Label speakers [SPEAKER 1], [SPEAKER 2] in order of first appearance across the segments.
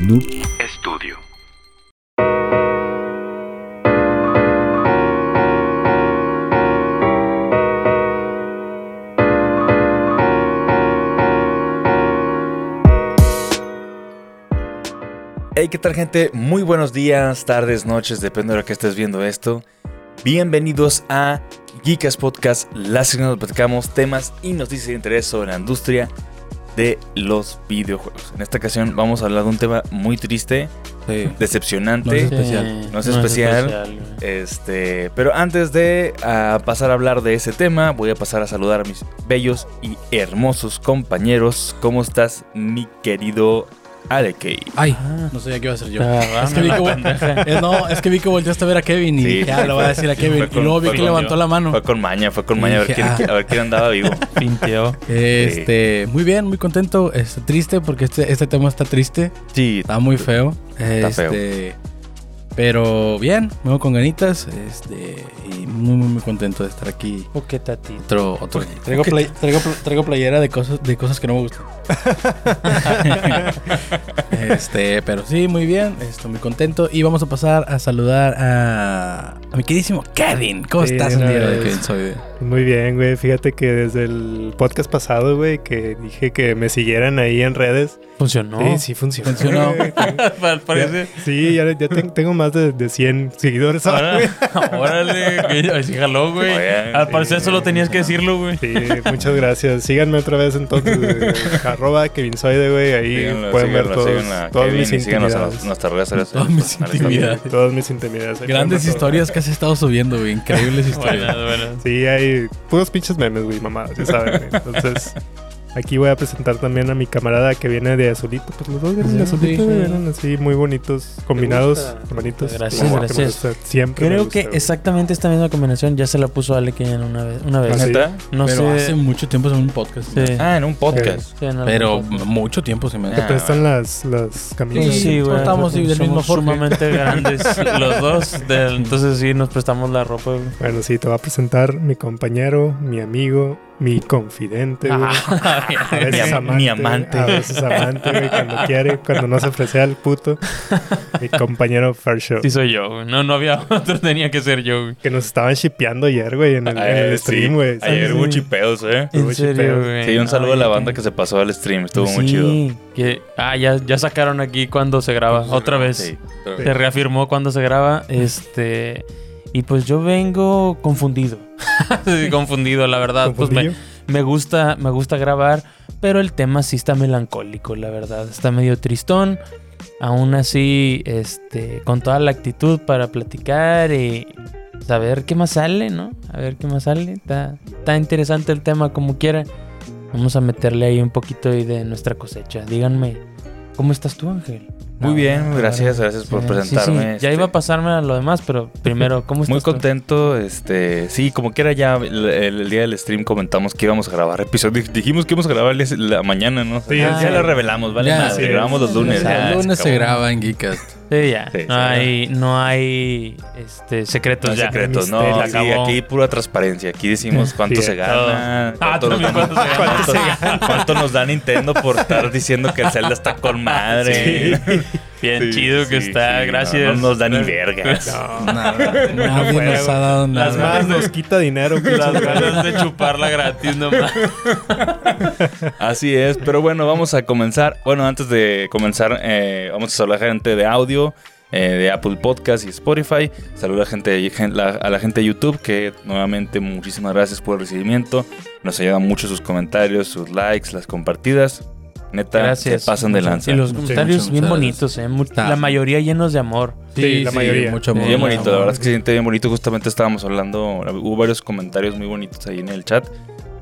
[SPEAKER 1] Noob
[SPEAKER 2] Estudio.
[SPEAKER 3] Hey, ¿qué tal gente? Muy buenos días, tardes, noches, depende de lo que estés viendo esto. Bienvenidos a Geekas Podcast, la sección donde platicamos temas y noticias de interés sobre la industria de los videojuegos. En esta ocasión vamos a hablar de un tema muy triste,
[SPEAKER 4] Sí.
[SPEAKER 3] decepcionante.
[SPEAKER 4] No es especial.
[SPEAKER 3] No es especial.
[SPEAKER 5] güey.
[SPEAKER 3] Este, pero antes de ah, pasar a hablar de ese tema, voy a pasar a saludar a mis bellos y hermosos compañeros. ¿Cómo estás, mi querido Arekey?
[SPEAKER 4] Ay, no sabía qué iba a hacer yo.
[SPEAKER 5] Ah,
[SPEAKER 4] es, que vi que,
[SPEAKER 5] va,
[SPEAKER 4] vol- Eh, no, es que vi que volteaste a ver a Kevin y
[SPEAKER 3] Sí,
[SPEAKER 4] dije, ah,
[SPEAKER 3] fue-
[SPEAKER 4] lo voy a decir a
[SPEAKER 3] sí,
[SPEAKER 4] Kevin.
[SPEAKER 3] fue con-
[SPEAKER 4] y luego vi
[SPEAKER 3] fue
[SPEAKER 4] que
[SPEAKER 3] con
[SPEAKER 4] levantó
[SPEAKER 3] yo.
[SPEAKER 4] la mano.
[SPEAKER 3] Fue con maña, fue con maña a ver
[SPEAKER 4] Dije,
[SPEAKER 3] quién,
[SPEAKER 4] ah.
[SPEAKER 3] a ver quién andaba vivo.
[SPEAKER 5] Pinteó.
[SPEAKER 4] Este, muy bien, muy contento. Este, triste porque este, este tema está triste.
[SPEAKER 3] Sí,
[SPEAKER 4] Está muy feo.
[SPEAKER 3] Está feo.
[SPEAKER 4] Este, Pero bien, me voy con ganitas. Este, y muy, muy, muy contento de estar aquí.
[SPEAKER 5] Poquetatito.
[SPEAKER 4] Otro, otro. Traigo, play- traigo, pl- traigo playera de cosas, de cosas que no me gustan. este, pero sí, muy bien. Estoy muy contento. Y vamos a pasar a saludar a, a mi queridísimo Kevin. ¿Cómo
[SPEAKER 6] Sí,
[SPEAKER 4] estás,
[SPEAKER 6] de
[SPEAKER 4] el
[SPEAKER 6] una
[SPEAKER 4] día de hoy,
[SPEAKER 6] vez.
[SPEAKER 4] Kevin? Soy-
[SPEAKER 6] Muy bien, güey. Fíjate que desde el podcast pasado, güey, que dije que me siguieran ahí en redes.
[SPEAKER 5] Funcionó.
[SPEAKER 6] Sí, sí funcionó.
[SPEAKER 4] Funcionó.
[SPEAKER 6] güey.
[SPEAKER 5] Parece.
[SPEAKER 6] Ya- sí, ya, ya ten- tengo más de, de 100 seguidores
[SPEAKER 3] Ah.
[SPEAKER 6] ahora, güey.
[SPEAKER 5] Órale, güey. Ay, sí jaló, güey.
[SPEAKER 3] Oye,
[SPEAKER 5] Al
[SPEAKER 6] sí,
[SPEAKER 5] parecer
[SPEAKER 6] güey.
[SPEAKER 5] solo tenías que decirlo, güey.
[SPEAKER 6] Sí, muchas gracias. Síganme otra vez entonces, güey. arroba Kevinsoide, güey. Ahí
[SPEAKER 3] síganla,
[SPEAKER 6] pueden ver
[SPEAKER 3] síganla,
[SPEAKER 6] todos,
[SPEAKER 3] síganla,
[SPEAKER 6] todas
[SPEAKER 3] Kevin,
[SPEAKER 6] mis
[SPEAKER 3] y síganos a
[SPEAKER 6] intimidades.
[SPEAKER 3] nos- nuestras redes sociales.
[SPEAKER 4] Todas mis
[SPEAKER 3] personales
[SPEAKER 4] intimidades.
[SPEAKER 3] también.
[SPEAKER 6] Todas mis intimidades. Ahí pueden ver
[SPEAKER 4] Grandes
[SPEAKER 6] todo.
[SPEAKER 4] historias que has estado subiendo, güey. Increíbles historias.
[SPEAKER 5] Buenas, buenas.
[SPEAKER 6] Sí, hay puros pinches memes, güey, mamadas, ya saben. güey. Entonces, aquí voy a presentar también a mi camarada que viene de azulito. Pues los dos vienen de
[SPEAKER 4] Sí,
[SPEAKER 6] azulito,
[SPEAKER 4] sí.
[SPEAKER 6] güey, vienen así muy bonitos, combinados,
[SPEAKER 5] gusta?
[SPEAKER 6] hermanitos.
[SPEAKER 5] Gracias,
[SPEAKER 6] Como que me
[SPEAKER 5] gracias.
[SPEAKER 6] gusta, Siempre. me
[SPEAKER 5] Creo
[SPEAKER 6] gusta,
[SPEAKER 5] que
[SPEAKER 6] güey.
[SPEAKER 5] exactamente esta misma combinación ya se la puso Ale que en una vez. Una
[SPEAKER 6] Ah,
[SPEAKER 5] vez.
[SPEAKER 6] sí.
[SPEAKER 3] ¿Neta?
[SPEAKER 5] No
[SPEAKER 4] pero
[SPEAKER 5] sé.
[SPEAKER 4] hace mucho tiempo en un podcast.
[SPEAKER 5] Sí.
[SPEAKER 3] Ah, en un podcast.
[SPEAKER 5] Sí, en algún
[SPEAKER 4] Pero
[SPEAKER 5] momento.
[SPEAKER 4] mucho tiempo se me
[SPEAKER 3] Ah,
[SPEAKER 6] Prestan las, las
[SPEAKER 5] Sí,
[SPEAKER 6] camisas.
[SPEAKER 5] pues, sí, güey.
[SPEAKER 4] Estamos del
[SPEAKER 5] Somos
[SPEAKER 4] mismo Jorge.
[SPEAKER 5] sumamente grandes los dos. de- entonces sí, nos prestamos la ropa. güey.
[SPEAKER 6] Bueno, sí, te va a presentar mi compañero, mi amigo, mi confidente, güey. A veces
[SPEAKER 3] Mi am-
[SPEAKER 6] amante,
[SPEAKER 3] mi
[SPEAKER 6] güey.
[SPEAKER 3] amante.
[SPEAKER 6] A veces amante, güey, cuando quiere, cuando no se ofrece al puto. Mi compañero Farshow.
[SPEAKER 5] Sí soy yo, güey. No, no había otro. Tenía que ser yo, güey.
[SPEAKER 6] Que nos estaban shipeando ayer, güey, en el, en el
[SPEAKER 3] Eh, sí,
[SPEAKER 6] stream, güey.
[SPEAKER 3] Ayer
[SPEAKER 5] Sí.
[SPEAKER 3] hubo chipeos, ¿eh?
[SPEAKER 6] Estuvo
[SPEAKER 5] En
[SPEAKER 6] chido.
[SPEAKER 5] serio, güey.
[SPEAKER 3] Sí, un saludo a la banda
[SPEAKER 5] que
[SPEAKER 3] que se pasó al stream. Estuvo muy
[SPEAKER 5] Sí,
[SPEAKER 3] chido.
[SPEAKER 5] Que, ah, ya, ya sacaron aquí cuando se graba. Otra vez.
[SPEAKER 3] Sí.
[SPEAKER 5] Se reafirmó cuando se graba. Este. Y pues yo vengo confundido. Sí, confundido, la verdad.
[SPEAKER 6] ¿Confundillo?
[SPEAKER 5] Pues me, me gusta, me gusta grabar. Pero el tema sí está melancólico, la verdad. Está medio tristón. Aún así, este, con toda la actitud para platicar y saber qué más sale, ¿no? A ver qué más sale. Está, está interesante el tema como quiera. Vamos a meterle ahí un poquito ahí de nuestra cosecha. Díganme, ¿cómo estás tú, Ángel? Ah,
[SPEAKER 3] Muy bien, gracias, gracias por
[SPEAKER 5] Sí,
[SPEAKER 3] presentarme.
[SPEAKER 5] sí, sí. Ya
[SPEAKER 3] este.
[SPEAKER 5] iba a pasarme a lo demás, pero primero, ¿cómo estás?
[SPEAKER 3] Muy
[SPEAKER 5] tú?
[SPEAKER 3] contento, este, sí, como quiera ya el, el- el día del stream comentamos que íbamos a grabar episodio, dijimos que íbamos a grabar el- la mañana, ¿no?
[SPEAKER 6] Sí,
[SPEAKER 3] ya,
[SPEAKER 5] sí.
[SPEAKER 3] ya lo revelamos, vale,
[SPEAKER 4] Ya,
[SPEAKER 3] madre,
[SPEAKER 6] sí.
[SPEAKER 3] grabamos los lunes. Ah, ya,
[SPEAKER 4] El lunes se
[SPEAKER 3] acabó.
[SPEAKER 4] graba en Geekast.
[SPEAKER 5] Sí, ya.
[SPEAKER 3] Sí, sí,
[SPEAKER 5] no, hay, no hay este, secretos
[SPEAKER 3] No hay
[SPEAKER 5] ya.
[SPEAKER 3] secretos, no,
[SPEAKER 6] Misterio.
[SPEAKER 3] sí,
[SPEAKER 5] Acabó.
[SPEAKER 3] aquí pura transparencia, aquí decimos cuánto
[SPEAKER 6] Sí,
[SPEAKER 3] se gana,
[SPEAKER 5] todo. Ah, también
[SPEAKER 3] nos
[SPEAKER 5] cuánto se gana.
[SPEAKER 3] cuánto- cuánto nos da Nintendo por estar diciendo que el Zelda está con madre.
[SPEAKER 5] Bien
[SPEAKER 3] Sí,
[SPEAKER 5] chido que
[SPEAKER 3] sí,
[SPEAKER 5] está,
[SPEAKER 3] sí, no,
[SPEAKER 5] gracias.
[SPEAKER 3] No, nos da ni vergas.
[SPEAKER 4] Nada. Nadie
[SPEAKER 6] fue,
[SPEAKER 4] nos
[SPEAKER 6] güey.
[SPEAKER 4] ha dado
[SPEAKER 6] Las
[SPEAKER 4] nada.
[SPEAKER 6] más nos quita dinero. pinches
[SPEAKER 5] Las
[SPEAKER 6] ganas.
[SPEAKER 5] ganas de chuparla gratis nomás.
[SPEAKER 3] Así es, pero bueno, vamos a comenzar. Bueno, antes de comenzar, eh, vamos a saludar a la gente de audio, eh, de Apple Podcast y Spotify. Saludar a, la gente, de- gen- la- a la gente de YouTube, que nuevamente muchísimas gracias por el recibimiento. Nos ayudan mucho sus comentarios, sus likes, las compartidas. Neta,
[SPEAKER 5] Gracias.
[SPEAKER 3] se pasan de
[SPEAKER 5] Muchas-
[SPEAKER 3] lanza. Ah.
[SPEAKER 5] Y los
[SPEAKER 4] Sí,
[SPEAKER 5] comentarios
[SPEAKER 4] muchas,
[SPEAKER 5] bien
[SPEAKER 4] muchas
[SPEAKER 5] bonitos, ¿eh? Mu-
[SPEAKER 4] Está.
[SPEAKER 5] La mayoría llenos de amor.
[SPEAKER 6] Sí, la mayoría.
[SPEAKER 4] Mucho amor.
[SPEAKER 3] Bien bonito,
[SPEAKER 4] mucho
[SPEAKER 3] la
[SPEAKER 4] amor.
[SPEAKER 3] verdad es que se siente bien bonito. Justamente estábamos hablando, hubo varios comentarios muy bonitos ahí en el chat.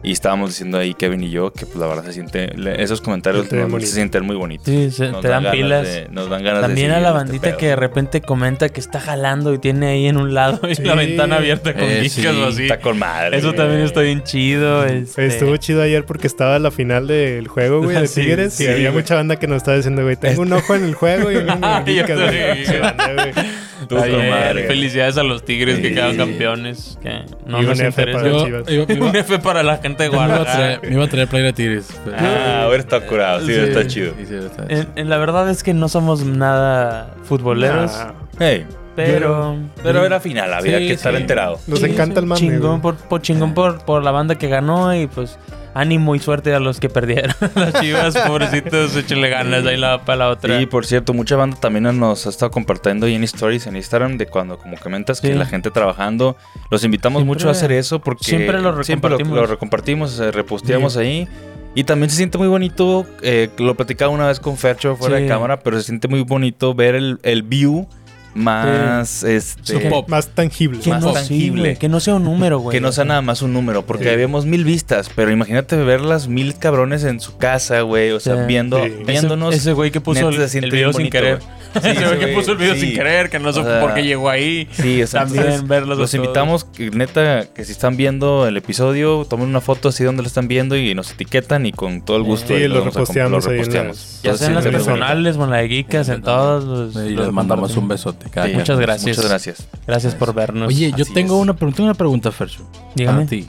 [SPEAKER 3] Y estábamos diciendo ahí, Kevin y yo, que pues, la verdad se siente, le- esos comentarios
[SPEAKER 6] Se siente bien
[SPEAKER 3] nos- se
[SPEAKER 6] bonito.
[SPEAKER 3] sienten muy bonitos.
[SPEAKER 5] Sí, se-
[SPEAKER 3] Nos
[SPEAKER 5] te dan
[SPEAKER 3] ganas
[SPEAKER 5] pilas.
[SPEAKER 3] de- nos dan ganas de
[SPEAKER 5] También a
[SPEAKER 3] seguir
[SPEAKER 5] la
[SPEAKER 3] este
[SPEAKER 5] bandita
[SPEAKER 3] pedo.
[SPEAKER 5] que de repente comenta que está jalando y tiene ahí en un lado y
[SPEAKER 6] Sí.
[SPEAKER 5] la ventana abierta con
[SPEAKER 4] Eh,
[SPEAKER 5] discos
[SPEAKER 4] sí.
[SPEAKER 5] o así.
[SPEAKER 3] Está con madre.
[SPEAKER 5] Eso
[SPEAKER 3] güey.
[SPEAKER 5] también está bien chido. este.
[SPEAKER 6] Estuvo chido ayer porque estaba la final del juego, güey, de
[SPEAKER 5] Sí,
[SPEAKER 6] Tigres.
[SPEAKER 5] sí,
[SPEAKER 6] y había
[SPEAKER 5] güey.
[SPEAKER 6] mucha banda que nos estaba diciendo, güey, tengo un ojo en el juego y uno en el
[SPEAKER 5] Ah, ya
[SPEAKER 6] Geekas,
[SPEAKER 5] sé,
[SPEAKER 6] güey.
[SPEAKER 5] güey.
[SPEAKER 6] Mucha banda, güey.
[SPEAKER 3] Estuvo con
[SPEAKER 5] Ayer,
[SPEAKER 3] madre.
[SPEAKER 5] Felicidades a los Tigres que
[SPEAKER 3] Sí.
[SPEAKER 5] quedaron campeones. Que no
[SPEAKER 6] Y
[SPEAKER 5] nos
[SPEAKER 6] un F
[SPEAKER 5] interesa.
[SPEAKER 6] para-
[SPEAKER 4] Yo,
[SPEAKER 6] Chivas.
[SPEAKER 4] iba- me iba-
[SPEAKER 5] Un F para la gente de
[SPEAKER 4] me iba a
[SPEAKER 5] Guadalajara.
[SPEAKER 4] traer- me iba a traer Playera Tigres. pero-
[SPEAKER 3] Ah, ahora está curado. Sí, está chido.
[SPEAKER 4] este. sí, sí, está chido.
[SPEAKER 5] En- en la verdad es que no somos nada futboleros,
[SPEAKER 6] Nah,
[SPEAKER 3] Hey,
[SPEAKER 5] pero
[SPEAKER 3] pero era final, había
[SPEAKER 4] Sí,
[SPEAKER 3] que estar
[SPEAKER 4] sí.
[SPEAKER 3] enterado.
[SPEAKER 6] nos
[SPEAKER 5] Sí,
[SPEAKER 6] encanta
[SPEAKER 5] sí,
[SPEAKER 6] el mame.
[SPEAKER 5] Chingón
[SPEAKER 6] güey.
[SPEAKER 5] por, por chingón por, por la banda que ganó y pues ánimo y suerte a los que perdieron. Las chivas, pobrecitos, échenle ganas ahí la para la otra.
[SPEAKER 3] Y por cierto, mucha banda también nos ha estado compartiendo ahí en stories en Instagram de cuando como comentas que
[SPEAKER 5] Sí.
[SPEAKER 3] la gente trabajando. Los invitamos
[SPEAKER 5] Siempre-
[SPEAKER 3] mucho a hacer eso porque
[SPEAKER 5] siempre lo
[SPEAKER 3] siempre lo,
[SPEAKER 5] recompartimos.
[SPEAKER 3] lo recompartimos, eh, reposteamos ahí. Y también se siente muy bonito, eh, lo platicaba una vez con Fercho fuera de
[SPEAKER 5] Sí.
[SPEAKER 3] cámara, pero se siente muy bonito ver el, el view más este,
[SPEAKER 4] Su pop.
[SPEAKER 6] Más tangible.
[SPEAKER 5] que
[SPEAKER 3] más
[SPEAKER 5] no,
[SPEAKER 3] tangible.
[SPEAKER 5] sí, güey, que no sea un número, güey.
[SPEAKER 3] que no sea nada más un número, porque
[SPEAKER 4] Sí.
[SPEAKER 3] habíamos mil vistas, pero imagínate ver las mil cabrones en su casa, güey, o sea,
[SPEAKER 5] Sí.
[SPEAKER 3] viendo,
[SPEAKER 6] Sí.
[SPEAKER 5] Ese-
[SPEAKER 3] viéndonos.
[SPEAKER 5] Ese güey que puso
[SPEAKER 3] neta
[SPEAKER 5] el,
[SPEAKER 3] se siente
[SPEAKER 5] el video
[SPEAKER 3] bien
[SPEAKER 5] sin
[SPEAKER 3] bonito,
[SPEAKER 5] querer.
[SPEAKER 3] güey. Sí,
[SPEAKER 5] ese güey que puso el video
[SPEAKER 3] sí.
[SPEAKER 5] sin querer, que no
[SPEAKER 3] O
[SPEAKER 5] supo
[SPEAKER 3] sea,
[SPEAKER 5] por qué llegó ahí.
[SPEAKER 3] Sí, o sea,
[SPEAKER 5] También
[SPEAKER 3] entonces,
[SPEAKER 5] verlos a
[SPEAKER 3] Los
[SPEAKER 5] todos.
[SPEAKER 3] invitamos, que neta, que si están viendo el episodio, tomen una foto así donde lo están viendo y nos etiquetan y con todo el gusto.
[SPEAKER 6] Sí,
[SPEAKER 3] ahí
[SPEAKER 6] lo
[SPEAKER 3] vamos a comp-
[SPEAKER 6] reposteamos
[SPEAKER 3] lo
[SPEAKER 6] ahí en
[SPEAKER 3] reposteamos.
[SPEAKER 6] las-
[SPEAKER 5] Ya sea
[SPEAKER 3] Entonces,
[SPEAKER 5] en las
[SPEAKER 3] sí,
[SPEAKER 6] Interesante.
[SPEAKER 5] personales, con la de Geekas, en todos los.
[SPEAKER 4] Y
[SPEAKER 5] los
[SPEAKER 4] les mandamos
[SPEAKER 5] compartimos.
[SPEAKER 4] un besote. cada
[SPEAKER 3] sí,
[SPEAKER 4] quien.
[SPEAKER 5] Muchas gracias.
[SPEAKER 3] Muchas gracias.
[SPEAKER 5] Gracias por vernos.
[SPEAKER 4] Oye, yo Ah,
[SPEAKER 3] Así
[SPEAKER 4] tengo
[SPEAKER 3] es.
[SPEAKER 4] una, pregunta, tengo una pregunta, Fercho.
[SPEAKER 5] dígame.
[SPEAKER 4] A ti.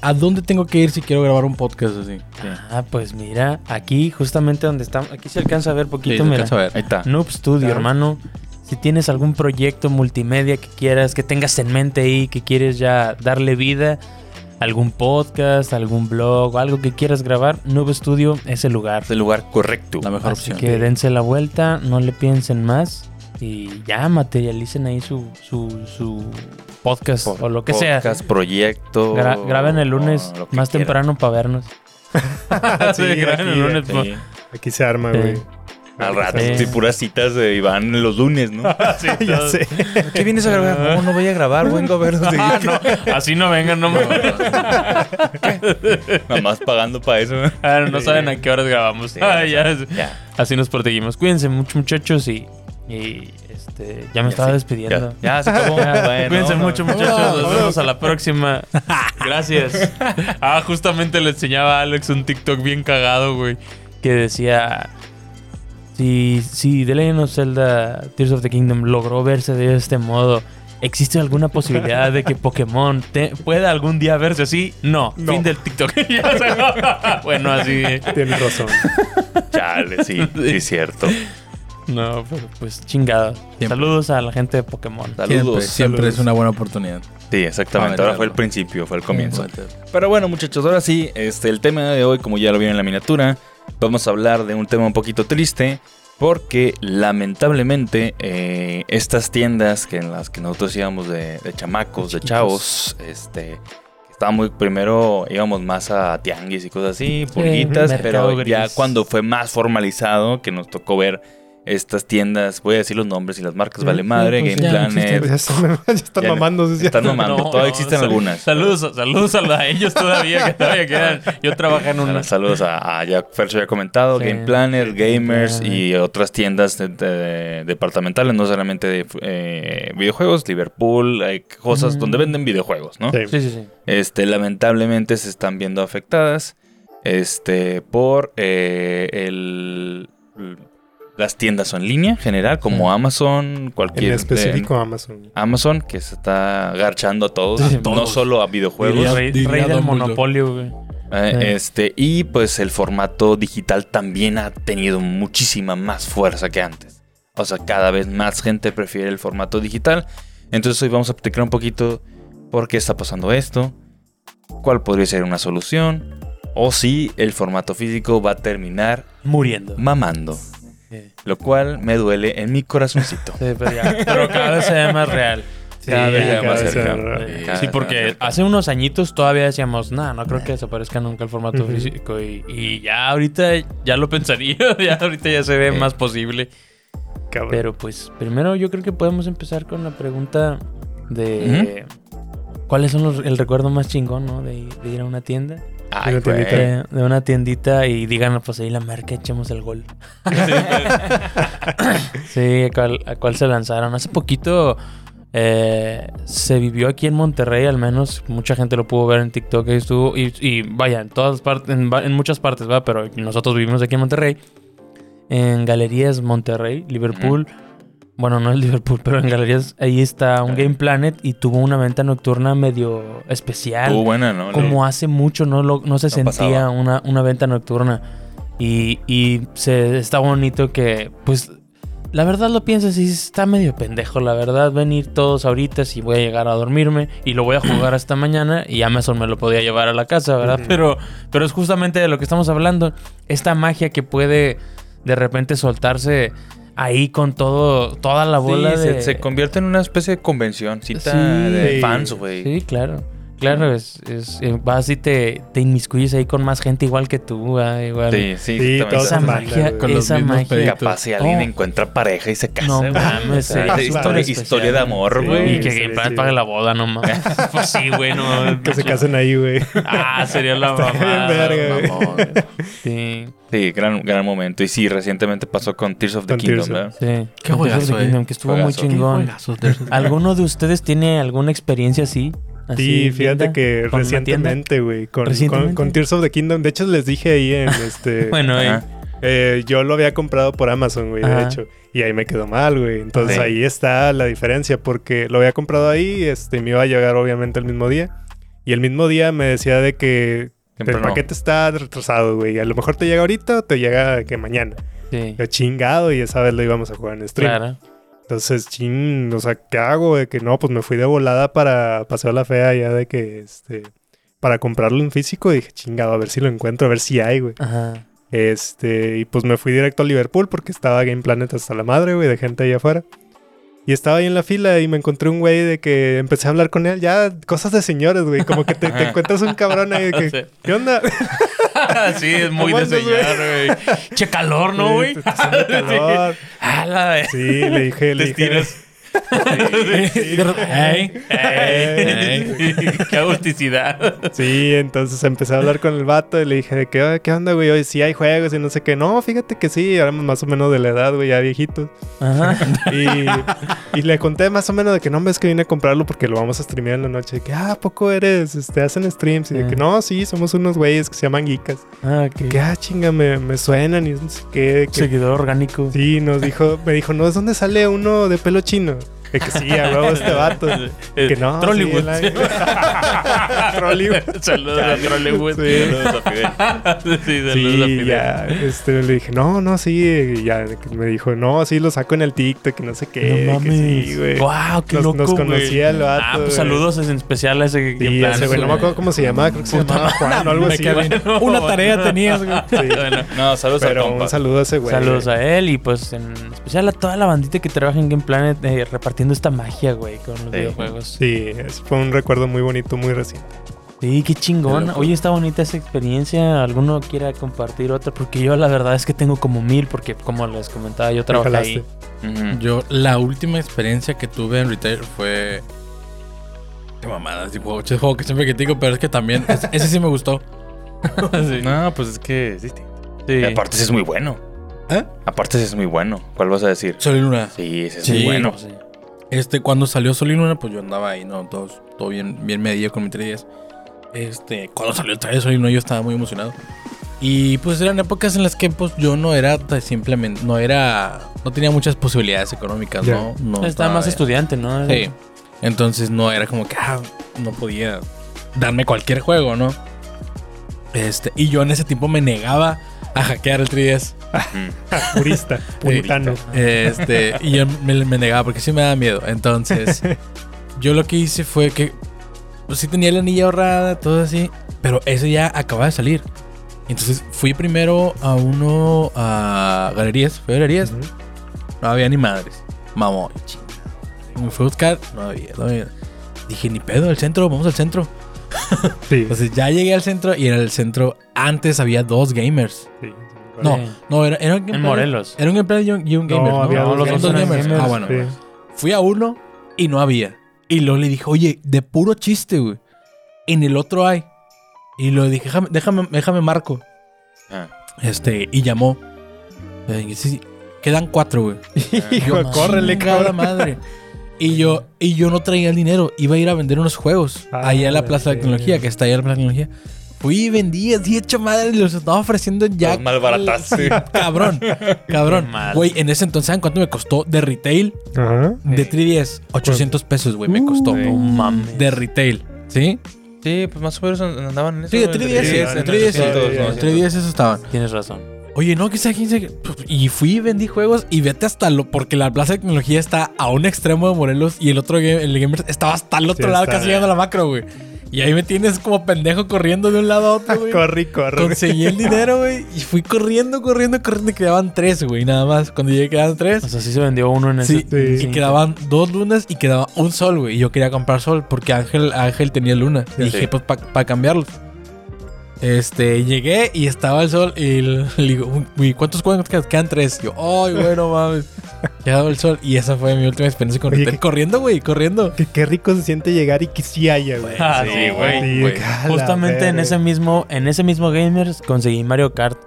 [SPEAKER 4] ¿A dónde tengo que ir si quiero grabar un podcast así?
[SPEAKER 5] Ah, pues mira, aquí justamente donde estamos, aquí se alcanza a ver
[SPEAKER 4] Sí,
[SPEAKER 5] poquito,
[SPEAKER 4] te
[SPEAKER 5] mira.
[SPEAKER 4] alcanzo a ver.
[SPEAKER 3] Ahí está.
[SPEAKER 5] Noob Studio,
[SPEAKER 6] Ah.
[SPEAKER 5] hermano. Si tienes algún proyecto multimedia que quieras, que tengas en mente ahí, que quieres ya darle vida, algún podcast, algún blog, algo que quieras grabar, Noob Studio es el lugar.
[SPEAKER 3] Es el lugar correcto.
[SPEAKER 4] La mejor
[SPEAKER 5] Así
[SPEAKER 4] opción.
[SPEAKER 5] que dense la vuelta, no le piensen más y ya materialicen ahí su, su, su podcast
[SPEAKER 3] Por-
[SPEAKER 5] o lo que sea.
[SPEAKER 3] podcast, proyecto.
[SPEAKER 5] Gra- graben el lunes
[SPEAKER 3] o lo que
[SPEAKER 5] más
[SPEAKER 3] quieran.
[SPEAKER 5] temprano para vernos.
[SPEAKER 6] Sí,
[SPEAKER 5] graben el
[SPEAKER 6] aquí,
[SPEAKER 5] lunes pa-
[SPEAKER 3] Sí.
[SPEAKER 6] Aquí se arma,
[SPEAKER 5] Sí.
[SPEAKER 6] güey.
[SPEAKER 3] Al rato,
[SPEAKER 5] Sí.
[SPEAKER 3] sí, puras citas de Iván los lunes, ¿no?
[SPEAKER 5] Ah,
[SPEAKER 6] ya sé.
[SPEAKER 3] ¿Qué vienes a grabar? No, no voy a grabar, vengo a verlos.
[SPEAKER 5] Ah, no, así no vengan, no, me-
[SPEAKER 3] Nada más pagando para eso. ¿no?
[SPEAKER 5] Ah, no saben a qué horas grabamos.
[SPEAKER 3] Sí,
[SPEAKER 5] Ah,
[SPEAKER 3] ya
[SPEAKER 5] ya es-
[SPEAKER 3] Ya.
[SPEAKER 5] Así nos protegimos. Cuídense mucho, muchachos, y, y, este, ya
[SPEAKER 3] Ya
[SPEAKER 5] me estaba
[SPEAKER 3] sí,
[SPEAKER 5] despidiendo.
[SPEAKER 3] Ya, ya se acabó. Bueno,
[SPEAKER 5] Cuídense mucho, muchachos. Nos
[SPEAKER 6] vámonos.
[SPEAKER 5] vemos a la próxima. Gracias. Ah, justamente le enseñaba a Alex un TikTok bien cagado, güey. Que decía: Si, si The Legend of Zelda Tears of the Kingdom logró verse de este modo, ¿existe alguna posibilidad de que Pokémon te- pueda algún día verse así? No.
[SPEAKER 6] No.
[SPEAKER 5] Fin del TikTok. Ya se acabó. bueno, así.
[SPEAKER 6] Tienes razón.
[SPEAKER 3] Chale, sí, sí, es cierto.
[SPEAKER 5] No, pero pues chingado.
[SPEAKER 4] Siempre.
[SPEAKER 5] Saludos a la gente de Pokémon.
[SPEAKER 3] Saludos.
[SPEAKER 4] Siempre, siempre
[SPEAKER 6] saludos.
[SPEAKER 4] es una buena oportunidad.
[SPEAKER 3] Sí, exactamente.
[SPEAKER 4] Vale,
[SPEAKER 3] Ahora
[SPEAKER 4] claro.
[SPEAKER 3] fue el principio, fue el comienzo.
[SPEAKER 4] Vete.
[SPEAKER 3] Pero bueno, muchachos, ahora sí, este, el tema de hoy, como ya lo vieron en la miniatura, vamos a hablar de un tema un poquito triste. Porque lamentablemente eh, estas tiendas que en las que nosotros íbamos de, de chamacos, de
[SPEAKER 5] Chiquitos.
[SPEAKER 3] chavos, este, estábamos primero íbamos más a tianguis y cosas así,
[SPEAKER 5] Sí,
[SPEAKER 3] pulguitas,
[SPEAKER 5] mercado
[SPEAKER 3] pero ya
[SPEAKER 5] gris.
[SPEAKER 3] cuando fue más formalizado que nos tocó ver estas tiendas, voy a decir los nombres y las marcas,
[SPEAKER 5] Sí,
[SPEAKER 3] vale
[SPEAKER 5] sí,
[SPEAKER 3] madre,
[SPEAKER 5] pues
[SPEAKER 3] Game
[SPEAKER 5] ya no
[SPEAKER 3] Planet,
[SPEAKER 6] ya, están, ya están
[SPEAKER 3] Ya no-
[SPEAKER 6] mamando. sí,
[SPEAKER 3] están mamando,
[SPEAKER 5] No,
[SPEAKER 3] todavía
[SPEAKER 5] no,
[SPEAKER 3] existen
[SPEAKER 5] sal-
[SPEAKER 3] algunas.
[SPEAKER 5] Saludos, saludos a la- ellos todavía que todavía quedan. Yo trabajé en una.
[SPEAKER 3] Bueno, saludos a, a ya, Fercho ya ha comentado,
[SPEAKER 5] Sí.
[SPEAKER 3] Game Planner, Gamers
[SPEAKER 5] Planet.
[SPEAKER 3] y otras tiendas de- de- departamentales, no solamente de eh, videojuegos, Liverpool, hay cosas
[SPEAKER 5] Mm.
[SPEAKER 3] donde venden videojuegos, ¿no?
[SPEAKER 6] Sí.
[SPEAKER 5] Sí, sí, sí.
[SPEAKER 3] Este, lamentablemente se están viendo afectadas este, por eh, el, las tiendas en línea en general, como Amazon,
[SPEAKER 6] En
[SPEAKER 3] cualquier...
[SPEAKER 6] específico Amazon.
[SPEAKER 3] eh, Amazon, que se está garchando a todos,
[SPEAKER 5] Sí, sí.
[SPEAKER 3] no
[SPEAKER 4] Todos.
[SPEAKER 3] solo a videojuegos.
[SPEAKER 5] Rey,
[SPEAKER 4] diría
[SPEAKER 5] rey del
[SPEAKER 4] Dumbledore.
[SPEAKER 5] monopolio, güey.
[SPEAKER 3] Eh,
[SPEAKER 5] Sí.
[SPEAKER 3] Este, y pues el formato digital también ha tenido muchísima más fuerza que antes. O sea, cada vez más gente prefiere el formato digital. Entonces hoy vamos a platicar un poquito por qué está pasando esto, cuál podría ser una solución, o si el formato físico va a terminar
[SPEAKER 5] Muriendo.
[SPEAKER 3] Mm. mamando.
[SPEAKER 5] Sí.
[SPEAKER 3] Lo cual me duele en mi corazoncito.
[SPEAKER 5] Sí, pero, ya. Pero cada vez se ve más real.
[SPEAKER 3] Cada vez llega
[SPEAKER 6] cada
[SPEAKER 3] más
[SPEAKER 6] vez se
[SPEAKER 3] cerca.
[SPEAKER 6] agarra.
[SPEAKER 5] Sí,
[SPEAKER 3] Cada
[SPEAKER 5] sí,
[SPEAKER 3] vez más
[SPEAKER 5] porque
[SPEAKER 3] cerca.
[SPEAKER 5] hace unos añitos todavía decíamos, nah, no creo que desaparezca nunca el formato
[SPEAKER 6] Ujú.
[SPEAKER 5] físico. Y, y ya ahorita ya lo pensaría, ya ahorita ya se ve
[SPEAKER 3] Sí.
[SPEAKER 5] más posible.
[SPEAKER 6] Cabrón.
[SPEAKER 5] Pero pues primero yo creo que podemos empezar con la pregunta de cuáles son los- el recuerdo más chingón, ¿no? De, de ir a una tienda,
[SPEAKER 3] Ay,
[SPEAKER 6] Una
[SPEAKER 3] güey.
[SPEAKER 6] tiendita.
[SPEAKER 5] de, de una tiendita y digan, pues ahí la marca, echemos el gol. sí, ¿a cuál, a cuál se lanzaron? Hace poquito eh, se vivió aquí en Monterrey, al menos mucha gente lo pudo ver en TikTok, ahí estuvo, y, y vaya, en todas partes, en, va- en muchas partes, va, pero nosotros vivimos aquí en Monterrey, en Galerías Monterrey, Liverpool. Bueno, no el Liverpool, pero en galerías ahí está un Game Planet y tuvo una venta nocturna medio especial.
[SPEAKER 3] Estuvo buena, ¿no?
[SPEAKER 5] como hace mucho no, lo- no se
[SPEAKER 3] No
[SPEAKER 5] sentía
[SPEAKER 3] pasaba.
[SPEAKER 5] una, una venta nocturna. Y, y se, está bonito que, pues, la verdad lo piensas y dices, está medio pendejo, la verdad, venir todos ahorita si voy a llegar a dormirme y lo voy a jugar hasta mañana y Amazon me lo podía llevar a la casa, ¿verdad?
[SPEAKER 6] Ujú.
[SPEAKER 5] Pero, pero es justamente de lo que estamos hablando, esta magia que puede de repente soltarse ahí con todo, toda la
[SPEAKER 3] Sí,
[SPEAKER 5] bola
[SPEAKER 3] se,
[SPEAKER 5] de...
[SPEAKER 3] se convierte en una especie de convención, cita
[SPEAKER 5] Sí.
[SPEAKER 3] de
[SPEAKER 6] Sí.
[SPEAKER 3] fans, güey.
[SPEAKER 5] Sí, claro. Claro, es, es- eh, vas y te, te inmiscuyes ahí con más gente igual que tú, ah, igual.
[SPEAKER 3] Sí, sí,
[SPEAKER 6] Sí,
[SPEAKER 3] exactamente.
[SPEAKER 6] todos
[SPEAKER 5] Esa
[SPEAKER 6] Esa
[SPEAKER 5] magia,
[SPEAKER 6] banda,
[SPEAKER 4] con los
[SPEAKER 5] esa
[SPEAKER 4] mismos
[SPEAKER 5] magia.
[SPEAKER 4] pedidos.
[SPEAKER 3] Capaz si alguien
[SPEAKER 5] Oh.
[SPEAKER 3] encuentra pareja y se casa.
[SPEAKER 5] No
[SPEAKER 3] güey.
[SPEAKER 5] mames,
[SPEAKER 3] O sea,
[SPEAKER 5] sería
[SPEAKER 3] historia,
[SPEAKER 5] súper
[SPEAKER 3] historia de
[SPEAKER 5] especial.
[SPEAKER 3] amor,
[SPEAKER 6] Sí.
[SPEAKER 5] Y
[SPEAKER 3] güey.
[SPEAKER 5] que
[SPEAKER 6] Sí,
[SPEAKER 5] Game Plan
[SPEAKER 6] sí.
[SPEAKER 5] pague la boda, no mames. Pues sí, güey, no mames.
[SPEAKER 6] Que se casen ahí, güey.
[SPEAKER 5] Ah, sería la
[SPEAKER 6] Está bien
[SPEAKER 5] mamada.
[SPEAKER 6] verga, güey.
[SPEAKER 5] mamón, güey. Sí,
[SPEAKER 3] Sí, gran, gran momento. Y sí, recientemente pasó con Tears of the
[SPEAKER 6] Con
[SPEAKER 3] Kingdom,
[SPEAKER 6] Tears of-
[SPEAKER 3] ¿verdad?
[SPEAKER 5] sí.
[SPEAKER 4] Qué
[SPEAKER 5] Con Tears of the
[SPEAKER 4] juegazo, eh.
[SPEAKER 5] Kingdom, Que estuvo muy
[SPEAKER 3] Juegazo. Qué
[SPEAKER 5] chingón. ¿Alguno de ustedes tiene alguna experiencia así?
[SPEAKER 6] Sí,
[SPEAKER 5] Así,
[SPEAKER 6] fíjate
[SPEAKER 5] linda,
[SPEAKER 6] que
[SPEAKER 5] con una tienda.
[SPEAKER 6] recientemente, güey, con,
[SPEAKER 5] Recientemente.
[SPEAKER 6] con, con Tears of the Kingdom. De hecho, les dije ahí en este.
[SPEAKER 5] Bueno, eh,
[SPEAKER 3] Ajá.
[SPEAKER 6] eh, yo lo había comprado por Amazon, güey, de
[SPEAKER 5] Ajá.
[SPEAKER 6] hecho. Y ahí me quedó mal, güey. Entonces
[SPEAKER 3] Sí.
[SPEAKER 6] ahí está la diferencia, porque lo había comprado ahí, este, me iba a llegar obviamente el mismo día. Y el mismo día me decía de que
[SPEAKER 3] Siempre
[SPEAKER 6] el
[SPEAKER 3] no.
[SPEAKER 6] paquete está retrasado, güey. A lo mejor te llega ahorita o te llega que mañana.
[SPEAKER 5] eh, sí,
[SPEAKER 6] Yo chingado y esa vez lo íbamos a jugar en stream.
[SPEAKER 5] claro.
[SPEAKER 6] Entonces, ching, o sea, ¿qué hago? De que no, pues me fui de volada para Paseo la Fea ya de que, este, para comprarlo en físico. dije, chingado, a ver si lo encuentro, a ver si hay, güey.
[SPEAKER 5] Ajá.
[SPEAKER 6] Este, y pues me fui directo a Liverpool porque estaba Game Planet hasta la madre, güey, de gente ahí afuera. Y estaba ahí en la fila y me encontré un güey de que empecé a hablar con él. Ya, cosas de señores, güey. Como que te, te encuentras un cabrón ahí de que, ¿qué onda?
[SPEAKER 5] sí, es muy
[SPEAKER 6] ¿Cómo
[SPEAKER 5] de
[SPEAKER 6] andas, güey?
[SPEAKER 5] sellar, güey. Che calor, ¿no, güey?
[SPEAKER 6] Te está haciendo calor.
[SPEAKER 5] Ah, la de...
[SPEAKER 6] Sí, le dije, le dije.
[SPEAKER 5] Destinos. Ey, ey, ¡Qué agusticidad!
[SPEAKER 6] Sí, entonces empecé a hablar con el vato y le dije de que, "Oye, ¿qué onda, güey? Hoy sí hay juegos y no sé qué. No, fíjate que sí, éramos más o menos de la edad, güey, ya viejitos.
[SPEAKER 5] Ajá.
[SPEAKER 6] Y, y le conté más o menos de que no, ves que vine a comprarlo porque lo vamos a streamear en la noche. De que, ah, ¿a poco eres, este, hacen streams. Y de que,
[SPEAKER 5] Ah.
[SPEAKER 6] no, sí, somos unos güeyes que se llaman geekas.
[SPEAKER 5] Ah,
[SPEAKER 6] De que,
[SPEAKER 5] qué
[SPEAKER 6] ah, chinga, me, me suenan y no sé qué. de que,
[SPEAKER 5] seguidor orgánico.
[SPEAKER 6] sí, nos dijo, me dijo, no, ¿es donde sale uno de pelo chino? De que sí, a huevo este vato. Que
[SPEAKER 5] Eh,
[SPEAKER 6] no, sí,
[SPEAKER 5] Trollywood.
[SPEAKER 6] el- Trollywood.
[SPEAKER 5] Saludos a Trollywood.
[SPEAKER 6] Sí.
[SPEAKER 3] Saludos a Fidel.
[SPEAKER 5] Sí, saludos a
[SPEAKER 6] Sí,
[SPEAKER 5] Fidel.
[SPEAKER 6] ya, este, le dije, no, no, sí, y ya me dijo, no, sí, lo saco en el TikTok, y no sé qué,
[SPEAKER 5] No
[SPEAKER 6] que sí,
[SPEAKER 5] mames.
[SPEAKER 6] güey.
[SPEAKER 5] ¡Wow! ¡Qué
[SPEAKER 6] nos,
[SPEAKER 5] loco,
[SPEAKER 6] nos
[SPEAKER 5] güey.
[SPEAKER 6] conocía el vato.
[SPEAKER 5] Ah, pues
[SPEAKER 6] güey.
[SPEAKER 5] saludos en especial a ese
[SPEAKER 6] Sí,
[SPEAKER 5] plan,
[SPEAKER 6] ese güey, no me acuerdo cómo se llamaba, creo que se llamaba Juan o algo así. güey.
[SPEAKER 5] Bueno,
[SPEAKER 4] Una tarea tenías, güey.
[SPEAKER 6] Sí,
[SPEAKER 3] No, saludos al
[SPEAKER 6] pero
[SPEAKER 3] compa.
[SPEAKER 6] un saludo a ese güey.
[SPEAKER 5] Saludos a él y pues en especial a toda la bandita que trabaja en Game Planet eh, repartiendo esta magia, güey, con los
[SPEAKER 3] Sí.
[SPEAKER 5] videojuegos.
[SPEAKER 6] Sí, es- fue un recuerdo muy bonito, muy reciente.
[SPEAKER 5] Sí, qué
[SPEAKER 3] Qué
[SPEAKER 5] chingón.
[SPEAKER 3] loco.
[SPEAKER 5] Oye, está bonita esa experiencia. ¿Alguno quiera compartir otra? Porque yo la verdad es que tengo como mil, porque como les comentaba, yo trabajé
[SPEAKER 6] jalaste.
[SPEAKER 5] ahí. Mm.
[SPEAKER 3] Ujú.
[SPEAKER 4] Yo, la última experiencia que tuve en retail fue. Qué mamada, ese juego, ese juego que siempre critico, pero es que también. Ese, ese sí me gustó. Sí.
[SPEAKER 3] No, pues es que sí, sí.
[SPEAKER 5] Sí.
[SPEAKER 3] Y Aparte, sí es muy bueno.
[SPEAKER 4] ¿Eh?
[SPEAKER 3] Aparte, sí es muy bueno. ¿Cuál vas a decir?
[SPEAKER 4] Sol y Luna.
[SPEAKER 3] Sí, sí es
[SPEAKER 4] Sí.
[SPEAKER 3] muy bueno.
[SPEAKER 5] Sí.
[SPEAKER 4] Este, cuando salió Sol y Luna, pues yo andaba ahí, ¿no? Todo, todo bien, bien medido con mi 3 Este, cuando salió el trailer de Sol y Luna, yo estaba muy emocionado. Y pues eran épocas en las que pues yo no era tan- simplemente, no era, no tenía muchas posibilidades económicas,
[SPEAKER 6] Ya.
[SPEAKER 4] ¿no? no
[SPEAKER 5] Estaba más
[SPEAKER 4] estudiando
[SPEAKER 5] estudiante, ¿no?
[SPEAKER 4] Sí. Entonces no era como que ah, no podía darme cualquier juego, ¿no? Este, y yo en ese tiempo me negaba a hackear el 3DS.
[SPEAKER 3] Ujú.
[SPEAKER 6] Purista, puritano.
[SPEAKER 4] Este, y yo me, me negaba porque sí me daba miedo. Entonces, yo lo que hice fue que pues, sí tenía la anilla ahorrada, todo así, pero ese ya acababa de salir. Entonces fui primero a uno a galerías, fue a galerías,
[SPEAKER 6] Ujú.
[SPEAKER 4] no había ni madres. Mamón, chingada. Me fui a buscar, no había, no había. Dije, ni pedo, al centro, vamos al centro.
[SPEAKER 6] Sí.
[SPEAKER 4] Entonces ya llegué al centro y en el centro antes había dos gamers.
[SPEAKER 6] sí.
[SPEAKER 4] No,
[SPEAKER 5] Sí.
[SPEAKER 4] no, era, era un
[SPEAKER 5] En
[SPEAKER 4] gameplay.
[SPEAKER 5] Morelos.
[SPEAKER 4] Era un gameplay y un, y un gamer. No,
[SPEAKER 6] había dos
[SPEAKER 4] Eran
[SPEAKER 5] gamers. Eran gamers.
[SPEAKER 4] Ah, bueno.
[SPEAKER 6] Sí.
[SPEAKER 4] Fui a uno y no había. Y luego le dije, oye, de puro chiste, güey. En el otro hay. Y lo dije, déjame, déjame, déjame marco.
[SPEAKER 3] Ah.
[SPEAKER 4] Este, y llamó. Le dije, "Sí, sí, quedan cuatro, güey.
[SPEAKER 6] Hijo,
[SPEAKER 4] Yo,
[SPEAKER 6] córrele,
[SPEAKER 4] chingada
[SPEAKER 6] cabrón.
[SPEAKER 4] madre. Y yo, y yo no traía el dinero, iba a ir a vender unos juegos
[SPEAKER 6] Ah,
[SPEAKER 4] allá a la
[SPEAKER 6] la
[SPEAKER 4] Plaza de la
[SPEAKER 6] verga.
[SPEAKER 4] Tecnología, que está allá en la Plaza de la Tecnología. fui y vendí así hecho madre y los estaba ofreciendo ya.
[SPEAKER 3] Los malbarataste.
[SPEAKER 4] Cabrón, cabrón.
[SPEAKER 5] Qué mal.
[SPEAKER 4] Güey, en ese entonces, ¿saben cuánto me costó de retail?
[SPEAKER 6] Ajá.
[SPEAKER 4] De
[SPEAKER 5] Sí.
[SPEAKER 4] 3DS, 800
[SPEAKER 6] Pues,
[SPEAKER 4] pesos, güey, me costó.
[SPEAKER 5] No
[SPEAKER 6] uh,
[SPEAKER 5] mames.
[SPEAKER 4] De retail, ¿sí?
[SPEAKER 3] Sí, pues más o menos andaban en eso.
[SPEAKER 4] Sí, de
[SPEAKER 3] ¿no?
[SPEAKER 4] 3DS,
[SPEAKER 6] sí,
[SPEAKER 4] de
[SPEAKER 6] sí,
[SPEAKER 4] 3DS,
[SPEAKER 6] sí, sí,
[SPEAKER 4] de 3DS esos estaban.
[SPEAKER 5] Tienes razón.
[SPEAKER 4] Oye, no, que sea 15. Y fui y vendí juegos y vete hasta lo. Porque la plaza de tecnología está a un extremo de Morelos y el otro game- el gamer estaba hasta el otro
[SPEAKER 6] Sí,
[SPEAKER 4] lado,
[SPEAKER 6] está.
[SPEAKER 4] casi llegando a la macro, güey. Y ahí me tienes como pendejo corriendo de un lado a otro, güey.
[SPEAKER 6] Corre, corre. güey.
[SPEAKER 4] Conseguí el dinero, güey. Y fui corriendo, corriendo, corriendo. Y quedaban tres, güey, nada más. Cuando llegué quedaban tres.
[SPEAKER 5] O sea, sí se vendió uno en
[SPEAKER 4] Sí,
[SPEAKER 5] ese.
[SPEAKER 6] sí.
[SPEAKER 4] Y quedaban dos lunas y quedaba un sol, güey. Y yo quería comprar sol porque Ángel, Ángel tenía luna. Y
[SPEAKER 3] Sí.
[SPEAKER 4] dije, pues, para cambiarlos. Este, llegué y estaba el sol. Y le le digo, "Uy, güey, ¿cuántos cuadros quedan? Quedan tres. Y yo, ay, güey, no mames. Quedaba el sol. Y esa fue mi última experiencia con
[SPEAKER 6] Oye,
[SPEAKER 4] retail.
[SPEAKER 6] qué-
[SPEAKER 4] Corriendo, güey, corriendo.
[SPEAKER 6] Que qué rico se siente llegar y que sí haya, güey.
[SPEAKER 5] Ah,
[SPEAKER 3] Sí,
[SPEAKER 5] sí,
[SPEAKER 3] güey.
[SPEAKER 6] Sí,
[SPEAKER 4] güey.
[SPEAKER 6] que a la
[SPEAKER 5] Justamente en
[SPEAKER 6] verga.
[SPEAKER 5] ese mismo, en ese mismo Gamers conseguí Mario Kart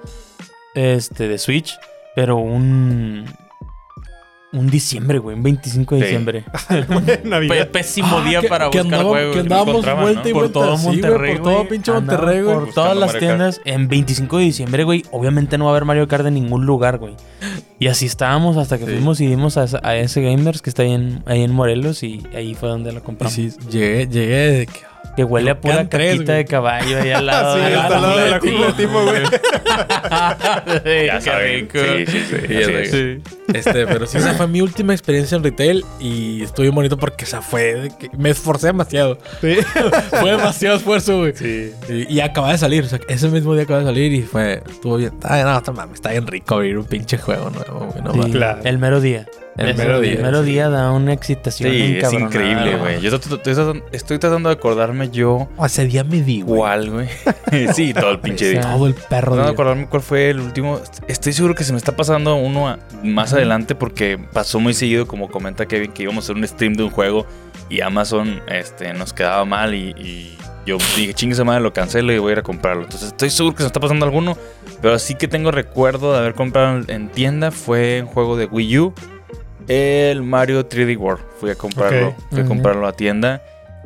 [SPEAKER 5] este, de Switch, pero un. Un diciembre, güey, un 25 de
[SPEAKER 3] Sí.
[SPEAKER 5] diciembre.
[SPEAKER 6] Pues, Navidad.
[SPEAKER 5] Ah, Pésimo día
[SPEAKER 4] Ah, que-
[SPEAKER 5] para
[SPEAKER 4] que
[SPEAKER 5] buscar
[SPEAKER 4] andaba-
[SPEAKER 5] juegos.
[SPEAKER 4] que
[SPEAKER 3] lo
[SPEAKER 4] andábamos
[SPEAKER 3] encontraban,
[SPEAKER 4] vuelta
[SPEAKER 3] ¿no?
[SPEAKER 4] y
[SPEAKER 5] por
[SPEAKER 4] vuelta.
[SPEAKER 5] todo
[SPEAKER 4] sí, güey,
[SPEAKER 5] Monterrey,
[SPEAKER 4] por todo
[SPEAKER 5] güey.
[SPEAKER 4] pinche
[SPEAKER 5] Andaba
[SPEAKER 4] Monterrey, güey.
[SPEAKER 5] Por
[SPEAKER 3] Buscando
[SPEAKER 5] todas las
[SPEAKER 3] Mario
[SPEAKER 5] tiendas. En 25 de diciembre, güey. Obviamente no va a haber Mario Kart en ningún lugar, güey. Y así estábamos hasta que
[SPEAKER 4] Sí.
[SPEAKER 5] fuimos y vimos a, esa- a ese Gamers que está ahí en, ahí en Morelos y ahí fue donde lo
[SPEAKER 4] Y
[SPEAKER 5] compramos.
[SPEAKER 4] sí, llegué, llegué de que.
[SPEAKER 5] Que huele a pura
[SPEAKER 4] Can tres,
[SPEAKER 5] caquita
[SPEAKER 4] güey.
[SPEAKER 5] de caballo ahí al lado.
[SPEAKER 6] Sí,
[SPEAKER 5] de la
[SPEAKER 6] hasta al lado de la
[SPEAKER 5] Julieti.
[SPEAKER 6] cuna de tipo, güey.
[SPEAKER 3] Ya saben. Sí, sí, sí. así es.
[SPEAKER 4] Este, pero sí, esa fue mi última experiencia en retail y estuvo bien bonito porque esa fue. de que me esforcé demasiado.
[SPEAKER 6] Sí.
[SPEAKER 4] Fue demasiado esfuerzo, güey.
[SPEAKER 6] Sí.
[SPEAKER 4] Y, y acababa de salir, o sea, ese mismo día acababa de salir y fue. Estuvo bien. Ay, no, está mames, está bien rico abrir un pinche juego nuevo, güey. No,
[SPEAKER 5] Sí,
[SPEAKER 4] mames.
[SPEAKER 6] Claro.
[SPEAKER 5] El mero día.
[SPEAKER 4] El
[SPEAKER 5] Eso,
[SPEAKER 4] mero día,
[SPEAKER 5] El mero
[SPEAKER 4] sí.
[SPEAKER 5] día da una excitación.
[SPEAKER 3] Sí, es
[SPEAKER 5] encabronada,
[SPEAKER 3] increíble, güey. Yo estoy, estoy- estoy tratando de acordarme yo
[SPEAKER 4] O ese día me di, güey.
[SPEAKER 3] cuál, güey. sí, todo el pinche día.
[SPEAKER 4] Todo el perro.
[SPEAKER 3] No
[SPEAKER 4] día.
[SPEAKER 3] de acordarme cuál fue el último. Estoy seguro que se me está pasando uno a- más adelante porque pasó muy seguido, como comenta Kevin, que íbamos a hacer un stream de un juego y Amazon este, nos quedaba mal y, y yo dije, chingue esa madre, lo cancelo y voy a ir a comprarlo. Entonces estoy seguro que se me está pasando alguno, pero sí que tengo recuerdo de haber comprado en- en tienda. Fue un juego de Wii U, el Mario 3D World. Fui a comprarlo,
[SPEAKER 6] Ok.
[SPEAKER 3] fui a
[SPEAKER 5] Ujú.
[SPEAKER 3] comprarlo a tienda.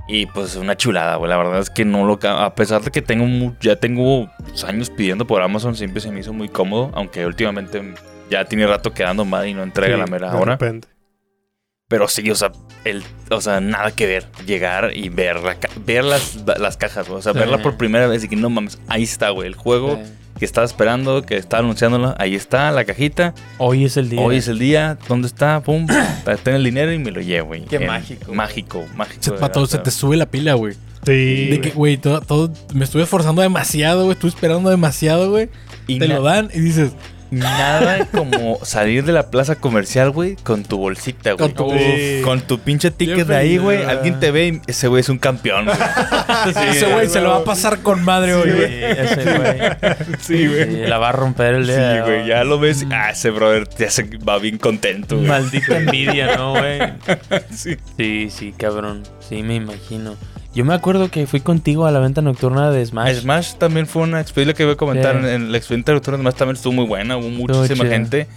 [SPEAKER 3] Y pues una chulada, güey. La verdad es que no lo... ca- A pesar de que tengo mu- ya tengo pues, años pidiendo por Amazon, siempre se me hizo muy cómodo. Aunque últimamente ya tiene rato quedando mal y no entrega la
[SPEAKER 6] Sí,
[SPEAKER 3] mera
[SPEAKER 6] de
[SPEAKER 3] hora.
[SPEAKER 6] repente.
[SPEAKER 3] Pero sí, o sea, el, o sea, nada que ver. Llegar y ver, la ca- ver las, las cajas, güey. O sea,
[SPEAKER 5] Sí.
[SPEAKER 3] verla por primera vez y que no mames, ahí está, güey. El juego
[SPEAKER 5] Sí.
[SPEAKER 3] que estaba esperando, que estaba anunciándolo. Ahí está, la cajita.
[SPEAKER 5] Hoy es el día.
[SPEAKER 3] Hoy es el día. ¿Dónde está? Pum. Está en el dinero y me lo llevo, güey.
[SPEAKER 5] Qué
[SPEAKER 3] En-
[SPEAKER 5] mágico,
[SPEAKER 3] Mágico, mágico.
[SPEAKER 4] Se,
[SPEAKER 3] de
[SPEAKER 4] pato,
[SPEAKER 3] verdad.
[SPEAKER 4] se te sube la pila, güey.
[SPEAKER 6] Sí.
[SPEAKER 4] De que, güey,
[SPEAKER 6] güey.
[SPEAKER 4] todo, todo- me estuve esforzando demasiado, güey. Estuve esperando demasiado, güey.
[SPEAKER 3] Y
[SPEAKER 4] Te
[SPEAKER 3] na-
[SPEAKER 4] lo dan y dices,
[SPEAKER 3] Nada como salir de la plaza comercial, güey, con tu bolsita, güey.
[SPEAKER 4] Con tu-
[SPEAKER 6] Sí.
[SPEAKER 3] Con tu pinche ticket
[SPEAKER 4] Bien
[SPEAKER 3] de ahí, güey.
[SPEAKER 4] feliz.
[SPEAKER 3] Alguien te ve y ese güey es un campeón, güey.
[SPEAKER 4] ese güey se lo va a pasar con madre,
[SPEAKER 5] Sí,
[SPEAKER 4] hoy, güey.
[SPEAKER 5] ese güey.
[SPEAKER 3] Sí,
[SPEAKER 5] Sí, la va a romper el
[SPEAKER 3] Sí,
[SPEAKER 5] día. de
[SPEAKER 3] güey,
[SPEAKER 5] hoy.
[SPEAKER 3] ya lo ves.
[SPEAKER 5] Mm.
[SPEAKER 3] Ah, ese brother te hace, va bien contento, güey.
[SPEAKER 5] Maldita envidia, ¿no, güey?
[SPEAKER 3] Sí.
[SPEAKER 5] Sí, sí, cabrón. Sí, me imagino. Yo me acuerdo que fui contigo a la venta nocturna de Smash.
[SPEAKER 3] Smash también fue una experiencia que voy a comentar.
[SPEAKER 5] Sí.
[SPEAKER 3] En la experiencia de Doctor Smash también estuvo muy buena. Hubo muchísima
[SPEAKER 5] chida.
[SPEAKER 3] gente.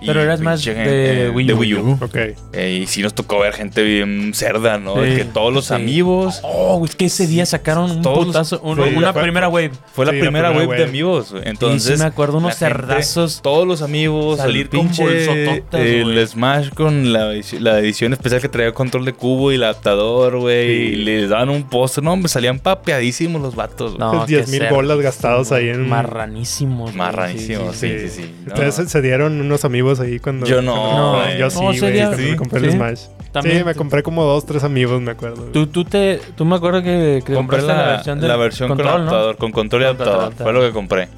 [SPEAKER 3] Y
[SPEAKER 5] Pero era Smash
[SPEAKER 3] pinche
[SPEAKER 5] de
[SPEAKER 3] eh,
[SPEAKER 5] Wii
[SPEAKER 3] de
[SPEAKER 5] U.
[SPEAKER 3] Wii U.
[SPEAKER 6] Ok.
[SPEAKER 3] Eh, y sí nos tocó ver gente bien cerda, ¿no?
[SPEAKER 5] Sí.
[SPEAKER 3] De que todos los
[SPEAKER 5] Sí.
[SPEAKER 3] amigos.
[SPEAKER 5] Oh, es que ese día sacaron un
[SPEAKER 3] Todos los-
[SPEAKER 5] putazo, un-
[SPEAKER 6] Sí,
[SPEAKER 5] una
[SPEAKER 6] fue-
[SPEAKER 5] primera wave.
[SPEAKER 3] Fue la
[SPEAKER 6] Sí, la
[SPEAKER 3] primera
[SPEAKER 6] primera
[SPEAKER 3] wave, de
[SPEAKER 6] wave.
[SPEAKER 3] amigos. güey. Entonces,
[SPEAKER 5] Entonces, me acuerdo unos
[SPEAKER 3] la gente-
[SPEAKER 5] cerdazos.
[SPEAKER 3] todos los amigos,
[SPEAKER 5] Salir
[SPEAKER 3] el
[SPEAKER 5] con
[SPEAKER 3] pinche, eh,
[SPEAKER 5] bolsototas, güey.
[SPEAKER 3] el Smash con la, edici- la edición especial que traía control de cubo y el adaptador, güey,
[SPEAKER 6] Sí.
[SPEAKER 3] y les daban un póster, no, hombre, salían papeadísimos los vatos, güey.
[SPEAKER 5] No,
[SPEAKER 6] Esos 10,000
[SPEAKER 5] qué
[SPEAKER 6] bolas gastados
[SPEAKER 5] cerdos,
[SPEAKER 6] ahí en-
[SPEAKER 5] Marranísimos. güey.
[SPEAKER 3] Marranísimos,
[SPEAKER 5] Sí, sí, sí.
[SPEAKER 3] sí, sí,
[SPEAKER 6] sí.
[SPEAKER 3] sí. No.
[SPEAKER 6] Ustedes se- se dieron unos amigos ahí cuando.
[SPEAKER 3] Yo no,
[SPEAKER 6] cuando-
[SPEAKER 5] güey.
[SPEAKER 6] yo
[SPEAKER 5] No,
[SPEAKER 6] sí, güey.
[SPEAKER 5] ese día-
[SPEAKER 6] cuando
[SPEAKER 3] Sí.
[SPEAKER 6] me compré el
[SPEAKER 5] Sí.
[SPEAKER 6] Smash.
[SPEAKER 5] También
[SPEAKER 6] sí, me
[SPEAKER 5] tú-
[SPEAKER 6] compré como dos, tres amigos, me acuerdo. güey.
[SPEAKER 5] Tú, tú, te, tú me acuerdo que, que
[SPEAKER 3] Compré
[SPEAKER 5] compraste
[SPEAKER 3] la, la versión,
[SPEAKER 5] versión del
[SPEAKER 3] con
[SPEAKER 5] control, ¿no?
[SPEAKER 3] adaptador, con control y
[SPEAKER 5] Con control,
[SPEAKER 3] adaptador. Fue
[SPEAKER 5] adaptador.
[SPEAKER 3] lo que compré.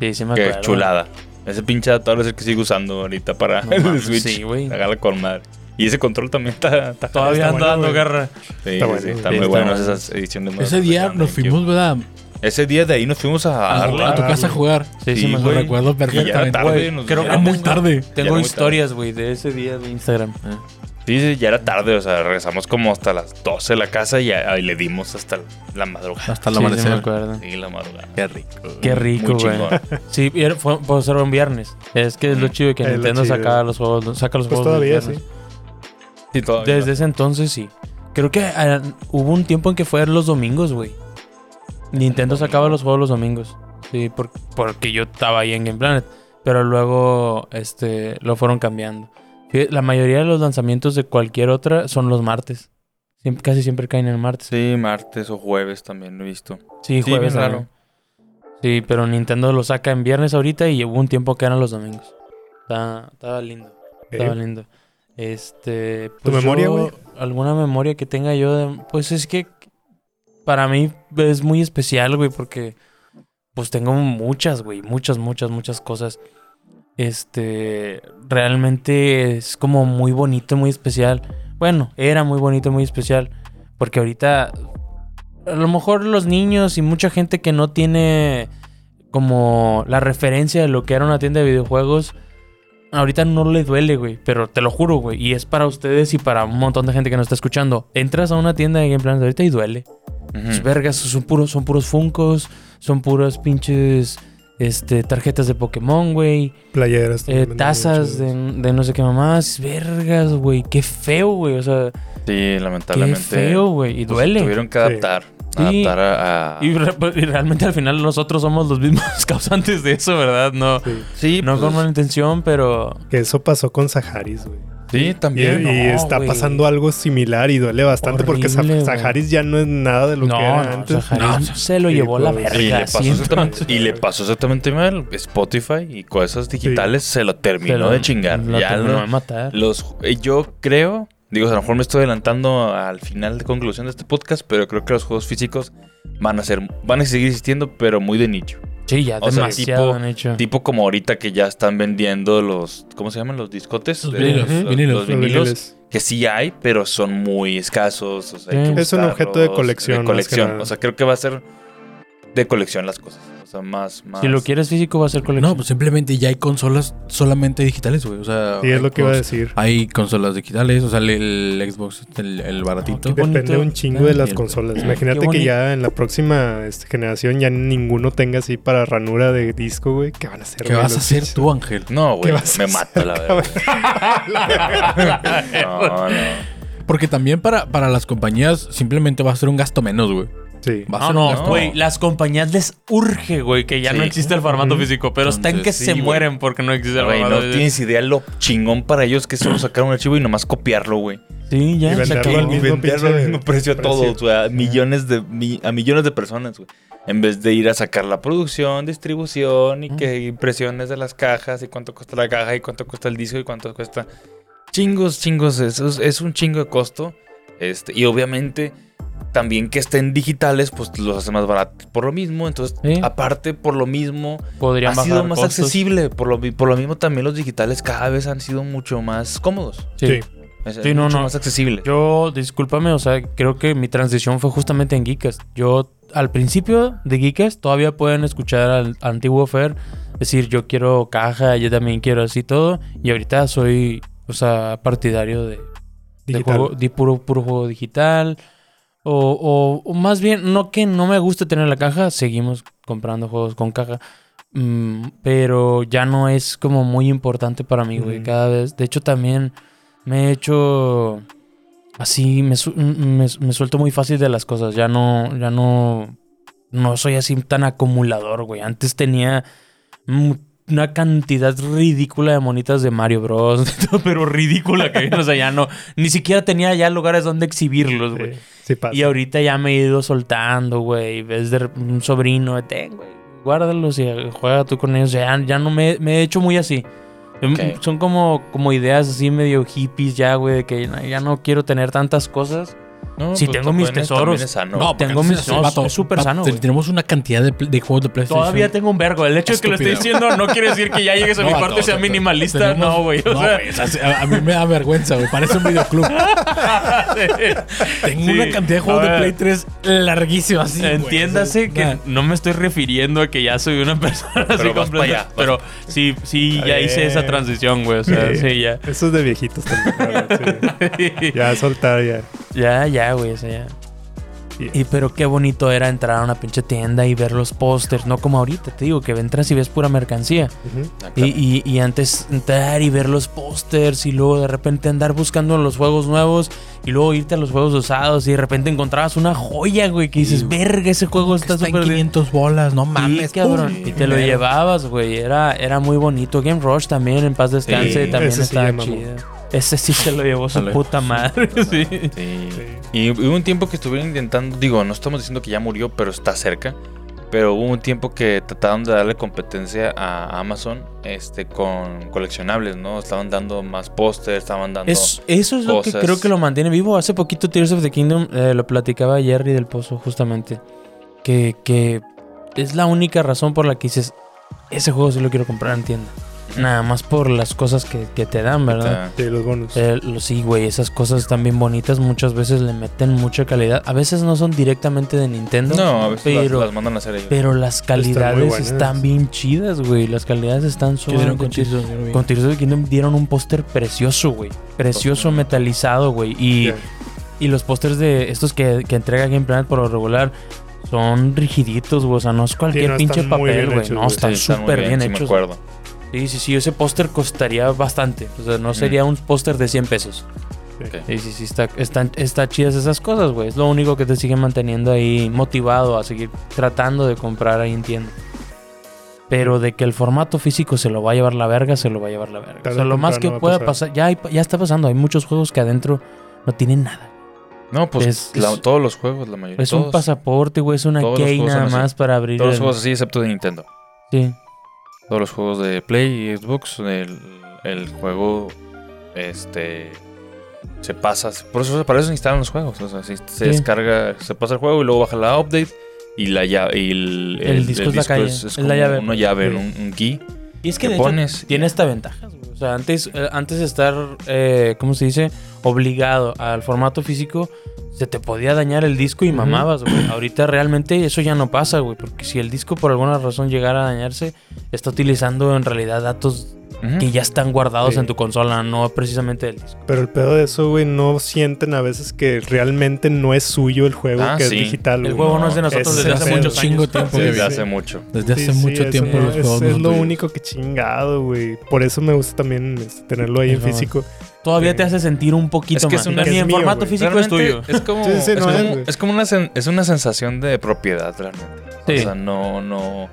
[SPEAKER 5] Sí, sí me
[SPEAKER 3] Qué
[SPEAKER 5] acuerdo.
[SPEAKER 3] chulada. Ese pinche adaptador es el que sigo usando ahorita para
[SPEAKER 5] No
[SPEAKER 3] el
[SPEAKER 5] mames,
[SPEAKER 3] Switch.
[SPEAKER 5] sí, güey.
[SPEAKER 3] Agarra con madre. Y ese control también está, está
[SPEAKER 5] Todavía
[SPEAKER 6] Está
[SPEAKER 5] anda
[SPEAKER 6] bueno,
[SPEAKER 5] dando
[SPEAKER 6] güey.
[SPEAKER 5] guerra.
[SPEAKER 3] Sí,
[SPEAKER 6] Está
[SPEAKER 3] sí,
[SPEAKER 6] bueno,
[SPEAKER 3] sí, están
[SPEAKER 5] güey.
[SPEAKER 3] muy
[SPEAKER 5] Está
[SPEAKER 3] buenas
[SPEAKER 5] bueno.
[SPEAKER 3] esas ediciones. nuevas
[SPEAKER 4] Ese
[SPEAKER 3] que
[SPEAKER 4] día
[SPEAKER 3] sacaron
[SPEAKER 4] nos
[SPEAKER 3] de GameCube.
[SPEAKER 4] fuimos, ¿verdad?
[SPEAKER 3] Ese día de ahí nos fuimos a
[SPEAKER 4] A,
[SPEAKER 5] Ah,
[SPEAKER 4] a tu
[SPEAKER 3] Arla.
[SPEAKER 4] casa a jugar.
[SPEAKER 5] Sí, sí,
[SPEAKER 3] Sí,
[SPEAKER 5] me
[SPEAKER 4] Lo
[SPEAKER 3] güey.
[SPEAKER 5] acuerdo.
[SPEAKER 4] recuerdo
[SPEAKER 3] Y ya era
[SPEAKER 4] perfectamente.
[SPEAKER 3] tarde,
[SPEAKER 5] Güey,
[SPEAKER 3] nos
[SPEAKER 5] creo
[SPEAKER 4] Era
[SPEAKER 3] vimos.
[SPEAKER 4] muy tarde.
[SPEAKER 3] Ya
[SPEAKER 5] Tengo
[SPEAKER 3] muy Ah.
[SPEAKER 5] historias, güey, de ese día de Instagram.
[SPEAKER 3] Sí, sí, ya era tarde, o sea, regresamos como hasta las 12 de la casa y ahí le dimos hasta la madrugada.
[SPEAKER 4] Hasta el
[SPEAKER 5] Sí, sí, me
[SPEAKER 4] amanecer.
[SPEAKER 5] acuerdo.
[SPEAKER 3] Sí, la madrugada.
[SPEAKER 4] Qué rico.
[SPEAKER 5] Qué rico,
[SPEAKER 3] Muy
[SPEAKER 5] güey.
[SPEAKER 3] chingón.
[SPEAKER 5] Sí, y era- fue, puede ser un viernes. Es que es lo chido que
[SPEAKER 6] Es lo
[SPEAKER 5] Nintendo
[SPEAKER 6] chido.
[SPEAKER 5] saca los juegos, saca los
[SPEAKER 6] Pues
[SPEAKER 5] juegos.
[SPEAKER 6] todavía
[SPEAKER 5] los
[SPEAKER 6] sí.
[SPEAKER 5] viernes.
[SPEAKER 3] Sí, todavía.
[SPEAKER 5] Desde ese entonces sí. Creo que ah, hubo un tiempo en que fue los domingos, güey. Nintendo sacaba los juegos los domingos. Sí, por- porque yo estaba ahí en Game Planet. Pero luego este, lo fueron cambiando. Fí- La mayoría de los lanzamientos de cualquier otra son los martes. Siempre- casi siempre caen el martes.
[SPEAKER 3] Sí, martes o jueves también lo he visto.
[SPEAKER 5] Sí,
[SPEAKER 3] Sí,
[SPEAKER 5] jueves
[SPEAKER 3] bien
[SPEAKER 5] raro. Sí, pero Nintendo lo saca en viernes ahorita y hubo un tiempo que eran los domingos. Está- estaba lindo. Estaba
[SPEAKER 6] Ok.
[SPEAKER 5] lindo. Este.
[SPEAKER 6] ¿Tu memoria,
[SPEAKER 5] yo-
[SPEAKER 6] güey?
[SPEAKER 5] Alguna memoria que tenga yo de- Pues es que. Para mí es muy especial, güey, porque. Pues tengo muchas, güey. Muchas, muchas, muchas cosas. Este. Realmente es como muy bonito, muy especial. Bueno, era muy bonito, muy especial. Porque ahorita. A lo mejor los niños y mucha gente que no tiene. Como la referencia de lo que era una tienda de videojuegos. Ahorita no le duele, güey, pero te lo juro, güey. Y es para ustedes y para un montón de gente que nos está escuchando. Entras a una tienda de Game Planet ahorita y duele.
[SPEAKER 3] Mm. Ujú.
[SPEAKER 5] Es vergas, son puros, son puros funcos, son puros pinches este, tarjetas de Pokémon, güey.
[SPEAKER 6] Playeras.
[SPEAKER 5] eh,
[SPEAKER 6] también,
[SPEAKER 5] tazas
[SPEAKER 6] muchas.
[SPEAKER 5] de, de no sé qué mamás. Vergas, güey. Qué feo, güey. O sea,
[SPEAKER 3] Sí,
[SPEAKER 5] qué
[SPEAKER 3] lamentablemente.
[SPEAKER 5] feo, güey. Y
[SPEAKER 3] pues,
[SPEAKER 5] duele.
[SPEAKER 3] Tuvieron que
[SPEAKER 6] Sí.
[SPEAKER 3] adaptar.
[SPEAKER 5] Sí.
[SPEAKER 3] Adaptar a. a-
[SPEAKER 5] Y, re- pues, y realmente al final nosotros somos los mismos causantes de eso, ¿verdad? No,
[SPEAKER 6] Sí.
[SPEAKER 3] Sí,
[SPEAKER 5] no
[SPEAKER 3] pues,
[SPEAKER 5] con mala intención, pero...
[SPEAKER 6] Que eso pasó con Saharis, güey.
[SPEAKER 3] sí,
[SPEAKER 6] Y,
[SPEAKER 3] también.
[SPEAKER 6] y
[SPEAKER 5] no,
[SPEAKER 6] está
[SPEAKER 5] güey.
[SPEAKER 6] pasando algo similar y duele bastante porque Sa-
[SPEAKER 5] Horrible, güey.
[SPEAKER 6] Saharis ya no es nada de lo que
[SPEAKER 5] No,
[SPEAKER 6] era
[SPEAKER 5] no,
[SPEAKER 6] antes.
[SPEAKER 5] Saharín se lo
[SPEAKER 6] sí,
[SPEAKER 5] llevó la
[SPEAKER 6] pues,
[SPEAKER 5] verga.
[SPEAKER 3] Y le, pasó
[SPEAKER 5] siento.
[SPEAKER 3] exactamente, y le pasó exactamente mal. Spotify y cosas digitales se lo terminó
[SPEAKER 5] Se lo-
[SPEAKER 3] de chingar.
[SPEAKER 5] lo
[SPEAKER 3] ya
[SPEAKER 5] terminó
[SPEAKER 3] lo-
[SPEAKER 5] de matar.
[SPEAKER 3] los, eh, yo creo, digo, a lo mejor me estoy adelantando al final de conclusión de este podcast, pero creo que los juegos físicos van a ser, van a seguir existiendo, pero muy de nicho.
[SPEAKER 5] Sí, ya
[SPEAKER 3] o sea,
[SPEAKER 5] demasiado
[SPEAKER 3] tipo-
[SPEAKER 5] han hecho.
[SPEAKER 3] Tipo como ahorita que ya están vendiendo los, ¿cómo se llaman? Los discotes.
[SPEAKER 4] Los
[SPEAKER 3] Eh, los-
[SPEAKER 4] vinilos, vinilos.
[SPEAKER 3] los
[SPEAKER 6] Los
[SPEAKER 3] vinilos.
[SPEAKER 6] viniles.
[SPEAKER 3] que sí hay, pero son muy escasos. o sea, hay
[SPEAKER 5] Sí.
[SPEAKER 3] que
[SPEAKER 6] Es un
[SPEAKER 3] buscarlos,
[SPEAKER 6] objeto de colección,
[SPEAKER 3] de
[SPEAKER 6] más que
[SPEAKER 3] colección.
[SPEAKER 6] nada.
[SPEAKER 3] O sea, creo que va a ser de colección las cosas. O sea, más, más.
[SPEAKER 5] si lo quieres físico va a ser colección.
[SPEAKER 4] No, pues simplemente ya hay consolas solamente digitales, güey. O sea,
[SPEAKER 6] Sí, es lo que iba a
[SPEAKER 4] Xbox,
[SPEAKER 6] decir.
[SPEAKER 4] Hay consolas digitales, o sea, el, el Xbox, el, el baratito.
[SPEAKER 5] Ah, qué
[SPEAKER 6] Depende
[SPEAKER 5] bonito.
[SPEAKER 6] un chingo de las
[SPEAKER 4] Bien.
[SPEAKER 6] consolas.
[SPEAKER 5] Qué
[SPEAKER 6] Imagínate
[SPEAKER 5] bonito.
[SPEAKER 6] que ya en la próxima este, generación ya ninguno tenga así para ranura de disco, güey. ¿Qué van a hacer?
[SPEAKER 4] ¿Qué
[SPEAKER 6] güey,
[SPEAKER 4] vas a
[SPEAKER 6] los
[SPEAKER 4] hacer
[SPEAKER 6] pinches?
[SPEAKER 4] tú, Ángel?
[SPEAKER 3] No, güey,
[SPEAKER 6] ¿Qué vas a
[SPEAKER 3] me
[SPEAKER 6] hacer,
[SPEAKER 3] mata la verdad. no, no.
[SPEAKER 4] Porque también para, para las compañías simplemente va a ser un gasto menos, güey.
[SPEAKER 6] Sí.
[SPEAKER 4] Va a
[SPEAKER 5] No,
[SPEAKER 4] ser un
[SPEAKER 5] no,
[SPEAKER 4] gasto-
[SPEAKER 5] güey, las compañías les urge, güey, que ya no
[SPEAKER 3] Sí.
[SPEAKER 5] existe el formato
[SPEAKER 6] Ujú.
[SPEAKER 5] físico, pero están que
[SPEAKER 4] Entonces,
[SPEAKER 5] se
[SPEAKER 3] sí, güey.
[SPEAKER 5] mueren porque no existe el
[SPEAKER 3] Güey,
[SPEAKER 5] formato
[SPEAKER 3] no
[SPEAKER 5] físico.
[SPEAKER 3] tienes idea lo chingón para ellos que es solo sacar un archivo y nomás copiarlo, güey.
[SPEAKER 5] Sí,
[SPEAKER 6] Y
[SPEAKER 5] ya, se
[SPEAKER 6] venderlo
[SPEAKER 5] acabó.
[SPEAKER 6] al
[SPEAKER 3] Y
[SPEAKER 6] mismo
[SPEAKER 3] venderlo al
[SPEAKER 6] pinche
[SPEAKER 3] mismo precio a
[SPEAKER 6] precio.
[SPEAKER 3] todos, güey, a millones de mi- a millones de personas, güey. En vez de ir a sacar la producción, distribución y que impresiones de las cajas y cuánto cuesta la caja y cuánto cuesta el disco y cuánto cuesta chingos, chingos, es, es- es un chingo de costo. Este, y obviamente también que estén digitales, pues los hace más baratos por lo mismo. Entonces,
[SPEAKER 5] Sí.
[SPEAKER 3] aparte por lo mismo,
[SPEAKER 5] Podrían
[SPEAKER 3] ha sido
[SPEAKER 5] bajar
[SPEAKER 3] más
[SPEAKER 5] costos.
[SPEAKER 3] accesible. Por lo, mi- por lo mismo también los digitales cada vez han sido mucho más cómodos.
[SPEAKER 5] Sí.
[SPEAKER 6] Sí.
[SPEAKER 3] O sea,
[SPEAKER 5] Sí, no,
[SPEAKER 3] mucho
[SPEAKER 5] no.
[SPEAKER 3] más accesible.
[SPEAKER 5] Yo, discúlpame, o sea, creo que mi transición fue justamente en Geekest. Yo, al principio de Geekest, todavía pueden escuchar al antiguo Fer decir, yo quiero caja, yo también quiero así todo. Y ahorita soy, o sea, partidario de, de,
[SPEAKER 6] Digital.
[SPEAKER 5] juego- de puro, puro juego digital. O, o- o más bien, no que no me guste tener la caja, seguimos comprando juegos con caja. Mm, pero ya no es como muy importante para mí, güey.
[SPEAKER 6] Ujú.
[SPEAKER 5] Cada vez. De hecho, también me he hecho. Así, me, su- mm, me- me suelto muy fácil de las cosas. Ya no. Ya no. No soy así tan acumulador, güey. Antes tenía. mm, Una cantidad ridícula de monitas de Mario Bros. pero ridícula que o sea, ya no. Ni siquiera tenía ya lugares donde exhibirlos, güey.
[SPEAKER 6] Sí, sí pasa.
[SPEAKER 5] Y ahorita ya me he ido soltando, güey. Ves de rep- un sobrino, ten, güey. Guárdalos y eh, juega tú con ellos. Ya, ya no me, me he hecho muy así. Em,
[SPEAKER 3] Ok.
[SPEAKER 5] Son como, como ideas así medio hippies ya, güey. De que "No, ya no quiero tener tantas cosas.
[SPEAKER 3] No,
[SPEAKER 5] Si tengo mis
[SPEAKER 3] también es-
[SPEAKER 5] tesoros.
[SPEAKER 3] también es sano.
[SPEAKER 4] No, porque
[SPEAKER 5] Tengo
[SPEAKER 4] no
[SPEAKER 5] mis-
[SPEAKER 4] seas
[SPEAKER 5] no,
[SPEAKER 4] así, vato.
[SPEAKER 5] es súper
[SPEAKER 4] Vato,
[SPEAKER 5] sano,
[SPEAKER 4] te-
[SPEAKER 5] güey.
[SPEAKER 4] Tenemos una cantidad de, pl- de juegos de PlayStation.
[SPEAKER 5] Todavía tengo un vergo. El hecho de que lo esté
[SPEAKER 4] Estúpido.
[SPEAKER 5] diciendo no quiere decir que ya llegues a mi
[SPEAKER 4] No,
[SPEAKER 5] cuarto
[SPEAKER 4] no,
[SPEAKER 5] y sea
[SPEAKER 4] no,
[SPEAKER 5] minimalista.
[SPEAKER 4] tenemos-
[SPEAKER 5] no, güey. O
[SPEAKER 4] no,
[SPEAKER 5] sea,
[SPEAKER 4] güey, o sea, a, a mí me da vergüenza, güey. Parece un videoclub. Tengo
[SPEAKER 5] Sí.
[SPEAKER 4] una cantidad de
[SPEAKER 5] A
[SPEAKER 4] juegos de
[SPEAKER 5] ver.
[SPEAKER 4] Play 3 larguísima. así, güey.
[SPEAKER 5] Entiéndase
[SPEAKER 4] O sea,
[SPEAKER 5] que
[SPEAKER 4] nada.
[SPEAKER 5] no me estoy refiriendo a que ya soy una persona así
[SPEAKER 3] Pero vas
[SPEAKER 5] completa,
[SPEAKER 3] pa' allá, vas-
[SPEAKER 5] pero sí, sí,
[SPEAKER 6] Está
[SPEAKER 5] ya hice
[SPEAKER 6] bien.
[SPEAKER 5] esa transición, güey. O sea,
[SPEAKER 6] Sí.
[SPEAKER 5] sí, ya.
[SPEAKER 6] Eso es de viejitos también. la verdad, sí. Ya soltar, ya.
[SPEAKER 5] Ya, ya, güey, o sea, ya.
[SPEAKER 6] Sí.
[SPEAKER 5] Y pero qué bonito era entrar a una pinche tienda y ver los pósters, no como ahorita, te digo, que entras y ves pura mercancía.
[SPEAKER 6] Ujú.
[SPEAKER 5] Y, y- y antes entrar y ver los pósters y luego de repente andar buscando los juegos nuevos y luego irte a los juegos usados y de repente encontrabas una joya, güey, que dices,
[SPEAKER 4] Sí, güey.
[SPEAKER 5] verga, ese juego está
[SPEAKER 4] Está en
[SPEAKER 5] súper bien.
[SPEAKER 4] 500 bolas, no mames,
[SPEAKER 5] Sí, cabrón.
[SPEAKER 4] pum,
[SPEAKER 5] Y te lo
[SPEAKER 4] primero.
[SPEAKER 5] llevabas, güey. Era, era muy bonito. Game Rush también, en paz descanse,
[SPEAKER 3] Sí,
[SPEAKER 5] también
[SPEAKER 6] ese sí
[SPEAKER 5] estaba
[SPEAKER 6] le mamó.
[SPEAKER 5] chido. Ese sí se lo llevó su
[SPEAKER 3] Ándale.
[SPEAKER 5] puta madre. sí.
[SPEAKER 3] Sí.
[SPEAKER 6] Sí.
[SPEAKER 3] Y hubo un tiempo que estuvieron intentando, digo, no estamos diciendo que ya murió, pero está cerca. Pero hubo un tiempo que trataron de darle competencia a Amazon este, con coleccionables, ¿no? Estaban dando más pósters, estaban dando...
[SPEAKER 5] Es- eso es lo que
[SPEAKER 3] Cosas.
[SPEAKER 5] creo que lo mantiene vivo. Hace poquito Tears of the Kingdom eh, lo platicaba Jerry del Pozo, justamente. Que, que es la única razón por la que dices, ese juego sí lo quiero comprar en tienda. Nada más por las cosas que, que te dan, ¿verdad?
[SPEAKER 3] Está-
[SPEAKER 6] Sí, los bonos.
[SPEAKER 5] Eh, lo- sí, güey, esas cosas están bien bonitas. Muchas veces le meten mucha calidad. A veces no son directamente de Nintendo.
[SPEAKER 3] No, a veces
[SPEAKER 5] pero-
[SPEAKER 3] las, las mandan a hacer ellos.
[SPEAKER 5] Pero las calidades
[SPEAKER 6] muy
[SPEAKER 5] están,
[SPEAKER 6] buenas.
[SPEAKER 5] bien chidas, güey. Las calidades están
[SPEAKER 4] ¿Qué hicieron
[SPEAKER 5] sumamente
[SPEAKER 4] con
[SPEAKER 5] chidas.
[SPEAKER 4] Chizos? Yo no vi.
[SPEAKER 5] Con Tears of the Kingdom dieron un póster precioso, güey. Precioso,
[SPEAKER 3] Ujú.
[SPEAKER 5] metalizado, güey. Y,
[SPEAKER 6] Ya.
[SPEAKER 5] y los pósters de estos que, que entrega Game Planet por lo regular son rigiditos, güey. O sea, no es cualquier
[SPEAKER 6] no están
[SPEAKER 5] pinche
[SPEAKER 6] muy bien
[SPEAKER 5] papel, güey.
[SPEAKER 6] hechos,
[SPEAKER 5] No,
[SPEAKER 6] güey.
[SPEAKER 5] están
[SPEAKER 3] Sí, muy
[SPEAKER 5] súper bien,
[SPEAKER 3] sí me
[SPEAKER 5] hechos.
[SPEAKER 3] acuerdo.
[SPEAKER 5] Sí, sí, sí. Ese póster costaría bastante. O sea, no sería un póster de 100 pesos.
[SPEAKER 6] Sí.
[SPEAKER 5] Sí, sí, sí. Está, están, está chidas esas cosas, güey. Es lo único que te sigue manteniendo ahí motivado a seguir tratando de comprar ahí, entiendo. Pero de que el formato físico se lo va a llevar la verga, se lo va a llevar la verga.
[SPEAKER 6] Tarde
[SPEAKER 5] o sea,
[SPEAKER 6] o
[SPEAKER 5] lo más que
[SPEAKER 6] temprano va a
[SPEAKER 5] pueda
[SPEAKER 6] pasar.
[SPEAKER 5] pasar. Ya, hay- ya está pasando. Hay muchos juegos que adentro no tienen nada.
[SPEAKER 3] No, pues
[SPEAKER 5] Es-
[SPEAKER 3] la-
[SPEAKER 5] es-
[SPEAKER 3] todos los juegos, la mayoría.
[SPEAKER 5] Es un
[SPEAKER 3] todos,
[SPEAKER 5] pasaporte, güey. Es una
[SPEAKER 3] todos los
[SPEAKER 5] key
[SPEAKER 3] juegos
[SPEAKER 5] nada
[SPEAKER 3] son así.
[SPEAKER 5] más para abrir.
[SPEAKER 3] todos los
[SPEAKER 5] el-
[SPEAKER 3] juegos así, excepto de Nintendo.
[SPEAKER 5] Sí.
[SPEAKER 3] Todos los juegos de Play y Xbox, el, el juego este se pasa. Por eso, para eso se instalan los juegos. O sea, si se
[SPEAKER 5] Sí.
[SPEAKER 3] descarga, se pasa el juego y luego baja la update y la llave. Y el,
[SPEAKER 5] El disco es la calle, es la
[SPEAKER 3] como
[SPEAKER 5] llave.
[SPEAKER 3] Una llave,
[SPEAKER 6] Sí.
[SPEAKER 3] un, un key
[SPEAKER 5] Y es
[SPEAKER 3] que pones.
[SPEAKER 5] tiene esta ventajas, güey. O sea, antes, eh, antes de estar, eh, ¿cómo se dice? Obligado al formato físico, se te podía dañar el disco y
[SPEAKER 6] Ujú.
[SPEAKER 5] mamabas, güey. Ahorita realmente eso ya no pasa, güey. Porque si el disco por alguna razón llegara a dañarse, está utilizando en realidad datos
[SPEAKER 3] Ujú.
[SPEAKER 5] que ya están guardados
[SPEAKER 6] Sí.
[SPEAKER 5] en tu consola, no precisamente del disco.
[SPEAKER 6] Pero el pedo de eso, güey, no sienten a veces que realmente no es suyo el juego
[SPEAKER 3] Ah,
[SPEAKER 6] que
[SPEAKER 3] sí.
[SPEAKER 6] es digital.
[SPEAKER 5] El
[SPEAKER 6] güey.
[SPEAKER 5] juego no es de nosotros
[SPEAKER 6] ese
[SPEAKER 5] desde
[SPEAKER 6] es
[SPEAKER 5] hace
[SPEAKER 6] el
[SPEAKER 5] muchos
[SPEAKER 4] chingo
[SPEAKER 5] años.
[SPEAKER 4] tiempo
[SPEAKER 3] desde
[SPEAKER 4] que
[SPEAKER 6] Sí,
[SPEAKER 4] viene.
[SPEAKER 3] hace mucho.
[SPEAKER 4] Desde hace
[SPEAKER 6] Sí, sí,
[SPEAKER 4] mucho
[SPEAKER 6] ese
[SPEAKER 4] tiempo
[SPEAKER 6] no-
[SPEAKER 4] los
[SPEAKER 6] ese
[SPEAKER 4] juegos no
[SPEAKER 6] Es,
[SPEAKER 4] son
[SPEAKER 6] lo
[SPEAKER 4] tuyos.
[SPEAKER 6] único que chingado, güey. Por eso me gusta también este, tenerlo ahí en
[SPEAKER 5] Es lo-
[SPEAKER 6] físico.
[SPEAKER 5] Todavía
[SPEAKER 6] Sí.
[SPEAKER 5] te hace sentir un poquito
[SPEAKER 3] Es que es
[SPEAKER 5] más.
[SPEAKER 3] una-
[SPEAKER 5] Ni
[SPEAKER 6] es
[SPEAKER 5] en
[SPEAKER 6] mío,
[SPEAKER 5] formato
[SPEAKER 6] güey.
[SPEAKER 5] físico es
[SPEAKER 3] Realmente
[SPEAKER 5] tuyo.
[SPEAKER 3] es como,
[SPEAKER 6] Sí, sí,
[SPEAKER 3] es,
[SPEAKER 6] no es,
[SPEAKER 3] como
[SPEAKER 6] güey.
[SPEAKER 3] es como una sen- es una sensación de propiedad realmente. O
[SPEAKER 5] Sí.
[SPEAKER 3] sea, no, no.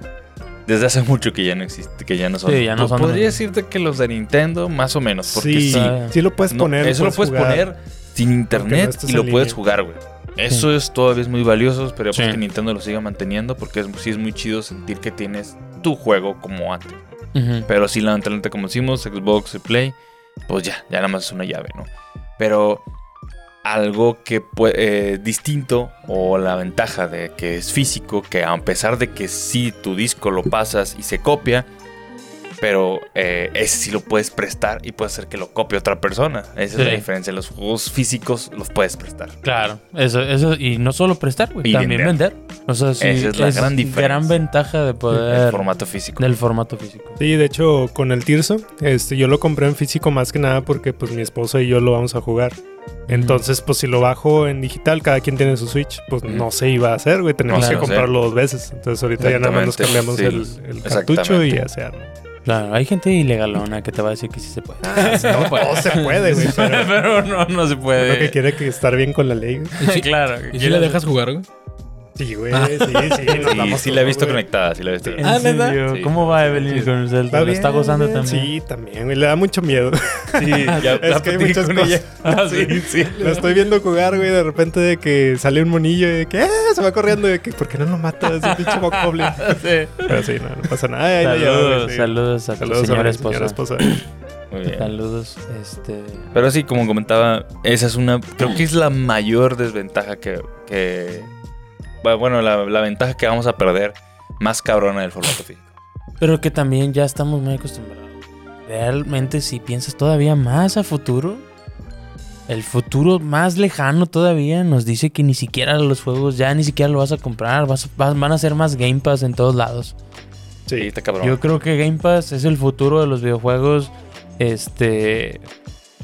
[SPEAKER 3] Desde hace mucho que ya no existe, que ya no son.
[SPEAKER 5] Sí, ya no
[SPEAKER 3] Po-
[SPEAKER 5] son-
[SPEAKER 3] Podría decirte que los de Nintendo, más o menos. Porque
[SPEAKER 6] Sí,
[SPEAKER 3] sí,
[SPEAKER 5] está-
[SPEAKER 6] sí lo puedes
[SPEAKER 3] No,
[SPEAKER 6] poner.
[SPEAKER 3] eso lo puedes
[SPEAKER 6] jugar.
[SPEAKER 3] poner sin
[SPEAKER 6] no
[SPEAKER 3] internet
[SPEAKER 6] estés
[SPEAKER 3] y
[SPEAKER 6] en
[SPEAKER 3] lo
[SPEAKER 6] línea.
[SPEAKER 3] puedes jugar, güey. Eso es todavía es muy valioso, pero pues
[SPEAKER 5] Sí.
[SPEAKER 3] que Nintendo lo siga manteniendo porque es, sí es muy chido sentir que tienes tu juego como antes.
[SPEAKER 5] Ujú.
[SPEAKER 3] Pero sí, lamentablemente, como decimos, Xbox y Play, pues ya, ya nada más es una llave, ¿no? Pero algo que pue- eh, distinto o la ventaja de que es físico, que a pesar de que sí tu disco lo pasas y se copia, pero eh, ese sí lo puedes prestar y puede ser que lo copie otra persona. Esa es la
[SPEAKER 5] Sí.
[SPEAKER 3] diferencia. Los juegos físicos los puedes prestar.
[SPEAKER 5] Claro, eso, eso, y no solo prestar, güey,
[SPEAKER 3] Y
[SPEAKER 5] también vender. O sea, sí,
[SPEAKER 3] Esa es la gran diferencia.
[SPEAKER 5] gran ventaja de poder
[SPEAKER 3] El formato físico.
[SPEAKER 5] del formato físico.
[SPEAKER 6] Sí, de hecho, con el Tirso, este, yo lo compré en físico más que nada porque pues mi esposa y yo lo vamos a jugar. Entonces, pues si lo bajo en digital, cada quien tiene su Switch, pues
[SPEAKER 3] Ujú.
[SPEAKER 6] no se iba a hacer, güey. Tenemos
[SPEAKER 3] No se
[SPEAKER 6] que
[SPEAKER 3] iba a hacer.
[SPEAKER 6] comprarlo dos veces. Entonces, ahorita ya nada más nos cambiamos
[SPEAKER 3] Exactamente, sí.
[SPEAKER 6] el, el cartucho y
[SPEAKER 3] Exactamente.
[SPEAKER 6] ya se arma.
[SPEAKER 5] Claro, hay gente ilegalona que te va a decir que sí se puede.
[SPEAKER 6] No, no se puede, güey. Pero
[SPEAKER 5] Pero no, no se
[SPEAKER 6] uno que
[SPEAKER 5] puede.
[SPEAKER 6] quiere que estar bien con la ley. güey.
[SPEAKER 4] ¿Y si,
[SPEAKER 5] claro.
[SPEAKER 4] y si la dejas jugar, güey?
[SPEAKER 6] Sí, güey.
[SPEAKER 4] Ah.
[SPEAKER 6] Sí, sí. nos
[SPEAKER 3] Y
[SPEAKER 6] damos
[SPEAKER 3] sí la he
[SPEAKER 6] todo,
[SPEAKER 3] visto
[SPEAKER 6] güey.
[SPEAKER 3] conectada, sí la he visto
[SPEAKER 6] Sí.
[SPEAKER 3] conectada.
[SPEAKER 5] Ah,
[SPEAKER 6] ¿En
[SPEAKER 5] ¿verdad?
[SPEAKER 6] serio?
[SPEAKER 5] ¿ómo va Evelyn con el Zelda? ¿Lo está
[SPEAKER 6] bien,
[SPEAKER 5] gozando
[SPEAKER 6] bien.
[SPEAKER 5] también?
[SPEAKER 6] Sí, también, güey. Le da mucho miedo.
[SPEAKER 3] Ya-
[SPEAKER 6] es
[SPEAKER 3] ya
[SPEAKER 6] que hay
[SPEAKER 3] platiqué
[SPEAKER 6] muchas
[SPEAKER 3] con
[SPEAKER 6] cosas.
[SPEAKER 3] ella.
[SPEAKER 5] Ah,
[SPEAKER 3] Sí, sí.
[SPEAKER 6] Lo estoy viendo jugar, güey, de repente de que sale un monillo y de que "Ah", se va corriendo de que ¿por qué no lo mata ese pinche bocoble? Pero sí, no, no pasa nada. Ahí la llevo,
[SPEAKER 5] Saludos,
[SPEAKER 6] güey, sí.
[SPEAKER 5] saludos a tu
[SPEAKER 6] Saludos a
[SPEAKER 5] señora
[SPEAKER 6] mi
[SPEAKER 5] esposa.
[SPEAKER 6] señora esposa.
[SPEAKER 3] Muy bien.
[SPEAKER 5] Saludos, este...
[SPEAKER 3] Pero sí, como comentaba, esa es una. Creo que es la mayor desventaja que. que- bu- bueno, la, la ventaja que vamos a perder más cabrona del formato físico.
[SPEAKER 5] Pero que también ya estamos muy acostumbrados. Realmente si piensas todavía más a futuro, el futuro más lejano todavía nos dice que ni siquiera los juegos ya ni siquiera lo vas a comprar, vas, vas- van a ser más Game Pass en todos lados.
[SPEAKER 3] Sí,
[SPEAKER 6] Sí.
[SPEAKER 3] está cabrón.
[SPEAKER 5] Yo creo que Game Pass es el futuro de los videojuegos este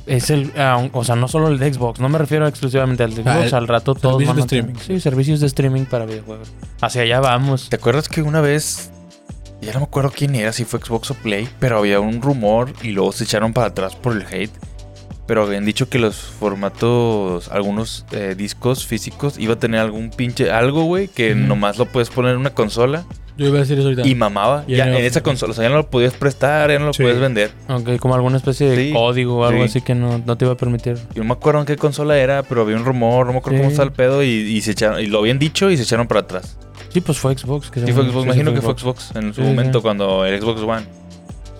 [SPEAKER 5] es el. ah, un- o sea, no solo el de Xbox. No me refiero exclusivamente al de
[SPEAKER 4] Ah,
[SPEAKER 5] Xbox.
[SPEAKER 4] el-
[SPEAKER 5] al rato todos.
[SPEAKER 4] servicios
[SPEAKER 5] van a
[SPEAKER 4] de
[SPEAKER 5] tener-
[SPEAKER 4] streaming.
[SPEAKER 5] Sí, servicios de streaming para videojuegos. Hacia allá vamos.
[SPEAKER 3] ¿Te acuerdas que una vez, ya no me acuerdo quién era, si fue Xbox o Play, pero había un rumor y luego se echaron para atrás por el hate? Pero habían dicho que los formatos, algunos eh, discos físicos, iba a tener algún pinche algo, güey, que
[SPEAKER 4] Ujú.
[SPEAKER 3] nomás lo puedes poner en una consola
[SPEAKER 4] Yo iba a decir eso ahorita.
[SPEAKER 3] y mamaba.
[SPEAKER 4] Ya
[SPEAKER 3] Ya
[SPEAKER 4] no.
[SPEAKER 3] en esa consola, o sea, ya no lo podías prestar, ya no lo
[SPEAKER 6] Sí.
[SPEAKER 3] podías vender.
[SPEAKER 5] Aunque como alguna especie de
[SPEAKER 3] Sí,
[SPEAKER 5] código o algo
[SPEAKER 3] sí.
[SPEAKER 5] así que no, no te iba a permitir.
[SPEAKER 3] Yo no me acuerdo en qué consola era, pero había un rumor, no me acuerdo
[SPEAKER 5] Sí.
[SPEAKER 3] cómo estaba el pedo y, y se echaron, y lo habían dicho y se echaron para atrás.
[SPEAKER 5] Sí, pues fue Xbox. Que
[SPEAKER 3] Sí,
[SPEAKER 5] se-
[SPEAKER 3] fue Xbox,
[SPEAKER 5] sí,
[SPEAKER 3] imagino que fue Xbox en su
[SPEAKER 5] Sí, sí.
[SPEAKER 3] momento cuando el Xbox One.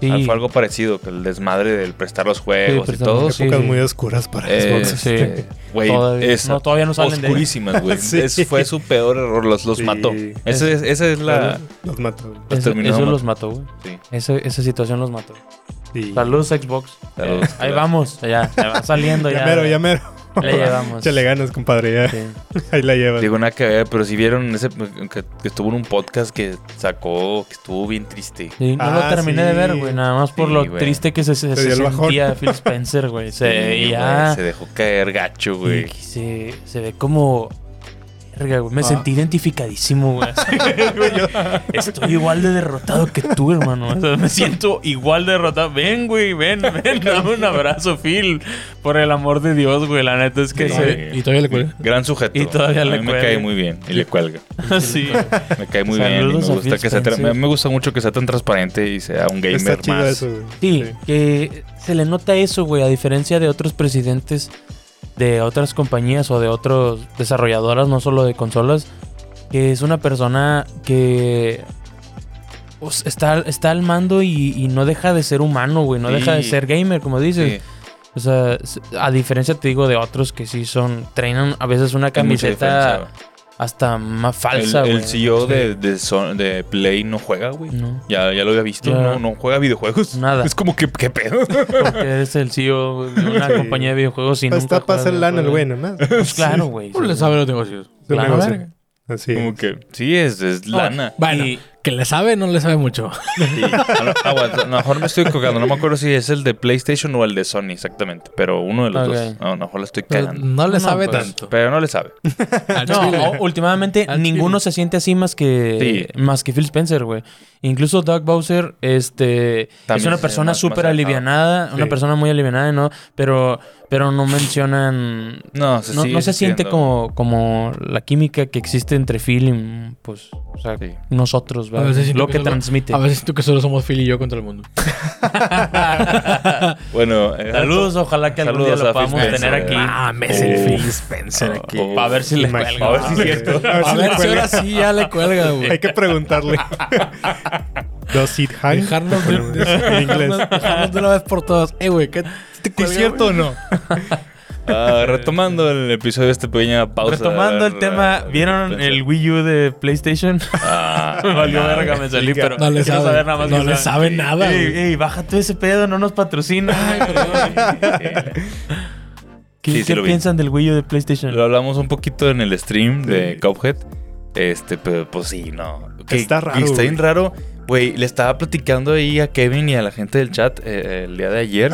[SPEAKER 5] Sí.
[SPEAKER 3] Ah, Fue algo parecido, que el desmadre del prestar los juegos
[SPEAKER 5] Sí,
[SPEAKER 3] y
[SPEAKER 5] prestar
[SPEAKER 3] todo.
[SPEAKER 5] los Sí,
[SPEAKER 6] Épocas
[SPEAKER 5] sí.
[SPEAKER 6] muy oscuras para
[SPEAKER 3] Eh,
[SPEAKER 6] Xbox.
[SPEAKER 5] sí.
[SPEAKER 6] este.
[SPEAKER 3] Güey,
[SPEAKER 5] Todavía,
[SPEAKER 3] es
[SPEAKER 5] no, todavía no salen de ahí.
[SPEAKER 3] oscurísimas, güey.
[SPEAKER 6] Sí.
[SPEAKER 3] Ese fue su peor error, los, los
[SPEAKER 6] Sí.
[SPEAKER 3] mató. Esa es, esa es la...
[SPEAKER 6] Los mató.
[SPEAKER 3] Los
[SPEAKER 5] Eso,
[SPEAKER 3] pues terminó
[SPEAKER 5] eso
[SPEAKER 3] matando.
[SPEAKER 5] los mató, güey.
[SPEAKER 3] Sí,
[SPEAKER 5] Esa, esa situación los mató.
[SPEAKER 6] Sí.
[SPEAKER 5] Saludos, Xbox.
[SPEAKER 3] Saludos.
[SPEAKER 5] Eh, ahí vamos. Ya, ya va saliendo. ya,
[SPEAKER 6] Ya mero, ya mero.
[SPEAKER 5] Le llevamos.
[SPEAKER 6] Échale ganas, compadre. ya.
[SPEAKER 5] Sí.
[SPEAKER 6] Ahí la llevas.
[SPEAKER 3] Digo, nada que ver, pero si vieron ese, que, que estuvo en un podcast que sacó, que estuvo bien triste.
[SPEAKER 5] Sí, no
[SPEAKER 6] Ah,
[SPEAKER 5] lo terminé de
[SPEAKER 6] sí.
[SPEAKER 5] ver, güey. Nada más por
[SPEAKER 3] Sí,
[SPEAKER 5] lo
[SPEAKER 3] güey.
[SPEAKER 5] triste que se, se-
[SPEAKER 6] Te
[SPEAKER 5] se
[SPEAKER 6] dio el bajón.
[SPEAKER 5] sentía Phil Spencer, güey. Se
[SPEAKER 3] Sí,
[SPEAKER 5] veía.
[SPEAKER 3] güey, se dejó caer gacho,
[SPEAKER 5] y
[SPEAKER 3] güey.
[SPEAKER 5] que se, se ve como. Verga, güey.
[SPEAKER 6] Ah.
[SPEAKER 5] Me sentí identificadísimo, güey. Estoy igual de derrotado que tú, hermano. O sea, me siento igual de derrotado. Ven, güey, ven, ven. Dame un abrazo, Phil. Por el amor de Dios, güey. La neta es que
[SPEAKER 4] Sí,
[SPEAKER 5] se.
[SPEAKER 4] y todavía le cuelga.
[SPEAKER 3] Gran sujeto.
[SPEAKER 5] Y todavía
[SPEAKER 3] a
[SPEAKER 5] le
[SPEAKER 3] mí me
[SPEAKER 5] cuelga.
[SPEAKER 3] cae muy bien y le cuelga.
[SPEAKER 5] sí.
[SPEAKER 3] Me cae muy
[SPEAKER 5] Saludos
[SPEAKER 3] bien. y
[SPEAKER 5] a
[SPEAKER 3] Me gusta,
[SPEAKER 5] Phil
[SPEAKER 3] que sea tra-
[SPEAKER 5] Spencer.
[SPEAKER 3] me gusta mucho que sea tan transparente y sea un gamer
[SPEAKER 6] Está chido
[SPEAKER 3] más.
[SPEAKER 6] eso. güey.
[SPEAKER 5] Sí, que se le nota eso, güey, a diferencia de otros presidentes de otras compañías o de otras desarrolladoras, no solo de consolas, que es una persona que pues, está, está al mando y, y no deja de ser humano, güey, no
[SPEAKER 3] Sí.
[SPEAKER 5] deja de ser gamer, como dices.
[SPEAKER 3] Sí.
[SPEAKER 5] O sea, s- a diferencia, te digo, de otros que sí son, traen a veces una
[SPEAKER 3] Hay mucha
[SPEAKER 5] camiseta
[SPEAKER 3] diferencia.
[SPEAKER 5] hasta más
[SPEAKER 3] El,
[SPEAKER 5] falsa, güey.
[SPEAKER 3] el CEO de, de, Son- de Play no juega, güey.
[SPEAKER 5] No,
[SPEAKER 3] Ya, ya lo había visto.
[SPEAKER 5] Ya.
[SPEAKER 3] No, no juega videojuegos.
[SPEAKER 5] Nada.
[SPEAKER 3] Es como que, ¿qué pedo?
[SPEAKER 5] porque es el CEO de una
[SPEAKER 6] Sí.
[SPEAKER 5] compañía de videojuegos y
[SPEAKER 6] Pues
[SPEAKER 5] nunca
[SPEAKER 6] está para
[SPEAKER 5] juega
[SPEAKER 6] hacer lana el
[SPEAKER 5] videojuegos.
[SPEAKER 6] güey, nomás. Es
[SPEAKER 5] Pues claro, güey.
[SPEAKER 4] Pues le sabe los negocios.
[SPEAKER 6] un
[SPEAKER 5] Claro.
[SPEAKER 6] negocio.
[SPEAKER 4] verga.
[SPEAKER 6] Así.
[SPEAKER 3] Como
[SPEAKER 6] es.
[SPEAKER 3] que, sí, es, es lana.
[SPEAKER 4] Bueno,
[SPEAKER 5] Y-
[SPEAKER 4] que le sabe, no le sabe mucho.
[SPEAKER 3] Sí. A lo- aguanta, a lo mejor me estoy cagando. No me acuerdo si es el de PlayStation o el de Sony, exactamente. Pero uno de los
[SPEAKER 5] Ok.
[SPEAKER 3] dos. No, a lo mejor la estoy
[SPEAKER 4] Pero
[SPEAKER 6] mm.
[SPEAKER 3] cagando.
[SPEAKER 4] no le
[SPEAKER 5] No,
[SPEAKER 4] sabe
[SPEAKER 5] pues,
[SPEAKER 4] tanto.
[SPEAKER 3] Pero no le sabe.
[SPEAKER 4] Al
[SPEAKER 5] No,
[SPEAKER 4] chile.
[SPEAKER 5] o- últimamente
[SPEAKER 4] Al
[SPEAKER 5] ninguno
[SPEAKER 4] chile.
[SPEAKER 5] se siente así más que,
[SPEAKER 3] Sí.
[SPEAKER 5] más que Phil Spencer, güey. Incluso Doug Bowser este, es
[SPEAKER 3] También
[SPEAKER 5] una
[SPEAKER 3] se
[SPEAKER 5] persona
[SPEAKER 3] más- más
[SPEAKER 5] súper
[SPEAKER 3] alejado.
[SPEAKER 5] alivianada, una
[SPEAKER 6] Sí.
[SPEAKER 5] persona muy alivianada, ¿no? Pero, pero no mencionan...
[SPEAKER 3] No, se
[SPEAKER 5] No,
[SPEAKER 3] sigue
[SPEAKER 5] no se siente
[SPEAKER 3] sintiendo.
[SPEAKER 5] como, como la química que existe entre Phil y pues, o sea,
[SPEAKER 3] Sí.
[SPEAKER 5] nosotros,
[SPEAKER 4] A
[SPEAKER 5] ¿verdad?
[SPEAKER 4] veces siento
[SPEAKER 5] Lo
[SPEAKER 4] que
[SPEAKER 5] que
[SPEAKER 4] solo-
[SPEAKER 5] transmite.
[SPEAKER 4] A veces siento que solo somos Phil y yo contra el mundo.
[SPEAKER 3] Bueno, eh,
[SPEAKER 5] Saludos, ojalá que algún día
[SPEAKER 3] Saludos
[SPEAKER 5] lo
[SPEAKER 3] a Phil
[SPEAKER 5] podamos
[SPEAKER 3] Spencer,
[SPEAKER 5] tener aquí.
[SPEAKER 3] eh.
[SPEAKER 4] Mames,
[SPEAKER 3] el Phil
[SPEAKER 4] Spencer aquí.
[SPEAKER 3] Oh,
[SPEAKER 5] Para ver si le
[SPEAKER 6] Imagínate.
[SPEAKER 3] A
[SPEAKER 5] cuelga.
[SPEAKER 3] ver si es cierto.
[SPEAKER 4] A
[SPEAKER 6] A ver
[SPEAKER 4] ver
[SPEAKER 6] si le
[SPEAKER 4] si
[SPEAKER 6] cuelga.
[SPEAKER 4] ahora sí ya le cuelga, güey.
[SPEAKER 6] Hay que preguntarle. ¿Does it hang?
[SPEAKER 4] Dejarnos de,
[SPEAKER 6] Bueno, en inglés.
[SPEAKER 4] dejarnos de una vez por todas. Eh, güey, ¿qué si te
[SPEAKER 6] ¿Sí ¿Es cierto o no?
[SPEAKER 3] ah, retomando el episodio de esta pequeña pausa.
[SPEAKER 5] Retomando el tema, ¿vieron el Wii U de PlayStation?
[SPEAKER 3] Ah,
[SPEAKER 5] me valió verga, me salí, pero
[SPEAKER 4] No le
[SPEAKER 5] quiero
[SPEAKER 4] sabe,
[SPEAKER 5] saber nada más.
[SPEAKER 4] no
[SPEAKER 5] que
[SPEAKER 4] le
[SPEAKER 5] saben.
[SPEAKER 4] sabe nada,
[SPEAKER 5] Ey,
[SPEAKER 4] güey.
[SPEAKER 5] ey, baja tú ese pedo, no nos patrocina. ¿Qué,
[SPEAKER 3] Sí, sí
[SPEAKER 5] qué
[SPEAKER 3] lo vi.
[SPEAKER 5] piensan del Wii U de PlayStation?
[SPEAKER 3] Lo hablamos un poquito en el stream de Cuphead. Este, pero pues sí, no. Que-
[SPEAKER 6] Está raro,
[SPEAKER 3] y Está bien
[SPEAKER 6] güey.
[SPEAKER 3] raro. Güey, le estaba platicando ahí a Kevin y a la gente del chat eh, el día de ayer.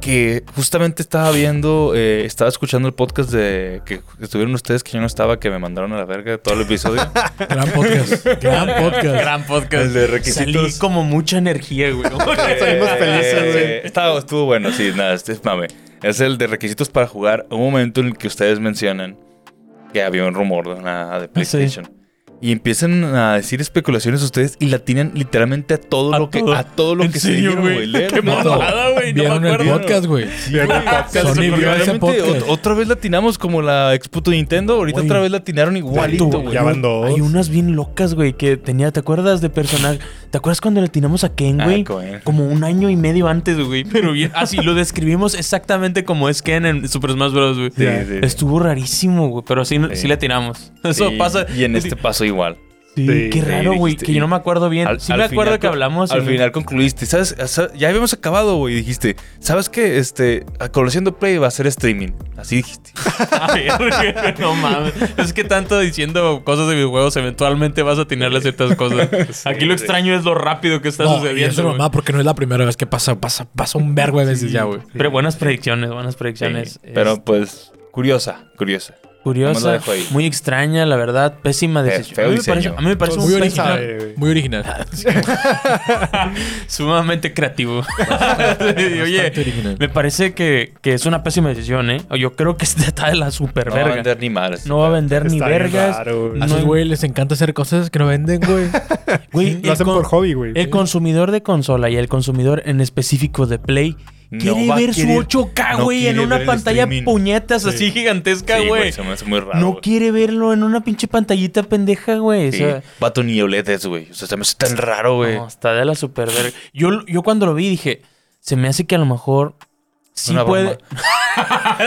[SPEAKER 3] Que justamente estaba viendo, eh, estaba escuchando el podcast de que estuvieron ustedes que yo no estaba, que me mandaron a la verga todo el episodio.
[SPEAKER 4] Gran podcast. Gran podcast.
[SPEAKER 5] Gran podcast.
[SPEAKER 3] El de requisitos.
[SPEAKER 5] Salí como mucha energía, güey.
[SPEAKER 6] Salimos
[SPEAKER 3] Eh,
[SPEAKER 6] felices, güey.
[SPEAKER 3] estaba- estuvo bueno, sí, nada, este es mame. Es el de requisitos para jugar. Un momento en el que ustedes mencionan que había un rumor de una
[SPEAKER 6] Ah,
[SPEAKER 3] de PlayStation. Y empiezan a decir especulaciones ustedes y la tienen literalmente a todo
[SPEAKER 5] A
[SPEAKER 3] lo que
[SPEAKER 5] todo.
[SPEAKER 3] a todo lo
[SPEAKER 5] ¿En
[SPEAKER 3] que
[SPEAKER 5] serio,
[SPEAKER 3] se dio,
[SPEAKER 5] güey?
[SPEAKER 3] güey. Leer,
[SPEAKER 5] Qué
[SPEAKER 3] no,
[SPEAKER 5] mamada. Nada, güey, no me
[SPEAKER 4] Vieron el
[SPEAKER 5] acuerdo.
[SPEAKER 4] podcast, güey.
[SPEAKER 6] Vieron el podcast.
[SPEAKER 4] Sony vio ese
[SPEAKER 3] Realmente,
[SPEAKER 4] podcast.
[SPEAKER 3] ot- otra vez latinamos como la exputo Nintendo. Ahorita
[SPEAKER 5] Güey.
[SPEAKER 3] otra vez latinaron igualito,
[SPEAKER 5] Tú,
[SPEAKER 3] güey.
[SPEAKER 6] Ya van dos.
[SPEAKER 5] Hay unas bien locas, güey, que tenía. ¿Te acuerdas de personaje? ¿Te acuerdas cuando le tiramos a Ken,
[SPEAKER 3] Ah,
[SPEAKER 5] güey?
[SPEAKER 3] Cohen.
[SPEAKER 5] como un año y medio antes, güey. Pero bien, así lo describimos exactamente como es Ken en Super Smash Bros, güey.
[SPEAKER 3] Sí,
[SPEAKER 6] Ya.
[SPEAKER 3] sí.
[SPEAKER 5] Estuvo rarísimo, güey. Pero sí,
[SPEAKER 3] Sí.
[SPEAKER 5] sí le tiramos. Eso
[SPEAKER 3] Sí,
[SPEAKER 5] pasa.
[SPEAKER 3] Y en este paso igual.
[SPEAKER 6] Sí.
[SPEAKER 5] Qué raro, güey,
[SPEAKER 3] dijiste,
[SPEAKER 5] que yo no me acuerdo bien.
[SPEAKER 3] Al-
[SPEAKER 5] sí
[SPEAKER 3] al
[SPEAKER 5] me acuerdo
[SPEAKER 3] final
[SPEAKER 5] que
[SPEAKER 3] con-
[SPEAKER 5] hablamos.
[SPEAKER 3] Al
[SPEAKER 5] y-
[SPEAKER 3] final concluiste, ¿sabes? O sea, Ya habíamos acabado, güey. y Dijiste, ¿sabes qué? Este, a- conociendo Play va a ser streaming. Así dijiste.
[SPEAKER 5] A ver, no mames. Es que tanto diciendo cosas de videojuegos, eventualmente vas a atinarle ciertas cosas. Aquí lo extraño es lo rápido que está
[SPEAKER 4] No, y
[SPEAKER 5] sucediendo.
[SPEAKER 4] eso
[SPEAKER 5] güey.
[SPEAKER 4] nomás porque no es la primera vez que pasa, pasa, pasa un vergo de veces ya, güey.
[SPEAKER 5] Pero buenas predicciones, buenas predicciones.
[SPEAKER 3] Pero
[SPEAKER 5] Es
[SPEAKER 3] pues, curiosa, curiosa. nomás la
[SPEAKER 5] curiosa,
[SPEAKER 3] dejo ahí.
[SPEAKER 5] muy extraña, la verdad, pésima
[SPEAKER 3] Feo
[SPEAKER 5] decisión. A mí me
[SPEAKER 3] diseño.
[SPEAKER 5] parece, a mí me parece
[SPEAKER 6] Pues,
[SPEAKER 4] muy
[SPEAKER 5] un
[SPEAKER 6] ¿quién
[SPEAKER 5] pésimo-
[SPEAKER 4] original.
[SPEAKER 6] sabe, güey?
[SPEAKER 4] Muy
[SPEAKER 5] Ah,
[SPEAKER 4] original.
[SPEAKER 5] sumamente creativo. Y, Oye,
[SPEAKER 4] Bastante original.
[SPEAKER 5] me parece que, que es una pésima decisión, ¿eh? Yo creo que esta está de la super
[SPEAKER 3] No va a
[SPEAKER 5] verga.
[SPEAKER 3] vender ni madres.
[SPEAKER 5] No va a vender ni
[SPEAKER 6] Está bien
[SPEAKER 5] vergas.
[SPEAKER 6] raro, güey.
[SPEAKER 4] A
[SPEAKER 5] No
[SPEAKER 4] esos
[SPEAKER 5] hay-
[SPEAKER 4] güey les encanta hacer cosas que no venden, güey.
[SPEAKER 5] Güey,
[SPEAKER 6] Lo
[SPEAKER 5] el
[SPEAKER 6] hacen
[SPEAKER 5] con-
[SPEAKER 6] por hobby, güey.
[SPEAKER 5] El consumidor de consola y el consumidor en específico de Play
[SPEAKER 3] No
[SPEAKER 5] quiere
[SPEAKER 3] va a
[SPEAKER 5] ver su
[SPEAKER 3] querer-
[SPEAKER 5] 8K,
[SPEAKER 3] no
[SPEAKER 5] güey, en
[SPEAKER 3] quiere
[SPEAKER 5] una
[SPEAKER 3] ver el
[SPEAKER 5] pantalla
[SPEAKER 3] streaming.
[SPEAKER 5] puñetas así
[SPEAKER 3] Sí,
[SPEAKER 5] gigantesca,
[SPEAKER 3] güey.
[SPEAKER 5] güey.
[SPEAKER 3] Se me hace muy raro.
[SPEAKER 5] no
[SPEAKER 3] güey.
[SPEAKER 5] quiere verlo en una pinche pantallita pendeja, güey. O
[SPEAKER 3] Sí.
[SPEAKER 5] sea,
[SPEAKER 3] Vato ni OLEDs, güey. O sea, se me hace tan raro, güey.
[SPEAKER 5] no, está de la super verga. Yo, yo cuando lo vi dije, se me hace que a lo mejor sí
[SPEAKER 3] Una
[SPEAKER 5] puede.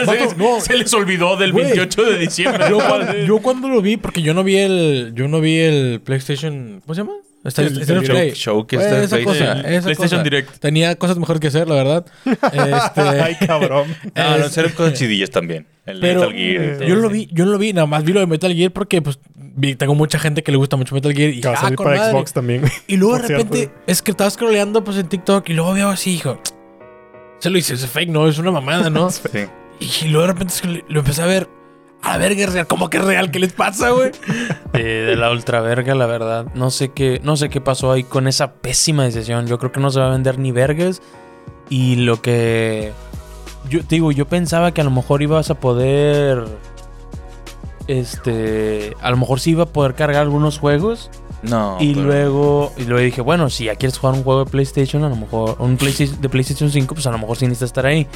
[SPEAKER 4] Vato, no.
[SPEAKER 5] Se les olvidó del
[SPEAKER 4] Güey.
[SPEAKER 5] 28 de diciembre.
[SPEAKER 4] Yo cuando, yo cuando lo vi, porque yo no vi el. Yo no vi el PlayStation. ¿Cómo se llama? Está
[SPEAKER 6] El-
[SPEAKER 4] está en
[SPEAKER 6] el
[SPEAKER 4] el Play.
[SPEAKER 3] show que
[SPEAKER 4] Güey,
[SPEAKER 3] está en
[SPEAKER 4] esa
[SPEAKER 3] Play-
[SPEAKER 4] cosa,
[SPEAKER 5] el
[SPEAKER 4] esa
[SPEAKER 5] PlayStation
[SPEAKER 4] cosa.
[SPEAKER 5] Direct.
[SPEAKER 4] Tenía cosas mejor que hacer, la verdad.
[SPEAKER 6] Ay,
[SPEAKER 4] Este,
[SPEAKER 6] cabrón.
[SPEAKER 3] Ah, No, no, en serio, cosas chidillas también. El
[SPEAKER 4] Pero-
[SPEAKER 3] Metal Gear.
[SPEAKER 5] eh,
[SPEAKER 3] y todo.
[SPEAKER 4] yo no lo vi, yo no lo vi, nada más vi lo de Metal Gear porque pues vi- tengo mucha gente que le gusta mucho Metal Gear y
[SPEAKER 6] Que va a
[SPEAKER 4] ah,
[SPEAKER 6] salir
[SPEAKER 4] con
[SPEAKER 6] para
[SPEAKER 4] madre.
[SPEAKER 6] Xbox también, güey.
[SPEAKER 4] Y luego de
[SPEAKER 6] Por cierto.
[SPEAKER 4] repente es que estaba scrolleando pues en TikTok y luego veo así, hijo. Se lo hice, es fake, no, es una mamada, ¿no?
[SPEAKER 3] Sí.
[SPEAKER 4] y luego de repente scrolle- lo empecé a ver. A la verga, es real, ¿cómo que es real? ¿Qué les pasa, güey?
[SPEAKER 5] Eh, de la ultra verga, la verdad. No sé qué, no sé qué pasó ahí con esa pésima decisión. Yo creo que no se va a vender ni vergas. Y lo que. Yo te digo, yo pensaba que a lo mejor ibas a poder. Este. A lo mejor sí iba a poder cargar algunos juegos.
[SPEAKER 3] No.
[SPEAKER 5] y
[SPEAKER 3] pero-
[SPEAKER 5] luego. Y luego dije, bueno, si ya quieres jugar un juego de PlayStation, a lo mejor. Un PlayStation de PlayStation 5, pues a lo mejor sí necesitas estar ahí.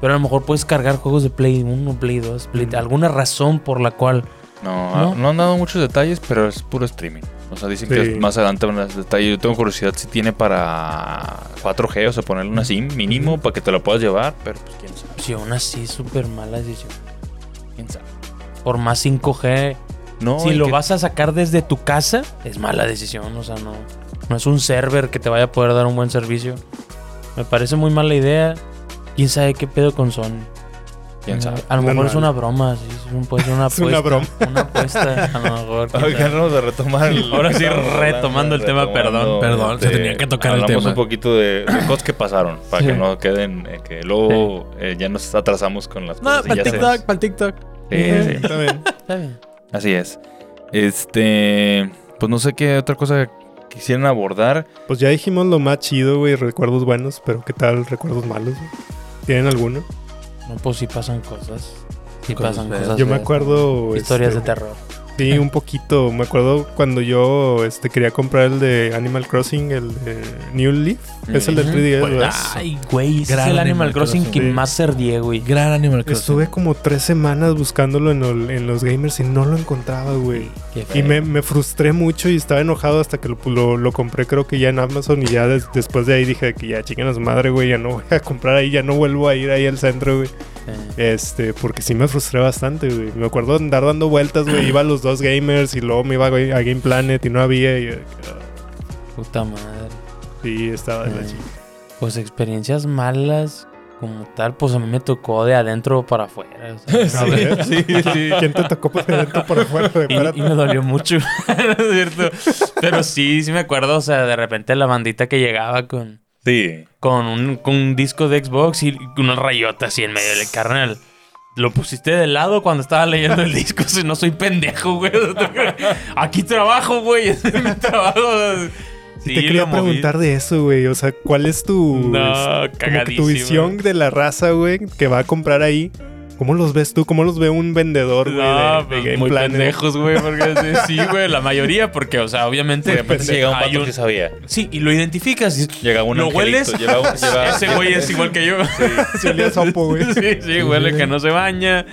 [SPEAKER 5] Pero a lo mejor puedes cargar juegos de Play 1, Play 2, Play- alguna razón por la cual.
[SPEAKER 3] No,
[SPEAKER 5] ¿No?
[SPEAKER 3] ah, no han dado muchos detalles, pero es puro streaming. O sea, dicen
[SPEAKER 6] Sí.
[SPEAKER 3] que más adelante van a dar detalles. Yo tengo curiosidad si tiene para 4G, o sea, ponerle una SIM mínimo para que te la puedas llevar, pero pues quién sabe.
[SPEAKER 5] Si aún así, súper mala decisión.
[SPEAKER 3] Quién sabe. por
[SPEAKER 5] por más 5G.
[SPEAKER 3] No,
[SPEAKER 5] si
[SPEAKER 3] el
[SPEAKER 5] lo
[SPEAKER 3] que-
[SPEAKER 5] vas a sacar desde tu casa, es mala decisión. O sea, no, no es un server que te vaya a poder dar un buen servicio. Me parece muy mala idea. ¿Quién sabe qué pedo con Sony? Eh,
[SPEAKER 3] Quién sabe.
[SPEAKER 5] A lo
[SPEAKER 6] Andan
[SPEAKER 5] mejor es
[SPEAKER 6] mal.
[SPEAKER 5] una broma. sí, es un- puede ser una
[SPEAKER 6] Es
[SPEAKER 5] apuesta.
[SPEAKER 6] una broma.
[SPEAKER 5] Una apuesta, a lo mejor. quién
[SPEAKER 3] Oigan,
[SPEAKER 5] sabe.
[SPEAKER 3] vamos a retomar. el-
[SPEAKER 5] Ahora sí,
[SPEAKER 3] estamos hablando,
[SPEAKER 5] retomando el tema, perdón,
[SPEAKER 4] perdón,
[SPEAKER 3] este,
[SPEAKER 4] se tenía que tocar el
[SPEAKER 3] hablamos
[SPEAKER 4] tema.
[SPEAKER 3] un poquito de, de cosas que pasaron, para
[SPEAKER 5] Sí.
[SPEAKER 3] que no queden, eh, que luego eh, ya nos atrasamos con las
[SPEAKER 4] No,
[SPEAKER 3] cosas. y
[SPEAKER 4] para
[SPEAKER 3] ya
[SPEAKER 4] el
[SPEAKER 3] se-
[SPEAKER 4] TikTok, para el TikTok.
[SPEAKER 3] Sí, sí.
[SPEAKER 6] También.
[SPEAKER 5] Está bien.
[SPEAKER 3] Así es. Este, pues no sé qué otra cosa quisieran abordar.
[SPEAKER 6] Pues ya dijimos lo más chido, güey, recuerdos buenos, pero ¿qué tal recuerdos malos? güey? ¿Tienen alguno?
[SPEAKER 5] No, pues sí pasan cosas. Sí
[SPEAKER 4] Cosas
[SPEAKER 5] pasan
[SPEAKER 4] feas.
[SPEAKER 5] cosas.
[SPEAKER 6] Yo me
[SPEAKER 5] feas.
[SPEAKER 6] acuerdo...
[SPEAKER 5] Historias
[SPEAKER 6] este,
[SPEAKER 5] de terror.
[SPEAKER 6] Sí, un poquito. Me acuerdo cuando yo este, quería comprar el de Animal Crossing, el de New Leaf. Es el del
[SPEAKER 5] Ujú.
[SPEAKER 6] 3DS,
[SPEAKER 4] Pues,
[SPEAKER 6] ¿verdad?
[SPEAKER 4] ay,
[SPEAKER 5] Güey, ese es
[SPEAKER 4] Gran
[SPEAKER 5] el Animal
[SPEAKER 4] Animal
[SPEAKER 5] Crossing que
[SPEAKER 6] Crossing.
[SPEAKER 5] más serdié, güey.
[SPEAKER 4] Gran Animal Crossing.
[SPEAKER 6] Estuve como tres semanas buscándolo en, el- en los gamers y no lo encontraba, güey.
[SPEAKER 5] Qué
[SPEAKER 6] Y
[SPEAKER 5] feo.
[SPEAKER 6] me, me frustré mucho y estaba enojado hasta que lo, lo- lo compré, creo que ya en Amazon. Y ya des- después de ahí dije que ya chinguen a su madre, güey. Ya no voy a comprar ahí, ya no vuelvo a ir ahí al centro, güey.
[SPEAKER 5] Eh.
[SPEAKER 6] Este, porque sí me frustré bastante, güey. Me acuerdo andar dando vueltas, güey. Iba a los dos gamers y luego me iba güey, a Game Planet y no había. Y, ah,
[SPEAKER 5] Puta madre.
[SPEAKER 6] sí, estaba de la
[SPEAKER 5] Mm.
[SPEAKER 6] chingada.
[SPEAKER 5] Pues experiencias malas como tal, pues a mí me tocó de adentro para afuera. o sea,
[SPEAKER 6] A ver, ¿Quién te tocó por dentro por afuera? güey?
[SPEAKER 5] Y,
[SPEAKER 6] Espérate.
[SPEAKER 5] y me dolió mucho, ¿no es cierto? Pero sí, sí me acuerdo, o sea, de repente la bandita que llegaba con,
[SPEAKER 3] Sí.
[SPEAKER 5] con, un, con un disco de Xbox y una rayota así en medio del carnal. Lo pusiste de lado cuando estaba leyendo el disco, si no soy pendejo, güey. Aquí trabajo, güey, ese es mi trabajo. Sí,
[SPEAKER 6] te quería
[SPEAKER 5] lo moví.
[SPEAKER 6] preguntar de eso, güey. O sea, ¿cuál es tu,
[SPEAKER 5] No,
[SPEAKER 6] es- como que
[SPEAKER 5] cagadísimo.
[SPEAKER 6] tu visión de la raza, güey, que va a comprar ahí? ¿Cómo los ves tú? ¿Cómo los ve un vendedor, güey,
[SPEAKER 5] No,
[SPEAKER 6] de- de,
[SPEAKER 5] pues,
[SPEAKER 6] Game
[SPEAKER 5] muy
[SPEAKER 6] Planet?
[SPEAKER 5] pendejos, güey, porque sí, sí, güey, la mayoría, porque, o sea, obviamente,
[SPEAKER 3] De repente llega un
[SPEAKER 5] hay
[SPEAKER 3] pato
[SPEAKER 5] un-
[SPEAKER 3] que sabía.
[SPEAKER 5] sí, y lo identificas, y-
[SPEAKER 3] Llega un
[SPEAKER 5] ¿Lo
[SPEAKER 3] angelito,
[SPEAKER 5] hueles?
[SPEAKER 3] Lleva un, lleva-
[SPEAKER 5] ese güey es igual que yo,
[SPEAKER 6] Sí, olía a sopo, güey.
[SPEAKER 5] sí, sí, huele que no se baña,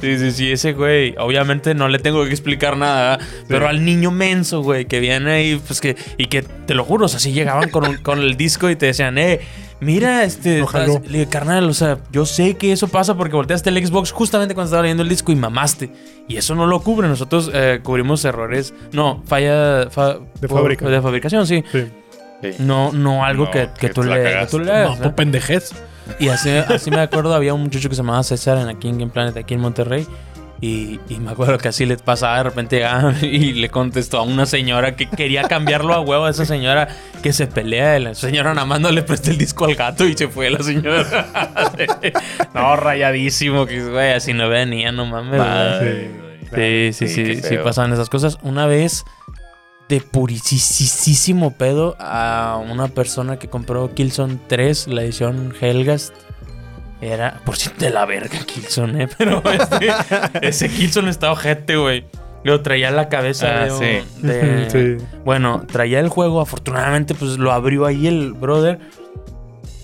[SPEAKER 5] sí, sí, sí, ese güey, obviamente no le tengo que explicar nada, ¿verdad? pero al niño menso, güey, que viene ahí, pues que, y que, te lo juro, o sea, sí llegaban con, un- con el disco y te decían, eh, mira, este,
[SPEAKER 6] Lo jaló.
[SPEAKER 5] estás- le digo, carnal, o sea, yo sé que eso pasa porque volteaste el Xbox justamente cuando estaba leyendo el disco y mamaste. Y eso no lo cubre, nosotros eh, cubrimos errores, no, falla fa-
[SPEAKER 6] De fábrica.
[SPEAKER 5] De fabricación, sí.
[SPEAKER 6] Sí.
[SPEAKER 5] No, no algo
[SPEAKER 3] No,
[SPEAKER 5] que, que
[SPEAKER 3] que
[SPEAKER 5] tú
[SPEAKER 3] la
[SPEAKER 5] le, que
[SPEAKER 3] cagaste.
[SPEAKER 5] tú le
[SPEAKER 4] No,
[SPEAKER 5] hagas,
[SPEAKER 6] pues,
[SPEAKER 5] ¿no?
[SPEAKER 4] por pendejez.
[SPEAKER 5] Y así, así me acuerdo, había un muchacho que se llamaba César en aquí en Game Planet, aquí en Monterrey. Y, y me acuerdo que así le pasaba, de repente llegaba y le contestó a una señora que quería cambiarlo a huevo a esa señora que se pelea. La señora nada más no le presta el disco al gato y se fue la señora. no, rayadísimo, que güey, así no venía, no mames. güey.
[SPEAKER 3] Madre,
[SPEAKER 6] Sí.
[SPEAKER 3] güey.
[SPEAKER 5] Sí,
[SPEAKER 3] Sí,
[SPEAKER 5] sí, sí,
[SPEAKER 3] qué
[SPEAKER 5] sí,
[SPEAKER 3] feo.
[SPEAKER 5] pasaban esas cosas. Una vez, de purisísimo pedo, a una persona que compró Killzone 3, la edición Helgast. Era, por cierto, de la verga Killzone, ¿eh? Pero este, ese Killzone está ojete, güey. Lo traía en la cabeza
[SPEAKER 3] Ah,
[SPEAKER 5] de, un-
[SPEAKER 3] sí.
[SPEAKER 5] de-
[SPEAKER 6] Sí.
[SPEAKER 5] bueno, traía el juego, afortunadamente, pues lo abrió ahí el brother.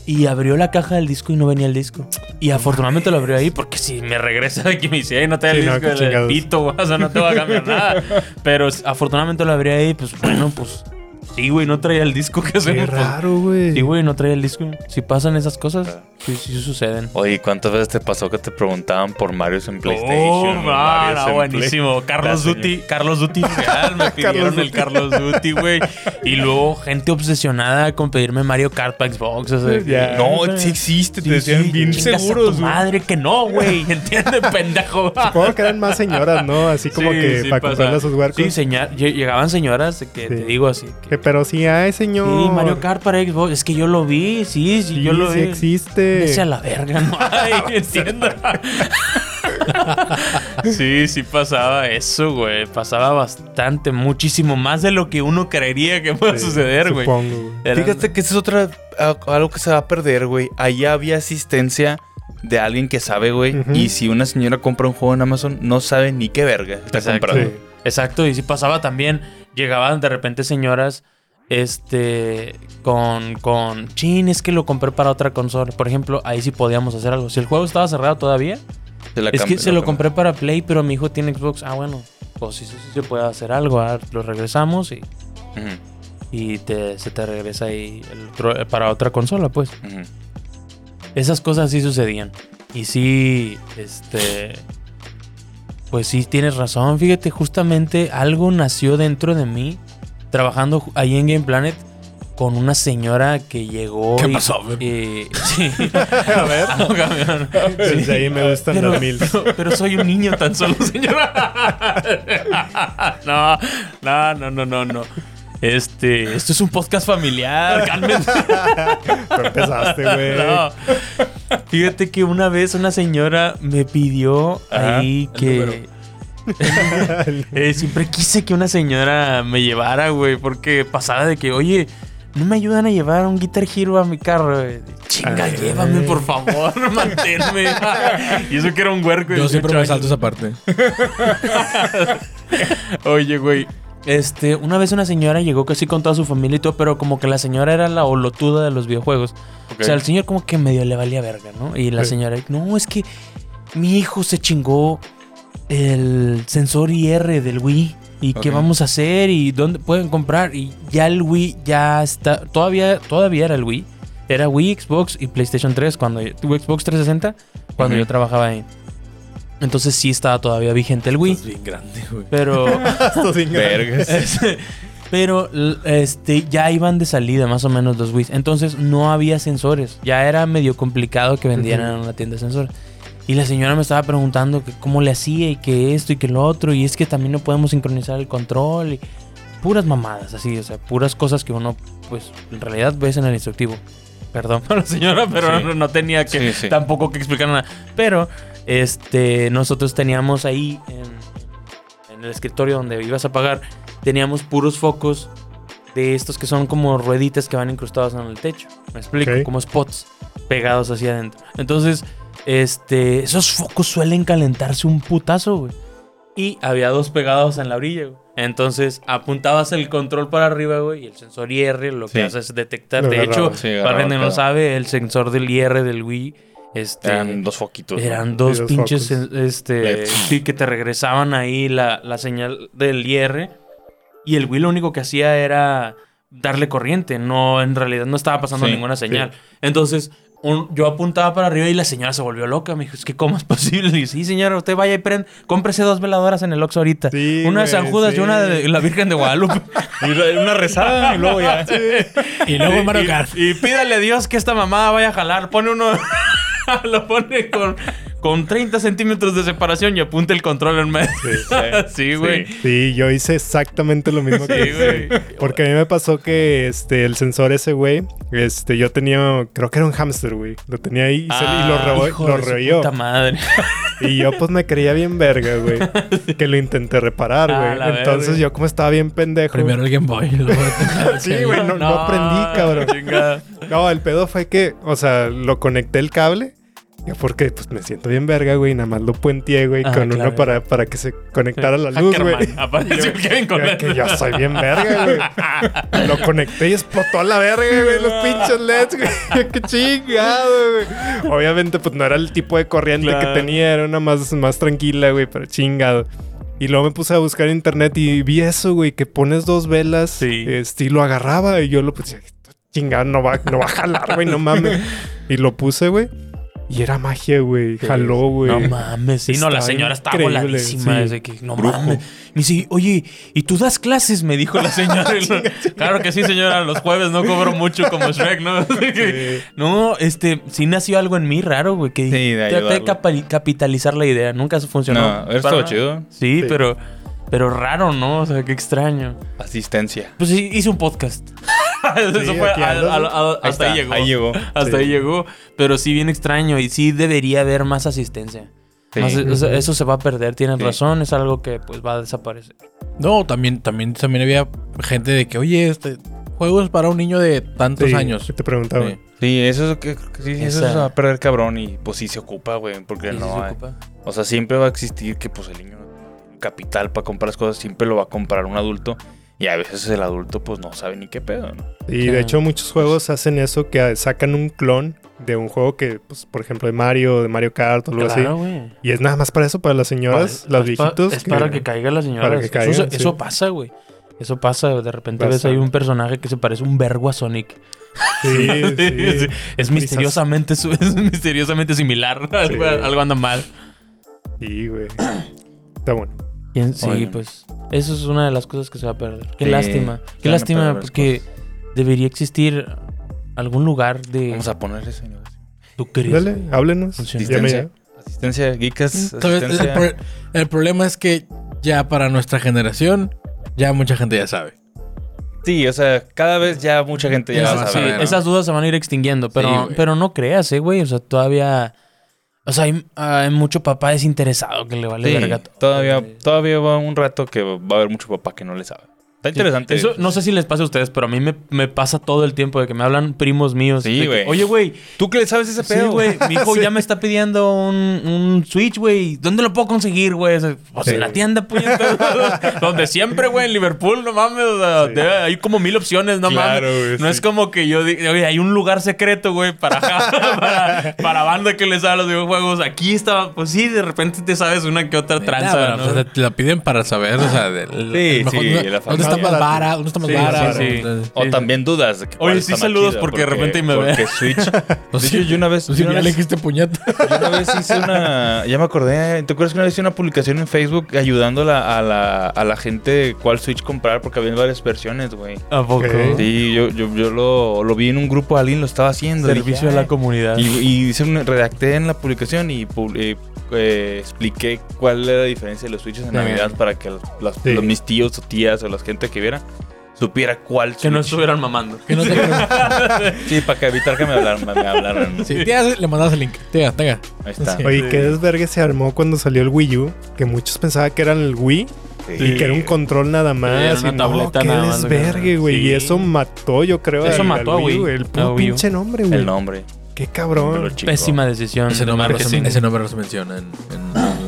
[SPEAKER 5] Y abrió la caja del disco y no venía el disco. Y afortunadamente lo abrió ahí porque si me regresa de que me dice, "Ey, no te da el
[SPEAKER 6] Sí, no,
[SPEAKER 5] disco,
[SPEAKER 6] qué
[SPEAKER 5] le
[SPEAKER 6] chingados.
[SPEAKER 5] pito, güey, o sea, no te va a cambiar nada. Pero s- afortunadamente lo abrí ahí, pues bueno, pues sí, güey, no traía el disco que
[SPEAKER 6] Qué
[SPEAKER 5] hacemos. Pues,
[SPEAKER 6] raro, güey.
[SPEAKER 5] Sí, güey, no traía el disco. Si pasan esas cosas, sí, sí suceden.
[SPEAKER 3] Oye, ¿cuántas veces te pasó que te preguntaban por Mario en PlayStation?
[SPEAKER 5] Oh,
[SPEAKER 3] o
[SPEAKER 5] ah,
[SPEAKER 3] Marios
[SPEAKER 5] no,
[SPEAKER 3] en Play-
[SPEAKER 5] buenísimo. Carlos
[SPEAKER 3] señora.
[SPEAKER 5] Duty, Carlos Duty real, me pidieron el Carlos Duty, güey. Y luego gente obsesionada con pedirme Mario Kart para Xbox. o sea,
[SPEAKER 6] Ya.
[SPEAKER 3] No, sí existe, te decían bien
[SPEAKER 5] chingas a tu
[SPEAKER 3] seguros. güey.
[SPEAKER 5] madre que no, güey. ¿Entiendes, pendejo?
[SPEAKER 6] Supongo que eran más señoras, ¿no? Así como
[SPEAKER 5] Sí,
[SPEAKER 6] que
[SPEAKER 5] sí
[SPEAKER 6] para
[SPEAKER 5] pasa.
[SPEAKER 6] comprarle a sus huercos.
[SPEAKER 5] Sí, señor. Lle- Llegaban señoras que
[SPEAKER 6] Sí.
[SPEAKER 5] te digo así. que,
[SPEAKER 6] Que, pero sí hay, señor.
[SPEAKER 5] sí, Mario Kart para Xbox. Es que yo lo vi, sí, sí,
[SPEAKER 6] Sí,
[SPEAKER 5] yo lo
[SPEAKER 6] sí
[SPEAKER 5] vi.
[SPEAKER 6] existe.
[SPEAKER 5] Vete a la verga, no hay, entiendo. sí, sí pasaba eso, güey. Pasaba bastante, muchísimo más de lo que uno creería que pueda
[SPEAKER 6] Sí,
[SPEAKER 5] suceder, güey.
[SPEAKER 6] Supongo, güey.
[SPEAKER 5] Era-
[SPEAKER 3] Fíjate que esa es otra a- algo que se va a perder, güey. Allá había asistencia de alguien que sabe, güey.
[SPEAKER 6] Ujú.
[SPEAKER 3] Y si una señora compra un juego en Amazon, no sabe ni qué verga está
[SPEAKER 5] Exacto.
[SPEAKER 3] comprando.
[SPEAKER 6] Sí.
[SPEAKER 5] Exacto, y sí pasaba también. Llegaban de repente señoras, este, con, con, chin, es que lo compré para otra consola. Por ejemplo, ahí sí podíamos hacer algo. Si el juego estaba cerrado todavía,
[SPEAKER 3] Se la
[SPEAKER 5] Es que
[SPEAKER 3] cam-
[SPEAKER 5] se
[SPEAKER 3] la
[SPEAKER 5] lo
[SPEAKER 3] cam-
[SPEAKER 5] compré para Play, pero mi hijo tiene Xbox. Ah, bueno, pues sí, sí, sí se puede hacer algo. ah, Lo regresamos y,
[SPEAKER 3] Ujú,
[SPEAKER 5] y te, se te regresa ahí el otro- para otra consola, pues.
[SPEAKER 3] ujú.
[SPEAKER 5] Esas cosas sí sucedían. Y sí, este... Pues sí, tienes razón. Fíjate, justamente algo nació dentro de mí trabajando ju- ahí en Game Planet con una señora que llegó...
[SPEAKER 4] ¿Qué
[SPEAKER 5] y-
[SPEAKER 4] pasó, güey?
[SPEAKER 5] y- sí. A ver.
[SPEAKER 6] Desde ahí me gustan
[SPEAKER 5] Pero-
[SPEAKER 6] los mil.
[SPEAKER 5] pero, pero soy un niño tan solo, señora. No, no, no, no, no, no. Este, esto es un podcast familiar, cálmense.
[SPEAKER 6] Pero empezaste, güey.
[SPEAKER 5] No. Fíjate que una vez una señora me pidió
[SPEAKER 3] Ajá,
[SPEAKER 5] ahí
[SPEAKER 3] el
[SPEAKER 5] que
[SPEAKER 3] número.
[SPEAKER 5] Eh, siempre quise que una señora me llevara, güey, porque pasaba de que, oye, no me ayudan a llevar un Guitar Hero a mi carro. güey. Chinga,
[SPEAKER 6] Ay.
[SPEAKER 5] llévame, por favor, manténme. y eso que era un huerco. de
[SPEAKER 4] Yo siempre
[SPEAKER 5] 18
[SPEAKER 4] me
[SPEAKER 5] años.
[SPEAKER 4] salto esa parte.
[SPEAKER 5] Oye, güey. Este, una vez una señora llegó casi con toda su familia y todo, pero como que la señora era la olotuda de los videojuegos.
[SPEAKER 3] Ok.
[SPEAKER 5] O sea, al señor como que medio le valía verga, ¿no? Y la
[SPEAKER 6] Sí.
[SPEAKER 5] señora, no, es que mi hijo se chingó el sensor IR del Wii. ¿Y qué
[SPEAKER 3] Ok.
[SPEAKER 5] vamos a hacer? ¿Y dónde pueden comprar? Y ya el Wii ya está. Todavía, todavía era el Wii. Era Wii, Xbox y PlayStation 3 cuando yo, tuve Xbox 360 cuando
[SPEAKER 3] Ujú.
[SPEAKER 5] yo trabajaba ahí. Entonces sí estaba todavía vigente el Wii.
[SPEAKER 4] Es bien grande, güey.
[SPEAKER 5] Pero.
[SPEAKER 6] Esto sin
[SPEAKER 3] Vergas.
[SPEAKER 5] Este, Pero l- este, ya iban de salida más o menos los Wii's. Entonces no había sensores. Ya era medio complicado que vendieran en una tienda de sensores. Y la señora me estaba preguntando que cómo le hacía y que esto y que lo otro. Y es que también no podemos sincronizar el control. Y puras mamadas, así. O sea, puras cosas que uno, pues, en realidad ves en el instructivo. Perdón para la señora, pero
[SPEAKER 3] Sí.
[SPEAKER 5] no, no tenía
[SPEAKER 3] Sí,
[SPEAKER 5] que
[SPEAKER 3] sí.
[SPEAKER 5] tampoco que explicar nada. Pero este, nosotros teníamos ahí en, en el escritorio donde ibas a pagar, teníamos puros focos de estos que son como rueditas que van incrustados en el techo. Me explico,
[SPEAKER 6] Ok.
[SPEAKER 5] como spots pegados hacia adentro. Entonces, este, esos focos suelen calentarse un putazo, güey. Y había dos pegados en la orilla, güey. Entonces apuntabas el control para arriba, güey, y el sensor IR lo
[SPEAKER 3] Sí.
[SPEAKER 5] que hace es detectar.
[SPEAKER 6] Lo
[SPEAKER 5] de hecho,
[SPEAKER 6] agarraba.
[SPEAKER 3] Sí,
[SPEAKER 5] para
[SPEAKER 3] agarraba
[SPEAKER 5] quien no
[SPEAKER 3] cada-
[SPEAKER 5] sabe, el sensor del IR del Wii este,
[SPEAKER 3] Eran dos foquitos. ¿no?
[SPEAKER 5] eran dos
[SPEAKER 6] Y dos
[SPEAKER 5] pinches
[SPEAKER 6] focos.
[SPEAKER 5] este,
[SPEAKER 3] Leds.
[SPEAKER 5] sí, que te regresaban ahí la, la señal del IR. Y el Wii lo único que hacía era darle corriente. No, en realidad no estaba pasando
[SPEAKER 3] Sí,
[SPEAKER 5] ninguna señal. Entonces, un- yo apuntaba para arriba y la señora se volvió loca. Me dijo, es que ¿cómo es posible? Y sí, señora, usted vaya y prenda, cómprese dos veladoras en el Oxxo ahorita.
[SPEAKER 6] Sí,
[SPEAKER 5] una de
[SPEAKER 6] güey,
[SPEAKER 5] San Judas
[SPEAKER 6] sí.
[SPEAKER 5] y una de la Virgen de Guadalupe.
[SPEAKER 3] Y re- una rezada y luego ya.
[SPEAKER 4] Y luego Mario Kart.
[SPEAKER 5] Y, y pídale a Dios que esta mamada vaya a jalar. Pone uno. lo pone con, con 30 centímetros de separación y apunta el control en medio. Sí, güey.
[SPEAKER 6] Sí, yo hice exactamente lo mismo que
[SPEAKER 5] Sí, güey.
[SPEAKER 6] Porque a mí me pasó que este, el sensor ese, güey, este, yo tenía, creo que era un hamster, güey. Lo tenía ahí y, se- y lo, robó-
[SPEAKER 5] Ah, Hijo
[SPEAKER 6] lo
[SPEAKER 5] de su
[SPEAKER 6] revió.
[SPEAKER 5] Puta madre.
[SPEAKER 6] Y yo pues me creía bien verga, güey. Que lo intenté reparar,
[SPEAKER 5] Ah,
[SPEAKER 6] güey.
[SPEAKER 5] la verga.
[SPEAKER 6] Entonces yo como estaba bien pendejo.
[SPEAKER 4] Primero el Game Boy. luego-
[SPEAKER 6] Sí, güey, no, no aprendí, cabrón.
[SPEAKER 5] Ah, chingada.
[SPEAKER 6] No, el pedo fue que, o sea, lo conecté el cable. Yo porque pues me siento bien verga, güey. Nada más lo puenteé, güey,
[SPEAKER 5] Ah,
[SPEAKER 6] con uno
[SPEAKER 5] claro.
[SPEAKER 6] para, para que se conectara la luz,
[SPEAKER 5] Hackerman.
[SPEAKER 6] güey.
[SPEAKER 5] Apareció Kevin con
[SPEAKER 6] Que, que yo soy bien verga, güey. Lo conecté y explotó a la verga, güey. Los pinches LEDs, güey. Qué chingado, güey. Obviamente, pues no era el tipo de corriente
[SPEAKER 5] Claro.
[SPEAKER 6] que tenía. Era una más, más tranquila, güey, pero chingado. Y luego me puse a buscar en internet y vi eso, güey, que pones dos velas.
[SPEAKER 5] Sí.
[SPEAKER 6] Este, y lo agarraba y yo lo puse. Chingado, no va, no va a jalar, güey, no mames. Y lo puse, güey. Y era magia, güey. Jaló, güey.
[SPEAKER 5] No mames, sí, no, la
[SPEAKER 6] Está
[SPEAKER 5] señora estaba
[SPEAKER 6] increíble,
[SPEAKER 5] voladísima.
[SPEAKER 6] sí.
[SPEAKER 5] desde que, no mames. Me dice, oye, ¿y tú das clases? Me dijo la
[SPEAKER 6] Ah,
[SPEAKER 5] señora. Y lo- claro que sí, señora, los jueves no cobro mucho como Shrek, ¿no? Así
[SPEAKER 6] Eh,
[SPEAKER 5] que- No, este, sí nació algo en mí raro, güey, que
[SPEAKER 3] Sí, de
[SPEAKER 5] traté de
[SPEAKER 3] ayudarlo.
[SPEAKER 5] capa- capitalizar la idea. Nunca funcionó.
[SPEAKER 3] No,
[SPEAKER 5] Para
[SPEAKER 3] esto
[SPEAKER 5] nada.
[SPEAKER 3] chido.
[SPEAKER 5] Sí,
[SPEAKER 6] Sí.
[SPEAKER 5] pero, pero raro, ¿no? O sea, qué extraño.
[SPEAKER 3] Asistencia.
[SPEAKER 5] Pues sí, hice un podcast. Eso fue,
[SPEAKER 6] aquí
[SPEAKER 5] a-
[SPEAKER 6] andas,
[SPEAKER 5] a-
[SPEAKER 6] ¿no?
[SPEAKER 5] a-
[SPEAKER 3] Ahí
[SPEAKER 5] hasta
[SPEAKER 3] está,
[SPEAKER 5] ahí llegó.
[SPEAKER 3] Ahí llegó.
[SPEAKER 5] Hasta
[SPEAKER 6] Sí.
[SPEAKER 5] ahí llegó. Pero sí, bien extraño. Y sí debería haber más asistencia.
[SPEAKER 3] Sí.
[SPEAKER 5] Más- o sea, eso se va a perder, tienes
[SPEAKER 3] Sí.
[SPEAKER 5] razón. Es algo que pues va a desaparecer.
[SPEAKER 4] No, también, también, también había gente de que, oye, este juego es para un niño de tantos
[SPEAKER 6] Sí,
[SPEAKER 4] años.
[SPEAKER 6] que Te preguntaban.
[SPEAKER 4] Sí.
[SPEAKER 3] Sí, eso es que que sí, eso
[SPEAKER 5] Esa-
[SPEAKER 3] es a perder cabrón y pues sí se ocupa, güey, porque
[SPEAKER 5] Sí, sí
[SPEAKER 3] no
[SPEAKER 5] se
[SPEAKER 3] hay-
[SPEAKER 5] ocupa.
[SPEAKER 3] o sea, siempre va a existir que pues el niño no tiene capital para comprar las cosas, siempre lo va a comprar un adulto y a veces el adulto pues no sabe ni qué pedo, ¿no?
[SPEAKER 6] Y
[SPEAKER 5] Claro.
[SPEAKER 6] de hecho muchos juegos hacen eso que sacan un clon de un juego que, pues, por ejemplo, de Mario, de Mario Kart o algo
[SPEAKER 5] Claro,
[SPEAKER 6] así.
[SPEAKER 5] güey.
[SPEAKER 6] Y es nada más para eso, para las señoras,
[SPEAKER 5] Para-
[SPEAKER 6] las
[SPEAKER 5] es pa-
[SPEAKER 6] viejitos.
[SPEAKER 5] Es para que caiga la señora.
[SPEAKER 6] para que caigan,
[SPEAKER 5] eso,
[SPEAKER 6] sí.
[SPEAKER 5] eso pasa, güey. Eso pasa. De repente ves
[SPEAKER 6] Pasa.
[SPEAKER 5] hay un personaje que se parece un vergo a Sonic.
[SPEAKER 6] Sí, sí.
[SPEAKER 5] es, es misteriosamente, su- es misteriosamente similar. Algo, algo anda mal.
[SPEAKER 6] Sí, güey. Está bueno.
[SPEAKER 5] Y en- sí,
[SPEAKER 3] Oigan.
[SPEAKER 5] pues eso es una de las cosas que se va a perder. Qué
[SPEAKER 3] Sí,
[SPEAKER 5] lástima.
[SPEAKER 3] se van
[SPEAKER 5] Qué
[SPEAKER 3] a
[SPEAKER 5] lástima
[SPEAKER 3] perder las
[SPEAKER 5] porque debería existir algún lugar de
[SPEAKER 3] Vamos a ponerle señores.
[SPEAKER 5] tu querido.
[SPEAKER 6] Dale, háblenos.
[SPEAKER 5] Funciona.
[SPEAKER 6] Ya me-
[SPEAKER 3] Asistencia. Asistencia geekas,
[SPEAKER 5] Mm,
[SPEAKER 4] Entonces, el,
[SPEAKER 3] asistencia.
[SPEAKER 4] pro- el problema es que ya para nuestra generación, ya mucha gente ya sabe.
[SPEAKER 3] Sí, o sea, cada vez ya mucha gente ya
[SPEAKER 4] Eso
[SPEAKER 3] lo
[SPEAKER 5] Sí,
[SPEAKER 3] sabe.
[SPEAKER 4] Bueno.
[SPEAKER 5] esas dudas se van a ir extinguiendo, pero,
[SPEAKER 4] güey.
[SPEAKER 5] pero no creas, eh, güey. O sea, todavía. O sea, hay, hay mucho papá desinteresado que le vale
[SPEAKER 3] Sí,
[SPEAKER 5] verga. todo.
[SPEAKER 3] todavía, todavía va un rato que va a haber mucho papá que no le sabe. Está interesante.
[SPEAKER 5] Eso no sé si les pasa a ustedes, pero a mí me, me pasa todo el tiempo de que me hablan primos míos.
[SPEAKER 3] Sí,
[SPEAKER 5] de que,
[SPEAKER 3] güey.
[SPEAKER 5] Oye, güey,
[SPEAKER 3] ¿Tú qué le sabes
[SPEAKER 6] este
[SPEAKER 3] ese
[SPEAKER 5] Sí,
[SPEAKER 3] pedo?
[SPEAKER 5] güey. Mi hijo ya me está pidiendo un, un Switch, güey. ¿Dónde lo puedo conseguir, güey? O sea, Pues en la tienda, puñetas. Donde siempre, güey, en Liverpool, no mames. o sea,
[SPEAKER 6] Sí.
[SPEAKER 5] debe- hay como mil opciones, no
[SPEAKER 6] Claro,
[SPEAKER 5] mames.
[SPEAKER 6] güey,
[SPEAKER 5] no
[SPEAKER 6] sí.
[SPEAKER 5] es como que yo diga, oye, hay un lugar secreto, güey, para, para, para banda que les a los videojuegos. Aquí estaba, pues sí, de repente te sabes una que otra tranza,
[SPEAKER 4] Nah, pero,
[SPEAKER 5] ¿no?
[SPEAKER 4] o sea, te la piden para saber, o sea, del-
[SPEAKER 3] Sí,
[SPEAKER 4] mejor-
[SPEAKER 3] sí,
[SPEAKER 4] ¿dónde-
[SPEAKER 3] la
[SPEAKER 4] ¿dónde está
[SPEAKER 6] familia.
[SPEAKER 4] más vara? ¿Dónde está más
[SPEAKER 6] Sí,
[SPEAKER 4] vara?
[SPEAKER 5] sí, sí.
[SPEAKER 4] Entonces,
[SPEAKER 3] O
[SPEAKER 5] Sí,
[SPEAKER 3] también dudas. de que cuál
[SPEAKER 5] Oye,
[SPEAKER 3] está
[SPEAKER 5] sí,
[SPEAKER 3] más
[SPEAKER 5] saludos,
[SPEAKER 3] chida,
[SPEAKER 5] porque de repente me ve.
[SPEAKER 3] Porque Switch. De hecho, yo una vez,
[SPEAKER 4] pues,
[SPEAKER 3] yo
[SPEAKER 4] ya
[SPEAKER 3] una
[SPEAKER 4] le
[SPEAKER 3] vez,
[SPEAKER 4] dijiste puñeta.
[SPEAKER 3] yo una vez hice una. Ya me acordé. ¿Te acuerdas que una vez hice una publicación en Facebook ayudándola a la, a la gente cuál Switch comprar? Porque había varias versiones, güey.
[SPEAKER 5] ¿A poco?
[SPEAKER 6] Ok.
[SPEAKER 3] Sí, yo, yo, yo lo, lo vi en un grupo, alguien lo estaba haciendo. y dije,
[SPEAKER 5] Servicio a
[SPEAKER 3] "Ay".
[SPEAKER 5] la comunidad.
[SPEAKER 3] Y, y hice un- redacté en la publicación y pub- eh, eh, expliqué cuál era la diferencia de los switches en
[SPEAKER 4] Sí.
[SPEAKER 3] Navidad para que los, las-
[SPEAKER 6] Sí.
[SPEAKER 3] los- mis tíos o tías o la gente que viera supiera cuál
[SPEAKER 5] que no
[SPEAKER 3] switch.
[SPEAKER 5] estuvieran mamando.
[SPEAKER 4] Que no te preguntes.
[SPEAKER 3] Sí, para que evitar que me hablaran. Me hablaran ¿no?
[SPEAKER 4] Sí, tía, le mandas el link. Tía, tenga.
[SPEAKER 3] Ahí está.
[SPEAKER 4] Sí.
[SPEAKER 6] Oye, qué desvergue se armó cuando salió el Wii U, que muchos pensaban que era el Wii y que era un control nada más.
[SPEAKER 5] una
[SPEAKER 6] y no,
[SPEAKER 5] tableta
[SPEAKER 6] qué
[SPEAKER 5] nada más,
[SPEAKER 6] desvergue,
[SPEAKER 5] güey.
[SPEAKER 6] güey.
[SPEAKER 5] Sí.
[SPEAKER 6] Y eso mató, yo creo,
[SPEAKER 5] Eso
[SPEAKER 6] al-
[SPEAKER 5] mató
[SPEAKER 6] al
[SPEAKER 5] a Wii,
[SPEAKER 6] güey. El
[SPEAKER 5] a
[SPEAKER 6] pu-
[SPEAKER 5] Wii U.
[SPEAKER 6] pinche nombre,
[SPEAKER 3] El
[SPEAKER 6] güey.
[SPEAKER 3] nombre.
[SPEAKER 6] Qué
[SPEAKER 3] Me lo
[SPEAKER 6] cabrón.
[SPEAKER 3] chingó.
[SPEAKER 5] Pésima
[SPEAKER 3] Ah,
[SPEAKER 5] decisión.
[SPEAKER 4] Ese
[SPEAKER 5] de
[SPEAKER 4] nombre, no se,
[SPEAKER 5] marketing.
[SPEAKER 4] ese nombre no se menciona en... en- en-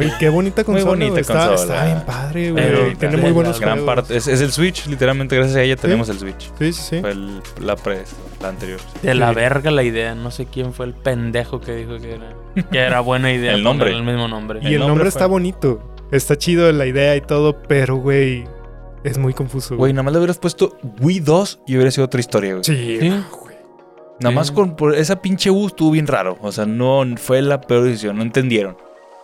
[SPEAKER 6] Ay, qué bonita
[SPEAKER 3] Muy
[SPEAKER 6] consola.
[SPEAKER 3] bonita
[SPEAKER 6] güey. está,
[SPEAKER 3] consola.
[SPEAKER 6] Está bien padre,
[SPEAKER 5] Eh,
[SPEAKER 6] güey. Tiene
[SPEAKER 5] la-
[SPEAKER 6] muy buenos
[SPEAKER 3] Gran
[SPEAKER 6] juegos.
[SPEAKER 3] parte. Es, es el Switch, literalmente, gracias a ella tenemos el Switch.
[SPEAKER 6] Sí, sí, sí.
[SPEAKER 3] Fue el- la, pre, la anterior.
[SPEAKER 5] De la
[SPEAKER 6] Sí.
[SPEAKER 5] verga la idea. No sé quién fue el pendejo que dijo que era, que era buena idea.
[SPEAKER 3] El nombre.
[SPEAKER 5] ponerle El mismo nombre.
[SPEAKER 6] Y el nombre,
[SPEAKER 3] nombre
[SPEAKER 6] está
[SPEAKER 3] fue-
[SPEAKER 6] bonito. Está chido la idea y todo, pero, güey, Es muy confuso.
[SPEAKER 3] Güey, nada más le hubieras puesto Wii 2 y hubiera sido otra historia, güey.
[SPEAKER 6] Sí,
[SPEAKER 5] Sí.
[SPEAKER 6] ah, güey.
[SPEAKER 3] Nada más con por esa pinche U estuvo bien raro. O sea, no fue la peor decisión, no entendieron.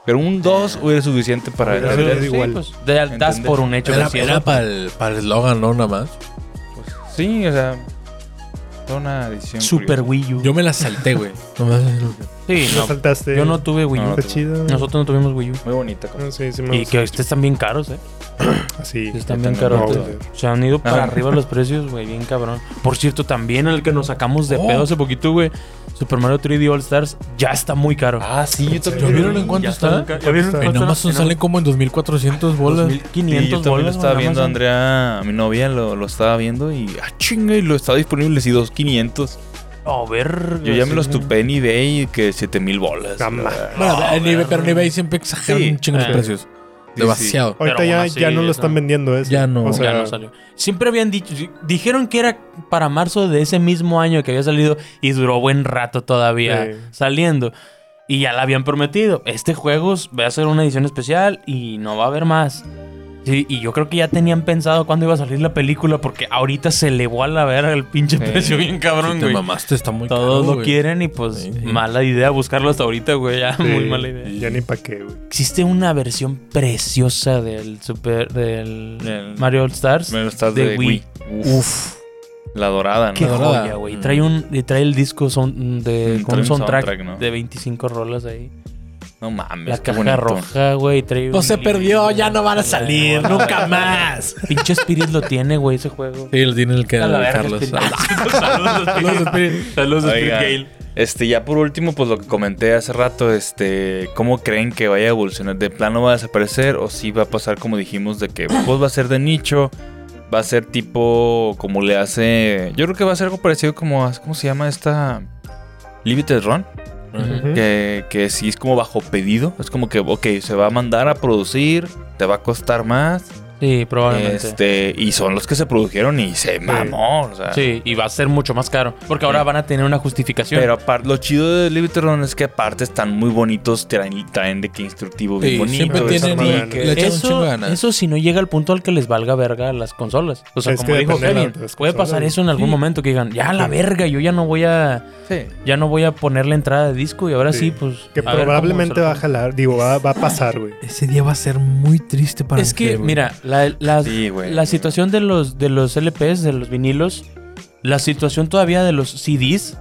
[SPEAKER 3] Pero un 2 hubiera sido suficiente para
[SPEAKER 6] Hubiera
[SPEAKER 3] hacer-
[SPEAKER 6] sido- igual.
[SPEAKER 5] pues, de- das
[SPEAKER 3] ¿Entendés?
[SPEAKER 5] por un hecho.
[SPEAKER 4] Era,
[SPEAKER 5] que sí, ¿no?
[SPEAKER 4] para el eslogan, ¿no? Nada más.
[SPEAKER 3] pues, Sí, o sea, fue una decisión.
[SPEAKER 5] Super
[SPEAKER 3] curiosa.
[SPEAKER 5] Wii U.
[SPEAKER 4] Yo me la salté, güey. Nomás-
[SPEAKER 5] sí,
[SPEAKER 6] No
[SPEAKER 5] no,
[SPEAKER 6] saltaste.
[SPEAKER 5] yo no tuve Wii U.
[SPEAKER 3] No,
[SPEAKER 6] Está chido.
[SPEAKER 5] Nosotros no tuvimos Wii U.
[SPEAKER 3] Muy bonita. cosa.
[SPEAKER 6] No, sí, sí me
[SPEAKER 5] Y que estos están bien caros, ¿eh?
[SPEAKER 6] gusta. Sí.
[SPEAKER 5] Sí, están
[SPEAKER 3] también
[SPEAKER 5] bien caros. ¿eh?
[SPEAKER 6] me gusta.
[SPEAKER 5] Se han ido
[SPEAKER 3] Ah.
[SPEAKER 5] para arriba los precios, güey, bien cabrón. Por cierto, también el que nos sacamos de
[SPEAKER 3] Oh.
[SPEAKER 5] pedo hace poquito, güey, Super Mario 3D All Stars ya está muy caro.
[SPEAKER 3] Ah, sí, yo
[SPEAKER 6] también
[SPEAKER 4] ¿Ya
[SPEAKER 6] lo vi.
[SPEAKER 4] vieron en cuánto
[SPEAKER 5] Ya
[SPEAKER 4] está?
[SPEAKER 5] muy caro. ¿Ya vieron en
[SPEAKER 6] Y
[SPEAKER 4] Y
[SPEAKER 5] cuánto
[SPEAKER 4] nomás
[SPEAKER 5] está?
[SPEAKER 4] son- salen como en 2400 bolas.
[SPEAKER 5] 2500
[SPEAKER 3] Sí, yo también lo
[SPEAKER 5] bolas,
[SPEAKER 3] estaba
[SPEAKER 5] güey, en
[SPEAKER 3] viendo,
[SPEAKER 5] Amazon.
[SPEAKER 3] Andrea, mi novia lo, lo estaba viendo y ah, chinga, y lo estaba disponible si 2500.
[SPEAKER 5] A ver,
[SPEAKER 3] Yo ya me lo estupé en eBay que 7000 bolas.
[SPEAKER 6] Cama.
[SPEAKER 3] ¿verdad?
[SPEAKER 4] Bueno, en eBay- pero en eBay siempre exageran
[SPEAKER 3] Sí.
[SPEAKER 4] un chingo los
[SPEAKER 5] Eh.
[SPEAKER 4] precios. Demasiado.
[SPEAKER 6] Ahorita
[SPEAKER 5] Pero
[SPEAKER 6] ya,
[SPEAKER 5] aún así,
[SPEAKER 6] ya no lo
[SPEAKER 5] eso-
[SPEAKER 6] están vendiendo eso.
[SPEAKER 4] Ya no.
[SPEAKER 6] O sea,
[SPEAKER 5] ya no salió. Siempre habían dicho, di- dijeron que era para marzo de ese mismo año que había salido y duró buen rato todavía
[SPEAKER 6] Sí.
[SPEAKER 5] saliendo. Y ya la habían prometido. Este juego va a ser una edición especial y no va a haber más. Sí, y yo creo que ya tenían pensado cuándo iba a salir la película porque ahorita se elevó a la verga el pinche
[SPEAKER 3] Sí.
[SPEAKER 5] precio bien
[SPEAKER 4] Si
[SPEAKER 5] cabrón,
[SPEAKER 4] te
[SPEAKER 5] güey.
[SPEAKER 4] mamaste, está muy
[SPEAKER 5] Todos
[SPEAKER 4] caro,
[SPEAKER 5] lo
[SPEAKER 4] güey.
[SPEAKER 5] quieren y pues
[SPEAKER 4] Sí, sí.
[SPEAKER 5] mala idea buscarlo hasta ahorita, güey. Ya,
[SPEAKER 6] sí,
[SPEAKER 5] muy mala idea.
[SPEAKER 6] Ya ni para qué, güey.
[SPEAKER 5] Existe una versión preciosa del Super del
[SPEAKER 3] Del-
[SPEAKER 5] Mario All Stars.
[SPEAKER 3] Me lo estás de,
[SPEAKER 5] De
[SPEAKER 3] Wii. Uf,
[SPEAKER 5] Uf,
[SPEAKER 3] La dorada, ¿no?
[SPEAKER 5] qué
[SPEAKER 4] dorada.
[SPEAKER 5] joya, güey. Trae un y trae el disco son- de
[SPEAKER 3] Mm,
[SPEAKER 5] con
[SPEAKER 3] trae
[SPEAKER 5] un
[SPEAKER 3] un
[SPEAKER 5] soundtrack,
[SPEAKER 3] soundtrack, ¿no?
[SPEAKER 5] de 25 rolas ahí.
[SPEAKER 3] No mames.
[SPEAKER 5] La
[SPEAKER 3] qué
[SPEAKER 5] caja
[SPEAKER 3] bonito.
[SPEAKER 5] roja, güey, trae
[SPEAKER 4] No
[SPEAKER 5] un
[SPEAKER 4] se
[SPEAKER 5] libro.
[SPEAKER 4] perdió, ya no van a salir,
[SPEAKER 5] no,
[SPEAKER 4] nunca más.
[SPEAKER 5] Pinche Spirit lo tiene, güey, ese juego.
[SPEAKER 4] Sí, lo tiene el que
[SPEAKER 5] A la verga, este
[SPEAKER 4] Carlos.
[SPEAKER 5] Spirit. Saludos,
[SPEAKER 4] Saludos,
[SPEAKER 5] Spirit.
[SPEAKER 4] Spirit.
[SPEAKER 5] Saludos, Spirit
[SPEAKER 3] Oiga.
[SPEAKER 5] Gale.
[SPEAKER 3] Este, ya por último, pues lo que comenté hace rato, este, ¿cómo creen que vaya a evolucionar? ¿De plano va a desaparecer o sí va a pasar como dijimos de que pues va a ser de nicho? Va a ser tipo como le hace... Yo creo que va a ser algo parecido como... a- ¿Cómo se llama esta? Limited Run.
[SPEAKER 6] Ujú.
[SPEAKER 3] Que, que sí es como bajo pedido. Es como que, ok, se va a mandar a producir, te va a costar más.
[SPEAKER 5] Sí, probablemente.
[SPEAKER 3] Este, ah. y son los que se produjeron y se mamó. o sea.
[SPEAKER 5] Sí, y va a ser mucho más caro. Porque ahora van a tener una justificación.
[SPEAKER 3] Pero aparte, lo chido de Limited Run es que aparte están muy bonitos, traen, traen de que instructivo bien
[SPEAKER 4] Sí,
[SPEAKER 3] bonito.
[SPEAKER 4] siempre
[SPEAKER 3] esa
[SPEAKER 4] tienen
[SPEAKER 3] madre.
[SPEAKER 4] y
[SPEAKER 6] madre, ¿no?
[SPEAKER 4] le echan un chingo
[SPEAKER 5] eso,
[SPEAKER 4] de ganas.
[SPEAKER 5] eso si no llega al punto al que les valga verga las consolas. O sea,
[SPEAKER 6] Es
[SPEAKER 5] como
[SPEAKER 6] que
[SPEAKER 5] dijo
[SPEAKER 6] depende de
[SPEAKER 5] Kevin,
[SPEAKER 6] las- de las
[SPEAKER 5] puede
[SPEAKER 6] consolas.
[SPEAKER 5] pasar eso en algún
[SPEAKER 4] Sí.
[SPEAKER 5] momento que digan, ya la
[SPEAKER 6] Sí.
[SPEAKER 5] verga, yo ya no voy a ya no voy a ponerle entrada de disco y ahora sí,
[SPEAKER 6] Sí.
[SPEAKER 5] pues
[SPEAKER 6] Que
[SPEAKER 5] a ver cómo se
[SPEAKER 6] probablemente
[SPEAKER 5] lo-
[SPEAKER 6] va a jalar. Digo, va, va a pasar, güey.
[SPEAKER 4] Ese día va a ser muy triste para
[SPEAKER 5] Es que mira, la, la-
[SPEAKER 3] Sí, güey.
[SPEAKER 5] la situación de los de los LPs, de los vinilos, la situación todavía de los CDs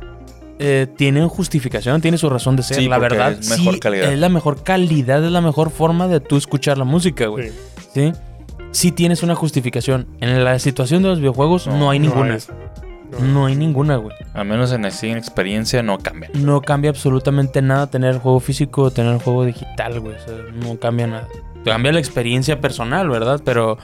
[SPEAKER 5] eh, tienen justificación, tiene su razón de ser,
[SPEAKER 3] Sí,
[SPEAKER 5] la
[SPEAKER 3] porque
[SPEAKER 5] verdad.
[SPEAKER 3] es mejor
[SPEAKER 5] sí,
[SPEAKER 3] calidad.
[SPEAKER 5] Es la mejor calidad, es la mejor forma de tú escuchar la música, güey.
[SPEAKER 6] Sí.
[SPEAKER 5] ¿sí? Sí tienes una justificación. En la situación de los videojuegos
[SPEAKER 3] No,
[SPEAKER 5] no, hay
[SPEAKER 6] No
[SPEAKER 5] ninguna.
[SPEAKER 6] es- no.
[SPEAKER 5] No hay ninguna, güey.
[SPEAKER 3] Al menos en así, en experiencia no cambian.
[SPEAKER 5] No cambia absolutamente nada tener el juego físico o tener el juego digital, güey. O sea, no cambia nada. Cambia la experiencia personal, ¿verdad? Pero,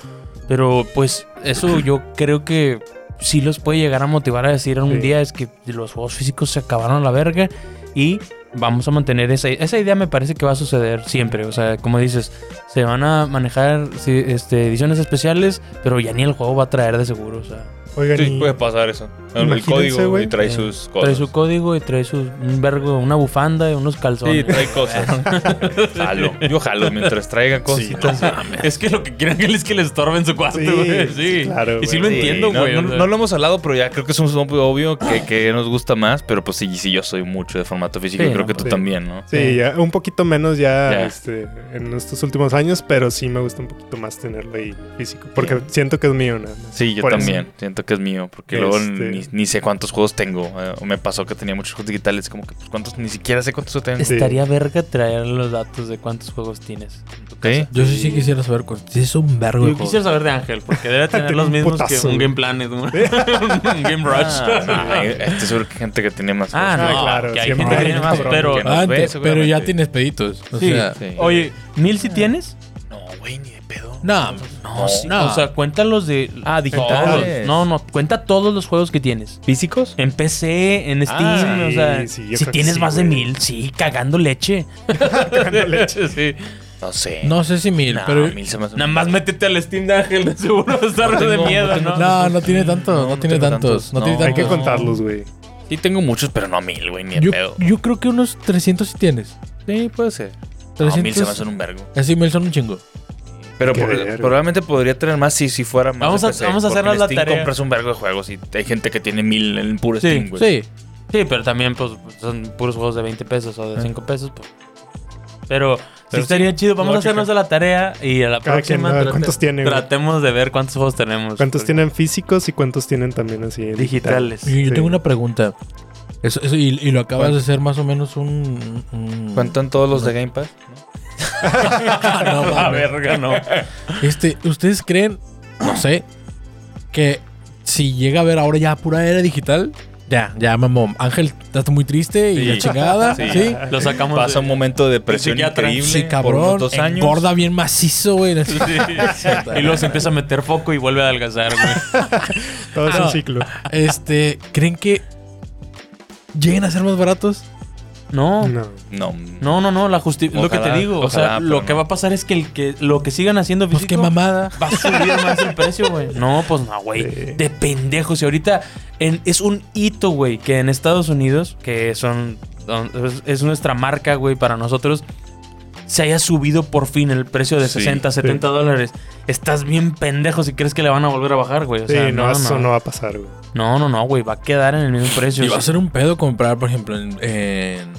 [SPEAKER 5] pero pues eso yo creo que sí los puede llegar a motivar a decir un
[SPEAKER 6] Sí.
[SPEAKER 5] día es que los juegos físicos se acabaron a la verga y vamos a mantener esa idea. Esa idea me parece que va a suceder siempre. O sea, como dices, se van a manejar sí, este, ediciones especiales, pero ya ni el juego va a traer de seguro. O sea,
[SPEAKER 6] Oigan,
[SPEAKER 3] Sí,
[SPEAKER 6] y-
[SPEAKER 3] puede pasar eso. El- El
[SPEAKER 6] Imagínense,
[SPEAKER 3] código
[SPEAKER 6] güey.
[SPEAKER 3] y trae
[SPEAKER 5] Eh,
[SPEAKER 3] sus cosas.
[SPEAKER 5] trae su código y trae sus, un vergo, una bufanda y unos calzones.
[SPEAKER 3] Sí, trae cosas. jalo. Yo jalo mientras traiga cositas.
[SPEAKER 5] Es que lo que quieren que es que le estorben su cuarto,
[SPEAKER 6] Sí, güey. sí, claro, Y sí güey. lo
[SPEAKER 3] Sí, no, no- no lo hemos hablado, pero ya creo que es un muy obvio que, que nos gusta más. Pero pues sí, sí, yo soy mucho de formato físico
[SPEAKER 5] Sí,
[SPEAKER 3] y creo
[SPEAKER 5] no,
[SPEAKER 3] que tú
[SPEAKER 6] pues, sí.
[SPEAKER 3] también, ¿no?
[SPEAKER 6] Sí, ya, un poquito menos
[SPEAKER 3] Eh.
[SPEAKER 6] ya,
[SPEAKER 3] Ya.
[SPEAKER 6] este, en estos últimos años, pero sí me gusta un poquito más tenerlo ahí físico, porque siento que es mío nada más.
[SPEAKER 3] Sí, yo
[SPEAKER 6] Por eso.
[SPEAKER 3] también. Siento que es mío. Porque luego
[SPEAKER 6] Este.
[SPEAKER 3] ni, ni sé cuántos juegos tengo. eh, o me pasó que tenía muchos juegos digitales. Como que pues, cuántos, ni siquiera sé cuántos tengo.
[SPEAKER 6] Es-
[SPEAKER 5] Estaría verga traer los datos de cuántos juegos tienes.
[SPEAKER 3] ¿Sí?
[SPEAKER 4] Yo sí, sí quisiera saber cuánto. Sí, es un vergo. de
[SPEAKER 5] Yo
[SPEAKER 4] juegos.
[SPEAKER 5] quisiera saber de Ángel, porque debe tener
[SPEAKER 6] Tenía
[SPEAKER 5] los
[SPEAKER 6] un
[SPEAKER 5] mismos
[SPEAKER 6] putazo,
[SPEAKER 5] que un
[SPEAKER 6] güey.
[SPEAKER 5] Game Planet, un, un Game Rush.
[SPEAKER 3] Ah, no, estoy seguro que hay gente que tiene más.
[SPEAKER 5] Ah, no,
[SPEAKER 6] Ah, claro,
[SPEAKER 5] que hay
[SPEAKER 6] siempre
[SPEAKER 5] gente que
[SPEAKER 6] hay
[SPEAKER 5] tiene
[SPEAKER 6] un
[SPEAKER 5] más,
[SPEAKER 6] cabrón
[SPEAKER 5] pero...
[SPEAKER 3] que no.
[SPEAKER 4] Antes,
[SPEAKER 3] ve,
[SPEAKER 4] Ah, pero
[SPEAKER 3] seguramente.
[SPEAKER 4] ya tienes peditos. O
[SPEAKER 5] Sí.
[SPEAKER 4] sea,
[SPEAKER 3] Ah, Sí.
[SPEAKER 5] Oye, ¿mil si tienes?
[SPEAKER 3] No, güey, ni de pedo.
[SPEAKER 4] no,
[SPEAKER 3] No, sí,
[SPEAKER 4] no.
[SPEAKER 5] O sea, cuenta los de...
[SPEAKER 3] Ah, digitales.
[SPEAKER 5] Todos. No, no, cuenta todos los juegos que tienes.
[SPEAKER 3] ¿Físicos?
[SPEAKER 5] En PC, en Steam,
[SPEAKER 3] Ah,
[SPEAKER 5] o sea,
[SPEAKER 6] sí, sí, yo
[SPEAKER 5] si
[SPEAKER 6] creo que
[SPEAKER 5] tienes
[SPEAKER 6] sí,
[SPEAKER 5] más de
[SPEAKER 6] güey.
[SPEAKER 5] mil, sí, cagando leche. cagando leche, sí.
[SPEAKER 3] No sé.
[SPEAKER 4] no sé si mil,
[SPEAKER 3] No,
[SPEAKER 4] pero.
[SPEAKER 3] mil se me hace
[SPEAKER 5] Nada
[SPEAKER 3] mucho.
[SPEAKER 5] más métete al Steam de Ángel, de seguro vas a estar
[SPEAKER 3] tengo-
[SPEAKER 5] de
[SPEAKER 3] no
[SPEAKER 5] miedo,
[SPEAKER 3] tengo-
[SPEAKER 5] ¿no?
[SPEAKER 4] No, no tiene tanto. No,
[SPEAKER 3] No, no
[SPEAKER 4] tiene
[SPEAKER 3] tengo
[SPEAKER 4] tantos.
[SPEAKER 3] tantos.
[SPEAKER 4] No, tiene
[SPEAKER 3] No.
[SPEAKER 6] Hay
[SPEAKER 4] tantos.
[SPEAKER 5] Oh.
[SPEAKER 6] que contarlos, güey.
[SPEAKER 3] Sí, tengo muchos, pero no mil, güey, ni de
[SPEAKER 4] Yo,
[SPEAKER 3] pedo.
[SPEAKER 4] yo creo que unos 300 sí tienes.
[SPEAKER 3] Sí, puede ser. No, mil se me
[SPEAKER 4] 300.
[SPEAKER 3] hacen un vergo.
[SPEAKER 4] Así mil son un chingo.
[SPEAKER 3] Pero
[SPEAKER 6] Qué
[SPEAKER 3] por-
[SPEAKER 6] verga.
[SPEAKER 3] probablemente podría tener más si, si fuera más.
[SPEAKER 5] Vamos
[SPEAKER 3] de
[SPEAKER 5] a-
[SPEAKER 3] PC,
[SPEAKER 5] vamos a
[SPEAKER 3] porque
[SPEAKER 5] hacernos
[SPEAKER 3] en
[SPEAKER 5] la
[SPEAKER 3] Steam
[SPEAKER 5] tarea.
[SPEAKER 3] compras un vergo de juegos y hay gente que tiene mil en puro
[SPEAKER 5] Sí,
[SPEAKER 3] Steam, güey.
[SPEAKER 4] Sí.
[SPEAKER 5] Sí, pero también pues son puros juegos de 20 pesos o de
[SPEAKER 6] Ah.
[SPEAKER 5] 5 pesos. pues. Pero, sí
[SPEAKER 4] Pero
[SPEAKER 5] estaría chido. Vamos a
[SPEAKER 4] lógica.
[SPEAKER 5] hacernos a la tarea y a la
[SPEAKER 6] Cada quien,
[SPEAKER 5] próxima
[SPEAKER 6] a ver,
[SPEAKER 5] trate-
[SPEAKER 6] ¿cuántos tiene, güey?
[SPEAKER 5] tratemos de ver cuántos juegos tenemos.
[SPEAKER 6] ¿Cuántos
[SPEAKER 5] Porque-
[SPEAKER 6] tienen físicos y cuántos tienen también así? digital?
[SPEAKER 5] digitales?
[SPEAKER 4] Yo, yo
[SPEAKER 6] Sí.
[SPEAKER 4] tengo una pregunta. Eso, eso- y, y lo acabas
[SPEAKER 3] ¿Cuál?
[SPEAKER 4] de hacer más o menos un. un-
[SPEAKER 3] ¿Cuentan todos los de Game Pass?
[SPEAKER 4] No,
[SPEAKER 5] A
[SPEAKER 4] mames.
[SPEAKER 5] verga, no.
[SPEAKER 4] Este, ¿ustedes creen, no sé, que si llega a haber ahora ya pura era digital? Ya, ya, mamón. Ángel, estás muy triste y
[SPEAKER 3] Sí.
[SPEAKER 4] la chingada.
[SPEAKER 3] Sí.
[SPEAKER 4] Sí.
[SPEAKER 5] Lo sacamos.
[SPEAKER 3] Pasa un
[SPEAKER 5] de-
[SPEAKER 3] momento de depresión
[SPEAKER 5] psiquiatra.
[SPEAKER 3] increíble
[SPEAKER 4] Sí,
[SPEAKER 3] por
[SPEAKER 4] cabrón.
[SPEAKER 3] unos dos años.
[SPEAKER 4] Engorda bien macizo, güey.
[SPEAKER 5] Y luego se empieza a meter foco y vuelve a adelgazar, güey.
[SPEAKER 6] Todo es
[SPEAKER 4] Ah,
[SPEAKER 6] un
[SPEAKER 4] no.
[SPEAKER 6] ciclo.
[SPEAKER 4] Este, ¿creen que lleguen a ser más baratos?
[SPEAKER 5] No.
[SPEAKER 6] No.
[SPEAKER 3] No.
[SPEAKER 5] No, no, no, la justicia. Lo que te
[SPEAKER 3] Ojalá,
[SPEAKER 5] digo, o
[SPEAKER 3] ojalá,
[SPEAKER 5] sea,
[SPEAKER 3] pero
[SPEAKER 5] lo que
[SPEAKER 3] no.
[SPEAKER 5] va a pasar es que, el que lo que sigan haciendo
[SPEAKER 4] Pues qué
[SPEAKER 5] físico
[SPEAKER 4] mamada.
[SPEAKER 5] va a subir más el precio, güey. No, pues no, güey.
[SPEAKER 6] Sí.
[SPEAKER 5] De pendejos. Y ahorita en- es un hito, güey, que en Estados Unidos, que son don- es, es nuestra marca, güey, para nosotros, se haya subido por fin el precio de
[SPEAKER 3] Sí,
[SPEAKER 5] 60, 70 dólares. Estás bien pendejo si crees que le van a volver a bajar, güey. O
[SPEAKER 6] Sí,
[SPEAKER 5] sea,
[SPEAKER 6] no,
[SPEAKER 5] no,
[SPEAKER 6] eso
[SPEAKER 5] no,
[SPEAKER 6] no va a pasar, güey.
[SPEAKER 5] no, no, no, güey, va a quedar en el mismo precio.
[SPEAKER 4] Y va
[SPEAKER 5] o
[SPEAKER 4] a
[SPEAKER 5] sea.
[SPEAKER 4] ser un pedo comprar, por ejemplo, en, en-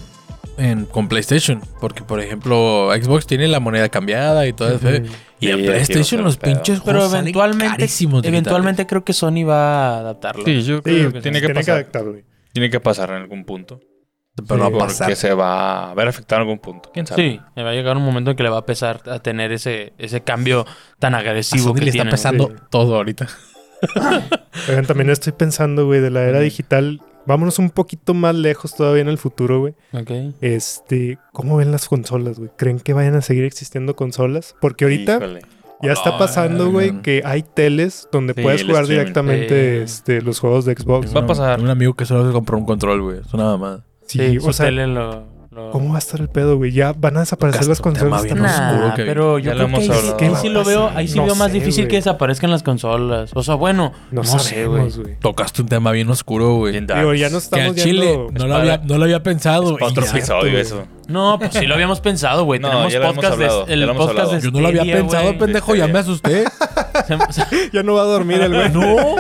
[SPEAKER 4] en- con PlayStation. Porque, por ejemplo, Xbox tiene la moneda cambiada y
[SPEAKER 5] Ah,
[SPEAKER 4] todo eso. Y
[SPEAKER 3] Sí,
[SPEAKER 4] en
[SPEAKER 3] yo quiero
[SPEAKER 4] PlayStation
[SPEAKER 3] ser
[SPEAKER 4] los
[SPEAKER 3] pedo.
[SPEAKER 4] pinches
[SPEAKER 5] Pero
[SPEAKER 4] juegos salen
[SPEAKER 5] eventualmente,
[SPEAKER 4] carísimos digitales.
[SPEAKER 5] eventualmente creo que Sony va a adaptarlo.
[SPEAKER 3] Sí, yo creo que tiene que pasar.
[SPEAKER 6] pues, adaptar, güey.
[SPEAKER 3] tiene que pasar en algún punto.
[SPEAKER 4] Pero no
[SPEAKER 6] Sí,
[SPEAKER 4] va a
[SPEAKER 3] porque
[SPEAKER 4] pasar.
[SPEAKER 3] se va a ver afectado en algún punto. ¿Quién sabe?
[SPEAKER 5] Sí, le va a llegar un momento en que le va a pesar a tener ese, ese cambio tan
[SPEAKER 4] A
[SPEAKER 5] agresivo
[SPEAKER 4] Sony
[SPEAKER 5] que
[SPEAKER 4] le está
[SPEAKER 5] tiene.
[SPEAKER 4] pesando
[SPEAKER 6] Sí.
[SPEAKER 4] todo ahorita.
[SPEAKER 6] Oigan, también estoy pensando, güey, de la era digital. Vámonos un poquito más lejos todavía en el futuro, güey.
[SPEAKER 5] Ok.
[SPEAKER 6] Este, ¿cómo ven las consolas, güey? ¿Creen que vayan a seguir existiendo consolas? Porque ahorita
[SPEAKER 3] Híjole.
[SPEAKER 6] ya está pasando,
[SPEAKER 4] Ay,
[SPEAKER 6] güey,
[SPEAKER 4] man.
[SPEAKER 6] que hay teles donde
[SPEAKER 3] Sí,
[SPEAKER 6] puedes
[SPEAKER 3] el
[SPEAKER 6] jugar
[SPEAKER 3] streaming.
[SPEAKER 6] directamente
[SPEAKER 5] Sí.
[SPEAKER 6] este, los juegos de Xbox.
[SPEAKER 3] Va a pasar.
[SPEAKER 4] Un amigo que solo se compró un control, güey. Es una mamada.
[SPEAKER 6] Sí,
[SPEAKER 5] Sí,
[SPEAKER 6] o
[SPEAKER 5] su
[SPEAKER 6] sea,
[SPEAKER 5] tele lo- lo-
[SPEAKER 6] ¿cómo va a estar el pedo, güey? Ya van a desaparecer
[SPEAKER 4] Gasto
[SPEAKER 6] las
[SPEAKER 4] tema
[SPEAKER 6] consolas.
[SPEAKER 4] bien
[SPEAKER 6] también.
[SPEAKER 5] Nah,
[SPEAKER 4] oscuro que-
[SPEAKER 5] pero yo
[SPEAKER 3] ya lo
[SPEAKER 5] creo que
[SPEAKER 3] hemos
[SPEAKER 5] ahí,
[SPEAKER 3] hablado.
[SPEAKER 5] sí- ahí sí lo veo, ahí sí
[SPEAKER 6] No
[SPEAKER 5] veo más
[SPEAKER 6] sé,
[SPEAKER 5] difícil
[SPEAKER 6] güey.
[SPEAKER 5] que desaparezcan las consolas. O sea, bueno,
[SPEAKER 6] No,
[SPEAKER 5] no, sé, güey.
[SPEAKER 6] sabemos, güey.
[SPEAKER 4] Tocaste un tema bien oscuro, güey.
[SPEAKER 3] Bien
[SPEAKER 6] Digo,
[SPEAKER 3] darks.
[SPEAKER 6] ya no
[SPEAKER 4] Que al
[SPEAKER 6] estamos
[SPEAKER 4] Chile
[SPEAKER 6] viendo...
[SPEAKER 4] no lo,
[SPEAKER 3] Es
[SPEAKER 4] había,
[SPEAKER 3] para-
[SPEAKER 4] no lo había pensado,
[SPEAKER 3] Para
[SPEAKER 4] güey.
[SPEAKER 3] otro
[SPEAKER 4] Y ya.
[SPEAKER 3] episodio
[SPEAKER 6] güey.
[SPEAKER 3] eso.
[SPEAKER 5] No, pues sí lo habíamos pensado, güey.
[SPEAKER 3] No,
[SPEAKER 5] Tenemos
[SPEAKER 3] ya lo hemos
[SPEAKER 5] podcast de-
[SPEAKER 3] hablado, ya
[SPEAKER 5] el
[SPEAKER 3] lo hemos
[SPEAKER 5] podcast de
[SPEAKER 3] hablado.
[SPEAKER 4] Yo no lo había
[SPEAKER 5] Stadia,
[SPEAKER 4] pensado,
[SPEAKER 5] güey.
[SPEAKER 4] pendejo. Ya me asusté.
[SPEAKER 6] ya no va a dormir el güey.
[SPEAKER 5] no.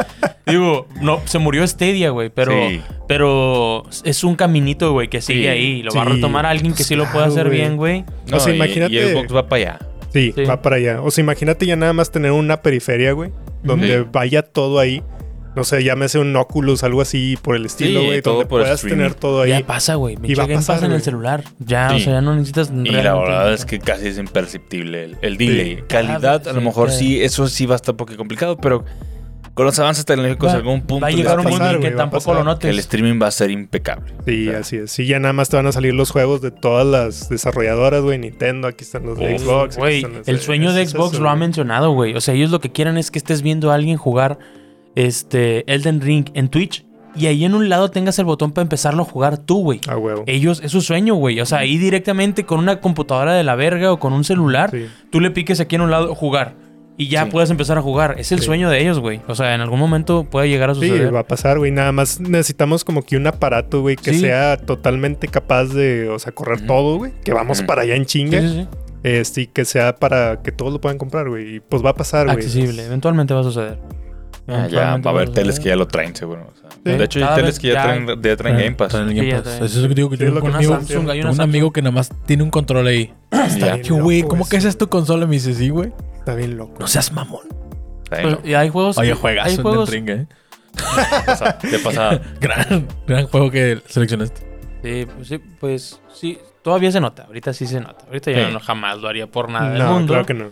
[SPEAKER 5] Digo, no, se murió Stadia, güey, pero,
[SPEAKER 3] Sí.
[SPEAKER 5] pero es un caminito, güey, que sigue
[SPEAKER 3] Sí,
[SPEAKER 5] ahí. Lo va a
[SPEAKER 6] sí.
[SPEAKER 5] retomar alguien que
[SPEAKER 6] Pues
[SPEAKER 5] sí lo pueda
[SPEAKER 6] claro,
[SPEAKER 5] hacer
[SPEAKER 6] güey.
[SPEAKER 5] bien, güey.
[SPEAKER 3] No,
[SPEAKER 6] O sea,
[SPEAKER 3] y-
[SPEAKER 6] imagínate-
[SPEAKER 3] Y, Xbox va para allá.
[SPEAKER 6] Sí,
[SPEAKER 5] Sí.
[SPEAKER 6] va para allá. O sea, imagínate ya nada más tener una periferia, güey, donde
[SPEAKER 3] Sí.
[SPEAKER 6] vaya todo ahí. No sé, llámese un Oculus, algo así por el estilo,
[SPEAKER 3] Sí,
[SPEAKER 6] güey,
[SPEAKER 3] todo
[SPEAKER 6] donde
[SPEAKER 3] por
[SPEAKER 6] puedas
[SPEAKER 3] streaming.
[SPEAKER 6] tener todo ahí.
[SPEAKER 5] Ya pasa, güey. Mi
[SPEAKER 6] Y va a
[SPEAKER 5] Game
[SPEAKER 6] pasar,
[SPEAKER 5] pasa en el
[SPEAKER 6] güey.
[SPEAKER 5] celular. Ya, o
[SPEAKER 3] Sí.
[SPEAKER 5] sea, ya no necesitas.
[SPEAKER 3] Y la verdad es que casi es imperceptible el, el delay.
[SPEAKER 5] Sí.
[SPEAKER 3] Calidad, a lo
[SPEAKER 5] Sí,
[SPEAKER 3] mejor
[SPEAKER 5] sí.
[SPEAKER 3] sí, eso sí va a estar un poquito complicado, pero con los avances tecnológicos,
[SPEAKER 5] Va-
[SPEAKER 3] a algún punto
[SPEAKER 5] va a
[SPEAKER 3] les
[SPEAKER 5] llegar
[SPEAKER 3] va
[SPEAKER 5] un
[SPEAKER 3] a
[SPEAKER 5] mundo
[SPEAKER 6] pasar,
[SPEAKER 5] en que
[SPEAKER 6] güey, va a
[SPEAKER 5] tampoco
[SPEAKER 6] pasar.
[SPEAKER 5] lo
[SPEAKER 3] que el
[SPEAKER 5] notes.
[SPEAKER 3] streaming va a ser impecable.
[SPEAKER 6] Sí, así es. Sí, ya nada más te van a salir los juegos de todas las desarrolladoras, güey. Nintendo, aquí están
[SPEAKER 5] Oh,
[SPEAKER 6] los de
[SPEAKER 3] Uf,
[SPEAKER 6] Xbox. aquí
[SPEAKER 5] Güey,
[SPEAKER 6] están los
[SPEAKER 5] el sueño de
[SPEAKER 6] es
[SPEAKER 5] Xbox
[SPEAKER 6] eso,
[SPEAKER 5] lo ha
[SPEAKER 6] güey.
[SPEAKER 5] mencionado, güey. O sea, ellos lo que quieren es que estés viendo a alguien jugar este Elden Ring en Twitch y ahí en un lado tengas el botón para empezarlo a jugar tú, güey.
[SPEAKER 6] A huevo.
[SPEAKER 5] Ellos, es su sueño, güey. O sea, ahí directamente con una computadora de la verga o con un celular,
[SPEAKER 6] Sí.
[SPEAKER 5] tú le piques aquí en un lado jugar y ya
[SPEAKER 3] Sí.
[SPEAKER 5] puedes empezar a jugar. Es el
[SPEAKER 6] Sí.
[SPEAKER 5] sueño de ellos, güey. O sea, en algún momento puede llegar a
[SPEAKER 6] Sí,
[SPEAKER 5] suceder.
[SPEAKER 6] va a pasar, güey. Nada más necesitamos como que un aparato, güey, que
[SPEAKER 5] Sí. Mm.
[SPEAKER 6] sea totalmente capaz de, o sea, correr
[SPEAKER 3] Ujú.
[SPEAKER 6] todo, güey. Que vamos
[SPEAKER 3] Ujú.
[SPEAKER 6] para allá en chinga.
[SPEAKER 5] Sí, sí, sí.
[SPEAKER 6] Este, y que sea para que todos lo puedan comprar, güey. Y pues va a pasar, güey.
[SPEAKER 5] Accesible, eventualmente va a suceder.
[SPEAKER 3] Ah, ya va a haber teles que ya lo traen, seguro. o sea. De hecho, hay
[SPEAKER 5] Cada
[SPEAKER 3] teles
[SPEAKER 5] vez
[SPEAKER 3] que ya,
[SPEAKER 5] ya-
[SPEAKER 3] traen, ya traen Game Pass.
[SPEAKER 4] Traen
[SPEAKER 5] Sí,
[SPEAKER 4] Game
[SPEAKER 5] ya
[SPEAKER 4] Pass.
[SPEAKER 5] traen.
[SPEAKER 4] Eso es lo que digo que
[SPEAKER 6] Sí,
[SPEAKER 4] yo
[SPEAKER 6] es lo que
[SPEAKER 4] un
[SPEAKER 6] me
[SPEAKER 4] amigo,
[SPEAKER 6] están
[SPEAKER 5] Samsung, hay una
[SPEAKER 4] un
[SPEAKER 5] Samsung.
[SPEAKER 4] amigo que nada más tiene un control ahí.
[SPEAKER 3] Ya,
[SPEAKER 6] bien
[SPEAKER 4] Dije, güey,
[SPEAKER 6] loco
[SPEAKER 4] ¿cómo que esa
[SPEAKER 6] eso,
[SPEAKER 4] es tu consola? Me dice, sí, güey.
[SPEAKER 6] Está bien loco.
[SPEAKER 4] No seas mamón.
[SPEAKER 3] traen,
[SPEAKER 5] Pues, y hay juegos.
[SPEAKER 4] Oye,
[SPEAKER 5] que-
[SPEAKER 4] juegas
[SPEAKER 5] hay
[SPEAKER 4] en
[SPEAKER 5] juegos-
[SPEAKER 4] el ring, ¿eh?
[SPEAKER 3] de pasada- De pasada.
[SPEAKER 4] Gran, gran juego que seleccionaste.
[SPEAKER 5] Sí, pues sí, pues sí, todavía se nota. Ahorita sí se nota. Ahorita ya
[SPEAKER 3] Sí.
[SPEAKER 5] no jamás lo haría por nada del
[SPEAKER 6] No,
[SPEAKER 5] mundo.
[SPEAKER 6] claro que no.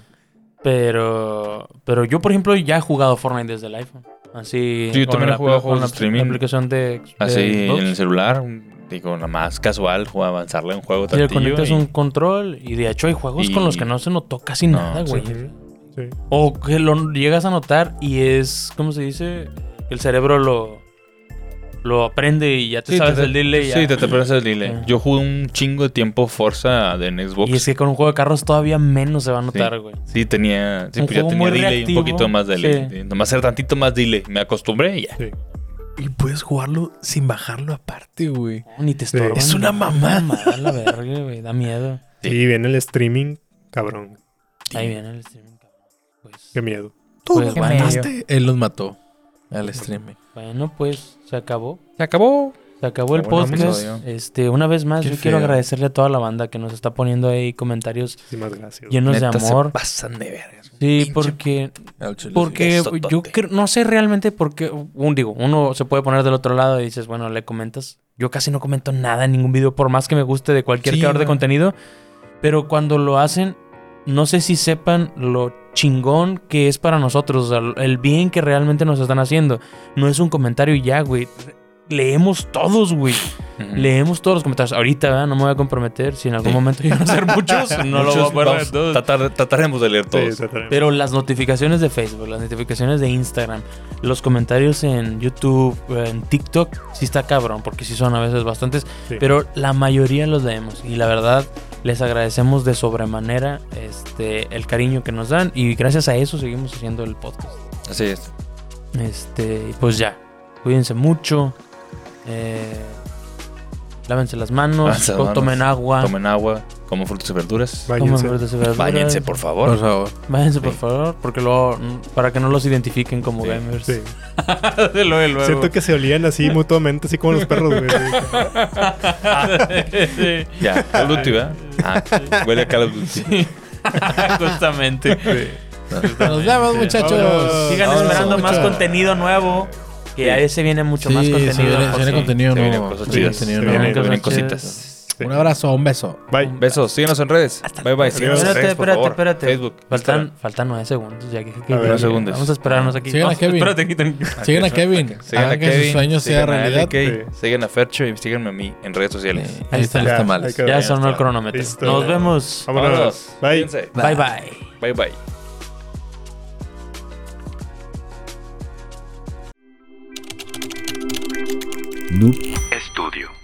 [SPEAKER 5] Pero, pero yo, por ejemplo, ya he jugado Fortnite desde el iPhone. Así.
[SPEAKER 3] Sí, yo
[SPEAKER 5] con
[SPEAKER 3] también
[SPEAKER 5] la-
[SPEAKER 3] he jugado
[SPEAKER 5] con
[SPEAKER 3] juegos
[SPEAKER 5] la-
[SPEAKER 3] de streaming.
[SPEAKER 5] La aplicación de. de
[SPEAKER 3] Así
[SPEAKER 5] Xbox.
[SPEAKER 3] en el celular, un- digo, nada más casual, juega avanzarle un juego
[SPEAKER 5] Y le
[SPEAKER 3] tantillo.
[SPEAKER 5] conectas
[SPEAKER 3] y-
[SPEAKER 5] un control. Y de hecho, hay juegos con los
[SPEAKER 3] Y-
[SPEAKER 5] que no se notó casi
[SPEAKER 3] No,
[SPEAKER 5] nada, güey.
[SPEAKER 6] sí. Sí.
[SPEAKER 5] O que lo llegas a notar y es. ¿Cómo se dice? El cerebro lo. Lo aprende y ya te
[SPEAKER 3] Sí,
[SPEAKER 5] sabes
[SPEAKER 3] te-
[SPEAKER 5] el delay. ya.
[SPEAKER 3] Sí, te, te pones el delay.
[SPEAKER 5] Ajá.
[SPEAKER 3] Yo jugué un chingo de tiempo Forza de en Xbox.
[SPEAKER 5] Y es que con un juego de carros todavía menos se va a notar,
[SPEAKER 3] Sí.
[SPEAKER 5] güey.
[SPEAKER 3] Sí, tenía. Sí,
[SPEAKER 5] Un
[SPEAKER 3] pues ya
[SPEAKER 5] juego
[SPEAKER 3] tenía
[SPEAKER 5] muy
[SPEAKER 3] delay,
[SPEAKER 5] reactivo.
[SPEAKER 3] un poquito más delay.
[SPEAKER 5] Sí.
[SPEAKER 3] Sí, Nomás era tantito más delay. Me acostumbré y ya.
[SPEAKER 4] Y puedes jugarlo sin bajarlo aparte, güey.
[SPEAKER 5] Ni te estorban.
[SPEAKER 4] Es una mamada.
[SPEAKER 5] mamada, la verga, güey. Da miedo.
[SPEAKER 3] Sí.
[SPEAKER 6] Sí, viene el streaming, cabrón.
[SPEAKER 5] Ahí viene el streaming, cabrón. Pues,
[SPEAKER 6] Qué miedo.
[SPEAKER 4] Tú
[SPEAKER 5] Pues,
[SPEAKER 4] los
[SPEAKER 5] qué medio.
[SPEAKER 4] mataste. Él los mató al streaming.
[SPEAKER 5] bueno, pues se acabó.
[SPEAKER 3] Se acabó.
[SPEAKER 5] Se acabó el
[SPEAKER 3] Está bueno,
[SPEAKER 5] podcast.
[SPEAKER 3] episodio.
[SPEAKER 5] Este, una vez más,
[SPEAKER 4] Qué
[SPEAKER 5] yo quiero
[SPEAKER 4] feo.
[SPEAKER 5] agradecerle a toda la banda que nos está poniendo ahí comentarios
[SPEAKER 6] Muchísimas gracias.
[SPEAKER 5] llenos
[SPEAKER 3] Neta,
[SPEAKER 5] de
[SPEAKER 3] se
[SPEAKER 5] amor.
[SPEAKER 3] pasan de vergas.
[SPEAKER 5] Sí,
[SPEAKER 3] pinche-
[SPEAKER 5] porque
[SPEAKER 4] Al chile,
[SPEAKER 5] Porque
[SPEAKER 3] Besotote.
[SPEAKER 5] yo cre- no sé realmente por qué. Un, digo, uno se puede poner del otro lado y dices, bueno, le comentas. Yo casi no comento nada en ningún video, por más que me guste de cualquier
[SPEAKER 4] Sí,
[SPEAKER 5] creador de
[SPEAKER 4] no.
[SPEAKER 5] contenido. Pero cuando lo hacen, no sé si sepan lo chingón que es para nosotros, o sea, el bien que realmente nos están haciendo. No es un comentario y ya, güey. Leemos todos, güey. Leemos todos los comentarios. Ahorita, ¿verdad? No me voy a comprometer. Si en algún
[SPEAKER 4] Mm. Sí.
[SPEAKER 5] momento llegan a ser muchos, no lo voy a
[SPEAKER 3] Muchos
[SPEAKER 5] poder
[SPEAKER 3] vamos-
[SPEAKER 5] ver todos.
[SPEAKER 3] tratar- trataremos de leer todos.
[SPEAKER 6] Sí, exactamente.
[SPEAKER 5] Pero las notificaciones de Facebook, las notificaciones de Instagram, los comentarios en YouTube, en TikTok, sí está cabrón, porque sí son a veces bastantes,
[SPEAKER 6] Sí.
[SPEAKER 5] pero la mayoría los leemos y la verdad les agradecemos de sobremanera este, el cariño que nos dan y gracias a eso seguimos haciendo el podcast.
[SPEAKER 3] Así es.
[SPEAKER 5] Este, y pues ya, cuídense mucho, eh, lávense las manos,
[SPEAKER 3] Lávense las
[SPEAKER 5] co- tomen agua, tomen,
[SPEAKER 3] Tomen agua, coman frutas y verduras.
[SPEAKER 6] Báñense.
[SPEAKER 5] frutas y verduras.
[SPEAKER 3] Báñense, por
[SPEAKER 4] Por
[SPEAKER 3] favor.
[SPEAKER 4] favor.
[SPEAKER 5] Váyanse, por
[SPEAKER 3] Sí.
[SPEAKER 5] favor, porque luego, mm, para que no los identifiquen como
[SPEAKER 3] Sí,
[SPEAKER 5] gamers.
[SPEAKER 6] Sí.
[SPEAKER 5] De luego, de luego.
[SPEAKER 6] Siento que se olían así mutuamente, así como los perros, güey.
[SPEAKER 5] Sí,
[SPEAKER 3] Ya, Call of Duty, ¿verdad? Ah, huele a Call of Duty.
[SPEAKER 5] sí. Justamente.
[SPEAKER 4] Nos vemos, muchachos.
[SPEAKER 6] Vámonos.
[SPEAKER 5] Sigan
[SPEAKER 6] Ahora
[SPEAKER 5] esperando
[SPEAKER 6] sí,
[SPEAKER 5] más
[SPEAKER 6] mucho.
[SPEAKER 5] contenido nuevo. Que
[SPEAKER 3] Sí.
[SPEAKER 5] a veces viene mucho más contenido.
[SPEAKER 4] Se viene, se
[SPEAKER 5] por
[SPEAKER 4] viene
[SPEAKER 5] fin.
[SPEAKER 4] contenido
[SPEAKER 3] Se
[SPEAKER 4] nuevo.
[SPEAKER 3] vienen cosas
[SPEAKER 4] se viene
[SPEAKER 3] chidas.
[SPEAKER 4] contenido
[SPEAKER 6] Se
[SPEAKER 4] nuevo.
[SPEAKER 6] vienen
[SPEAKER 5] Nunca
[SPEAKER 3] vienen
[SPEAKER 5] son chidas.
[SPEAKER 3] cositas.
[SPEAKER 6] Sí.
[SPEAKER 4] Un abrazo, un beso.
[SPEAKER 6] Bye.
[SPEAKER 3] Besos, síguenos en redes. Bye bye. Síguenos en
[SPEAKER 6] Espérate,
[SPEAKER 3] redes, por
[SPEAKER 5] espérate,
[SPEAKER 3] favor.
[SPEAKER 5] espérate.
[SPEAKER 3] Facebook.
[SPEAKER 5] Faltan, faltan nueve segundos. Ya que, que-
[SPEAKER 6] A ver,
[SPEAKER 5] que-
[SPEAKER 3] segundos.
[SPEAKER 5] Vamos a esperarnos aquí.
[SPEAKER 4] Sigan a
[SPEAKER 5] Vamos-
[SPEAKER 4] Kevin.
[SPEAKER 5] Espérate, aquí ten-
[SPEAKER 4] Sigan a Kevin.
[SPEAKER 3] Sigan
[SPEAKER 4] Hagan
[SPEAKER 3] a
[SPEAKER 4] que sus
[SPEAKER 3] Kevin,
[SPEAKER 4] sueños sea
[SPEAKER 3] sigan a
[SPEAKER 4] realidad.
[SPEAKER 3] LK, sigan a Fercho y síganme a mí en redes sociales.
[SPEAKER 4] Ahí están los
[SPEAKER 6] Ya,
[SPEAKER 4] tamales.
[SPEAKER 6] ahí quedó.
[SPEAKER 5] Ya sonó el cronómetro.
[SPEAKER 6] Listo.
[SPEAKER 5] Nos vemos.
[SPEAKER 6] Vámonos. Bye.
[SPEAKER 3] Cuídense.
[SPEAKER 5] Bye bye.
[SPEAKER 3] Bye bye.
[SPEAKER 1] Noob
[SPEAKER 2] Estudio.